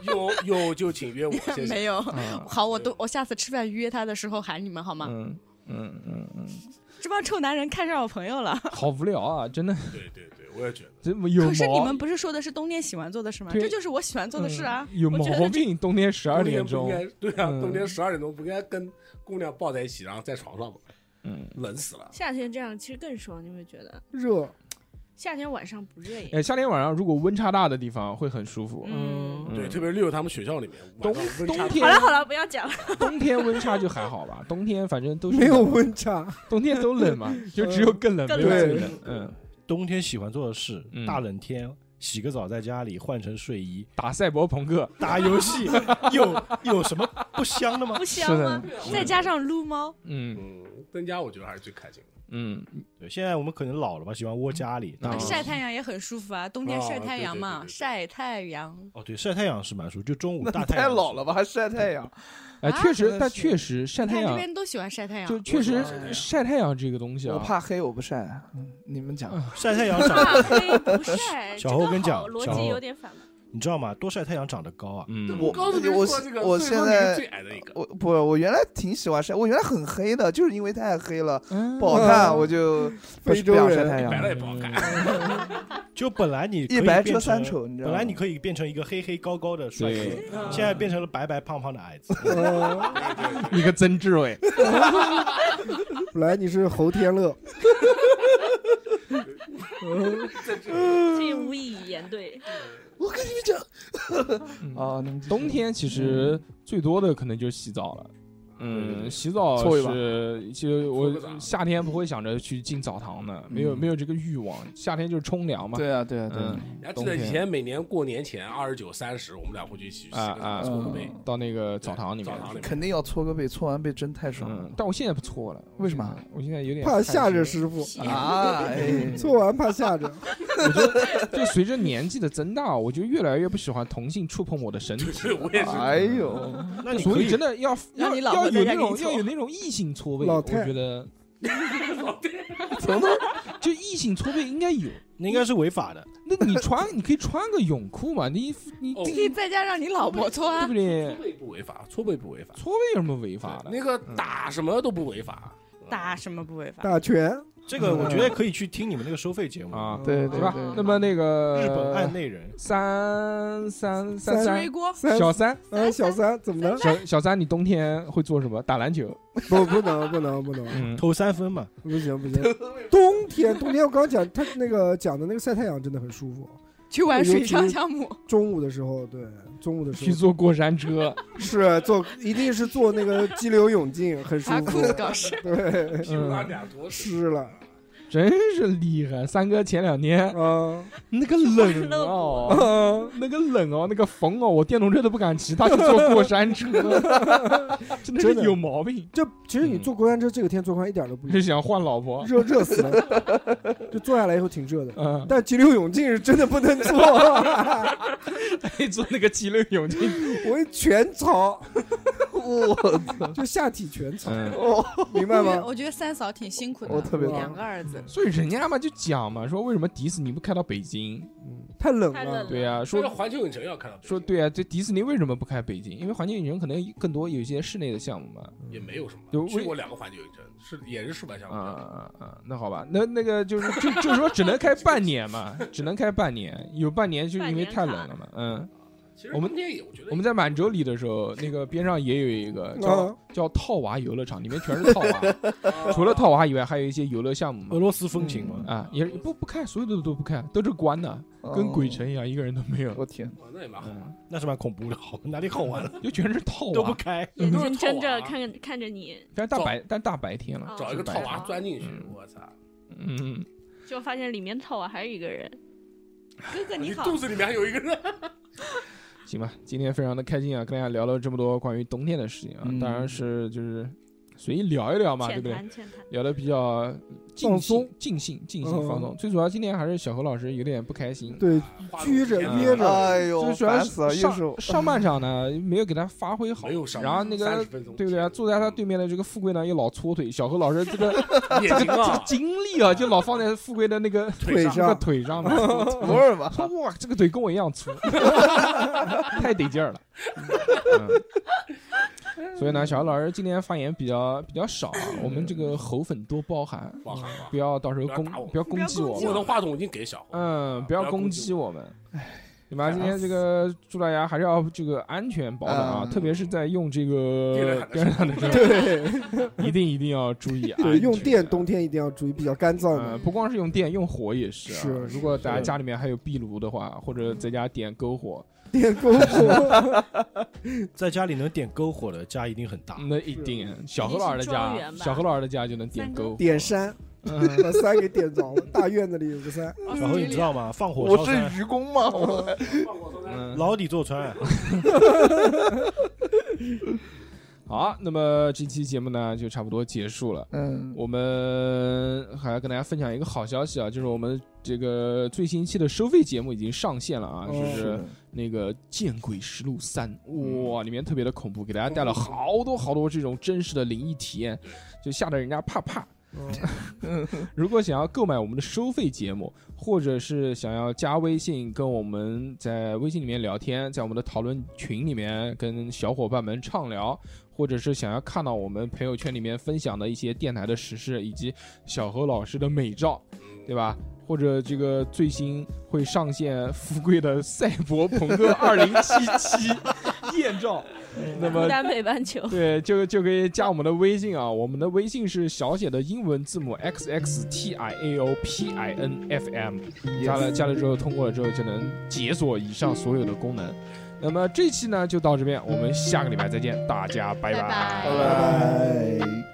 Speaker 4: 有有就请约我，谢谢。
Speaker 7: 没有？
Speaker 2: 嗯
Speaker 7: 好，我都我下次吃饭约他的时候喊你们好吗？
Speaker 2: 嗯嗯嗯嗯，
Speaker 7: 这帮臭男人看上我朋友了。
Speaker 2: 好无聊啊，真的，
Speaker 4: 对对对，我也觉得。
Speaker 2: 这有毛
Speaker 7: 可是你们不是说的是冬天喜欢做的事吗？
Speaker 2: 对
Speaker 7: 这就是我喜欢做的事啊。
Speaker 2: 嗯有
Speaker 7: 我觉
Speaker 2: 毛
Speaker 7: 得这
Speaker 2: 病，冬天十二点
Speaker 4: 冬
Speaker 2: 钟，
Speaker 4: 天不应该对啊，
Speaker 2: 嗯
Speaker 4: 冬天十二点钟不应该跟姑娘抱在一起，然后在床上吗？
Speaker 2: 嗯，
Speaker 4: 冷死了。
Speaker 5: 夏天这样其实更爽，你会觉得
Speaker 3: 热，
Speaker 5: 夏天晚上不热也。
Speaker 2: 哎，夏天晚上如果温差大的地方会很舒服，
Speaker 5: 嗯，
Speaker 4: 对，
Speaker 2: 嗯
Speaker 4: 特别是溜他们学校里面，
Speaker 2: 冬
Speaker 4: 晚上温差
Speaker 2: 冬
Speaker 4: 大
Speaker 5: 好
Speaker 2: 天
Speaker 5: 了好了，不要讲了。
Speaker 2: 冬天温差就还好吧，冬天反正都是
Speaker 3: 没有温差，
Speaker 2: 冬天都冷嘛，就只有更冷，
Speaker 5: 更
Speaker 2: 没有最
Speaker 3: 冷
Speaker 2: 冷。嗯，
Speaker 6: 冬天喜欢做的事
Speaker 2: 嗯，
Speaker 6: 大冷天洗个澡，在家里换成睡衣
Speaker 2: 打赛博朋克，
Speaker 6: 打游戏， 有有什么不香的吗
Speaker 5: 不？
Speaker 2: 哦是
Speaker 5: 香
Speaker 2: 的
Speaker 5: 吗？再加上撸 猫，
Speaker 2: 嗯
Speaker 4: 嗯，增加我觉得还是最开心的。
Speaker 2: 嗯，
Speaker 6: 对，现在我们可能老了吧，喜欢窝家里。打
Speaker 2: 嗯
Speaker 6: 游戏
Speaker 7: 晒太阳也很舒服啊，冬天晒
Speaker 4: 哦
Speaker 7: 太
Speaker 4: 对
Speaker 7: 阳
Speaker 4: 对
Speaker 7: 嘛，
Speaker 4: 对对对
Speaker 7: 晒太阳。
Speaker 6: 哦，对，晒太阳是蛮舒服，就中午
Speaker 8: 那
Speaker 6: 大
Speaker 8: 你
Speaker 6: 太阳
Speaker 8: 太
Speaker 6: 的时候
Speaker 8: 老了吧，还晒太阳？
Speaker 2: 哎，
Speaker 7: 啊
Speaker 2: 确实
Speaker 8: 真，的
Speaker 2: 但
Speaker 8: 是
Speaker 2: 确实晒
Speaker 7: 你
Speaker 2: 太
Speaker 7: 看这
Speaker 2: 阳，
Speaker 7: 边都喜欢晒太阳，
Speaker 2: 就确
Speaker 4: 喜
Speaker 2: 实
Speaker 4: 欢晒太阳
Speaker 2: 晒太阳这个东西啊，
Speaker 8: 我怕黑，我不晒。嗯你们讲，
Speaker 6: 晒太阳长，
Speaker 5: 怕黑 不晒，
Speaker 6: 小
Speaker 5: 这
Speaker 6: 猴
Speaker 5: 个
Speaker 6: 跟你讲
Speaker 5: 好逻
Speaker 6: 小猴
Speaker 5: 辑有点反叛。
Speaker 6: 你知道吗？多晒太阳长得高啊。
Speaker 2: 嗯，
Speaker 8: 我
Speaker 4: 告诉你
Speaker 8: 我
Speaker 4: 说这个
Speaker 8: 我
Speaker 4: 最
Speaker 8: 现
Speaker 4: 后你是
Speaker 8: 在
Speaker 4: 最矮的一个，
Speaker 8: 我不，我原来挺喜欢晒，我原来很黑的，就是因为太黑了
Speaker 2: 嗯
Speaker 8: 不好看，我就不
Speaker 3: 非洲
Speaker 8: 不想晒
Speaker 3: 人
Speaker 8: 太
Speaker 4: 白
Speaker 8: 阳。
Speaker 4: 了也不好看。
Speaker 6: 就本来你可以
Speaker 8: 一白
Speaker 6: 变
Speaker 8: 遮三
Speaker 6: 成
Speaker 8: 丑，你知道
Speaker 6: 本
Speaker 8: 吗？
Speaker 6: 来你可以变成一个黑黑高高的帅哥
Speaker 2: 对，
Speaker 6: 现在变成了白白胖胖的矮子。
Speaker 3: 呃，
Speaker 2: 一个曾志伟，
Speaker 3: 本来你是侯天乐，
Speaker 5: 这无以言对，
Speaker 8: 我跟你们讲，
Speaker 2: 嗯
Speaker 8: 哦，你们继续
Speaker 2: 冬天其实最多的可能就是洗澡了，嗯，洗澡
Speaker 8: 搓一把
Speaker 2: 是就
Speaker 4: 搓个澡
Speaker 2: 我夏天不会想着去进澡堂的，没有
Speaker 8: 嗯
Speaker 2: 没有这个欲望。夏天就是冲凉嘛。
Speaker 8: 对啊，对啊，对啊
Speaker 2: 嗯，，
Speaker 4: 你还记得以前每年过年前二十九、三十，我们俩会去洗洗
Speaker 2: 啊
Speaker 4: 个澡，
Speaker 2: 啊
Speaker 4: 搓个背
Speaker 8: 嗯，
Speaker 2: 到那个澡堂里面
Speaker 4: 澡。堂里面。
Speaker 8: 肯定要搓个背，搓完背真太爽了
Speaker 2: 嗯，但我现在不搓了，
Speaker 8: 为什么？
Speaker 2: 我现在有点
Speaker 3: 怕吓着
Speaker 2: 着
Speaker 3: 师傅，
Speaker 2: 嗯
Speaker 8: 啊！哎，
Speaker 3: 做完怕吓着。
Speaker 2: 就随着年纪的增大，我就越来越不喜欢同性触碰我的身体。
Speaker 4: 是，我也是。
Speaker 8: 哎 呦，
Speaker 6: 那你
Speaker 2: 所
Speaker 6: 可
Speaker 2: 以
Speaker 6: 以
Speaker 2: 真的要
Speaker 9: 让
Speaker 2: 要
Speaker 9: 你老
Speaker 2: 要
Speaker 9: 婆在
Speaker 2: 有
Speaker 9: 家给
Speaker 2: 那
Speaker 9: 你
Speaker 2: 种
Speaker 9: 搓
Speaker 2: 要有那种异性搓背，
Speaker 3: 老
Speaker 2: 我
Speaker 3: 太
Speaker 2: 觉得
Speaker 8: 怎么都
Speaker 2: 就异性搓背应该有。
Speaker 6: 那应该是违法的。
Speaker 2: 那你穿你可以穿个泳裤嘛，你你
Speaker 4: 哦
Speaker 2: 对
Speaker 9: 可以在家让你老婆搓
Speaker 2: 对
Speaker 9: 啊
Speaker 2: 不，
Speaker 4: 搓
Speaker 2: 对？
Speaker 4: 背不违法，搓背不违法，
Speaker 2: 搓背有什么违法的？嗯
Speaker 4: 那个打什么都不违法。嗯
Speaker 9: 打什么不违法？
Speaker 3: 打拳，
Speaker 6: 这
Speaker 8: 嗯
Speaker 6: 个我觉得可以去听你们那个收费节目
Speaker 2: 啊，
Speaker 8: 对
Speaker 2: 对
Speaker 8: 对
Speaker 2: 吧
Speaker 8: 对？
Speaker 2: 那么那个
Speaker 6: 日本案内人
Speaker 2: 三三三
Speaker 3: 三
Speaker 2: 三
Speaker 9: 锅
Speaker 3: 三
Speaker 2: 小三
Speaker 3: 呃小三怎么了？
Speaker 2: 小小三，你冬天会做什么？打篮球。
Speaker 3: 不不能不能不能，
Speaker 2: 嗯，
Speaker 6: 投三分嘛，
Speaker 3: 不行不行。冬天冬天我刚讲他那个讲的那个晒太阳真的很舒服，
Speaker 9: 去玩水上项目，
Speaker 3: 中午的时候对中午的时
Speaker 2: 去
Speaker 3: 候
Speaker 2: 坐过山 车。
Speaker 3: 是坐一定是坐那个激流勇进很舒
Speaker 9: 把
Speaker 3: 服
Speaker 9: 裤，子搞湿，
Speaker 3: 对
Speaker 4: 屁股拉
Speaker 2: 嗯
Speaker 4: 两坨屎，
Speaker 3: 湿了
Speaker 2: 真是厉害！三哥前两天
Speaker 3: 啊
Speaker 2: 那个冷哦， 那个冷哦，那个风哦，我电动车都不敢骑，他去坐过山 车，真的
Speaker 3: 真
Speaker 2: 是
Speaker 3: 的
Speaker 2: 有毛病。
Speaker 3: 就其实你坐过山车这个天坐宽一点都不
Speaker 2: 嗯是想换老婆，
Speaker 3: 热热死了，就坐下来以后挺热的。
Speaker 2: 嗯，
Speaker 3: 但激流勇进是真的不能坐，
Speaker 2: 可以做那个激流勇进。
Speaker 3: 我一全操，
Speaker 8: 我
Speaker 3: 就下体全操，
Speaker 2: 嗯，
Speaker 3: 明白
Speaker 9: 我觉得
Speaker 3: 吗？
Speaker 9: 我觉得三嫂挺辛苦的，
Speaker 8: 我特别
Speaker 9: 两个儿子，
Speaker 2: 所以人家嘛就讲嘛，说为什么迪士尼不开到北京？
Speaker 3: 嗯太冷
Speaker 5: 太冷
Speaker 3: 了
Speaker 5: 了，
Speaker 2: 对呀、
Speaker 4: 说
Speaker 2: 说
Speaker 4: 环球影城要看到
Speaker 2: 说对啊，这迪士尼为什么不开北京？因为环球影城可能更多有一些室内的项目嘛。
Speaker 4: 也没有什
Speaker 2: 就
Speaker 4: 么，去
Speaker 2: 为
Speaker 4: 过两个环球影城，是也是室外项
Speaker 2: 啊
Speaker 4: 目。
Speaker 2: 啊啊！那好吧，那那个就是就 就是说只能开半年嘛，只能开半年，有半年就是因为太冷了嘛。嗯，
Speaker 4: 其实
Speaker 2: 我们
Speaker 4: 今天也我觉得
Speaker 2: 我们在满洲里的时候，那个边上也有一个
Speaker 8: 嗯
Speaker 2: 叫
Speaker 3: 啊
Speaker 2: 叫套娃游乐场，里面全是套 娃， 除了套娃以外，还有一些游乐项目
Speaker 8: 嗯
Speaker 2: 嘛
Speaker 6: 俄。罗斯风情嘛。
Speaker 2: 啊，也不不开，所有的都不开，都是关的，跟鬼，城一样，一个人都没有
Speaker 8: 哦。我天，
Speaker 4: 哦那也蛮好。
Speaker 2: 嗯，
Speaker 6: 那是蛮恐怖的，好 哪里好玩 了
Speaker 2: 就全是套
Speaker 6: 都不
Speaker 2: 娃，
Speaker 6: 开。
Speaker 5: 眼
Speaker 4: 都是
Speaker 5: 睛
Speaker 4: 套
Speaker 5: 睁
Speaker 2: 啊
Speaker 4: 娃
Speaker 5: 着看看着你，
Speaker 2: 但是大白但大白天了，
Speaker 5: 哦
Speaker 4: 找一个套娃
Speaker 5: 哦
Speaker 4: 钻进去
Speaker 2: 嗯，
Speaker 4: 我操！
Speaker 2: 嗯，
Speaker 5: 就发现里面套娃还有一个人，
Speaker 9: 哥哥
Speaker 2: 啊
Speaker 4: 你
Speaker 9: 好，
Speaker 4: 肚子里面还有一个 人，
Speaker 2: 行吧，今天非常的开心啊，跟大家聊了这么多关于冬天的事情啊，
Speaker 8: 嗯
Speaker 2: 当然是就是随意聊一聊嘛，对
Speaker 5: 浅
Speaker 2: 不对？
Speaker 5: 谈浅谈。
Speaker 2: 聊的比较尽兴
Speaker 3: 放松、
Speaker 2: 尽兴、尽
Speaker 3: 嗯
Speaker 2: 兴、放松。最主要今天还是小何老师有点不开心，
Speaker 3: 对，
Speaker 4: 花
Speaker 3: 拘着
Speaker 4: 了五天
Speaker 3: 约着
Speaker 8: 哎
Speaker 2: 最
Speaker 8: 呦，
Speaker 2: 主要
Speaker 8: 烦
Speaker 2: 是
Speaker 8: 死了，又是
Speaker 2: 上上半场呢没有给他发挥好
Speaker 4: 没，有上班，
Speaker 2: 然后那个
Speaker 4: 30分钟
Speaker 2: 对不对啊？坐在他对面的这个富贵呢又老搓腿，小何老师 这个
Speaker 4: 眼睛 啊，
Speaker 2: 精力啊就老放在富贵的那个那
Speaker 3: 腿
Speaker 8: 啊
Speaker 2: 个
Speaker 3: 上
Speaker 2: 腿上面。
Speaker 8: 不是吧？
Speaker 2: 说哇，这个腿跟我一样 粗，太得劲儿了。嗯所以呢，小何老师今天发言比较比较少啊，我们这个 猴粉多包涵，
Speaker 4: 哇哇哇
Speaker 2: 不要到时候
Speaker 4: 不要
Speaker 2: 攻
Speaker 4: 打我
Speaker 2: 不要攻击我
Speaker 4: 我
Speaker 2: 们，
Speaker 4: 的话筒已经给小红了，
Speaker 2: 嗯，不
Speaker 4: 不
Speaker 2: 要
Speaker 4: 要
Speaker 2: 攻
Speaker 4: 攻击
Speaker 2: 击我们。对吧？今天这个祝大家还是要这个安全保暖啊，
Speaker 8: 嗯
Speaker 2: 特别是在用这
Speaker 4: 电热
Speaker 2: 个
Speaker 4: 毯的
Speaker 2: 电热毯的时候，
Speaker 3: 对
Speaker 2: 一定一定要注意安
Speaker 3: 对，
Speaker 2: 全。
Speaker 3: 用电冬天一定要注意，比较干燥
Speaker 2: 哎呃，
Speaker 3: 的。
Speaker 2: 不光是用电，用火也是啊。
Speaker 3: 是
Speaker 2: 如果大家
Speaker 6: 是
Speaker 2: 家里面还有壁炉的话，或者在家点篝火，
Speaker 3: 电篝 火，
Speaker 6: 在家里能点篝火的家一定很
Speaker 8: 嗯
Speaker 6: 大。
Speaker 2: 那一定小何
Speaker 5: 一定
Speaker 2: 老师的
Speaker 5: 是庄
Speaker 2: 家，
Speaker 5: 园吧
Speaker 2: 小何老师的家就能点
Speaker 5: 三
Speaker 2: 篝火，
Speaker 3: 点山，
Speaker 2: 嗯
Speaker 3: 把山给点着了。大院子里有个山，
Speaker 6: 然后你知道吗？放火
Speaker 8: 我
Speaker 6: 烧
Speaker 8: 是
Speaker 6: 山，
Speaker 8: 愚公吗？ 我
Speaker 2: 嗯
Speaker 6: 牢底坐穿。
Speaker 2: 好，那么这期节目呢就差不多结束了。
Speaker 8: 嗯，
Speaker 2: 我们还要跟大家分享一个好消息啊，就是我们这个最新一期的收费节目已经上线了啊，
Speaker 3: 哦
Speaker 2: 就是
Speaker 8: 的
Speaker 2: 那个《见鬼实录三》，哇，里面特别的恐怖，给大家带了好多好多这种真实的灵异体验，就吓得人家怕怕。 如果想要购买我们的收费节目，或者是想要加微信跟我们在微信里面聊天，在我们的讨论群里面跟小伙伴们畅聊，或者是想要看到我们朋友圈里面分享的一些电台的实事以及小何老师的美照，对吧？或者这个最新会上线富贵的赛博朋克二零七七艳照，那么
Speaker 5: 孤单北半 球，
Speaker 2: 对，就就可以加我们的微信啊，我们的微信是小写的英文字母 x x t i a o p i n f m，加了加了之后，通过了之后就能解锁以上所有的功能。那么这期呢就到这边，我们下个礼拜再见，大家拜
Speaker 9: 拜拜
Speaker 8: 拜拜。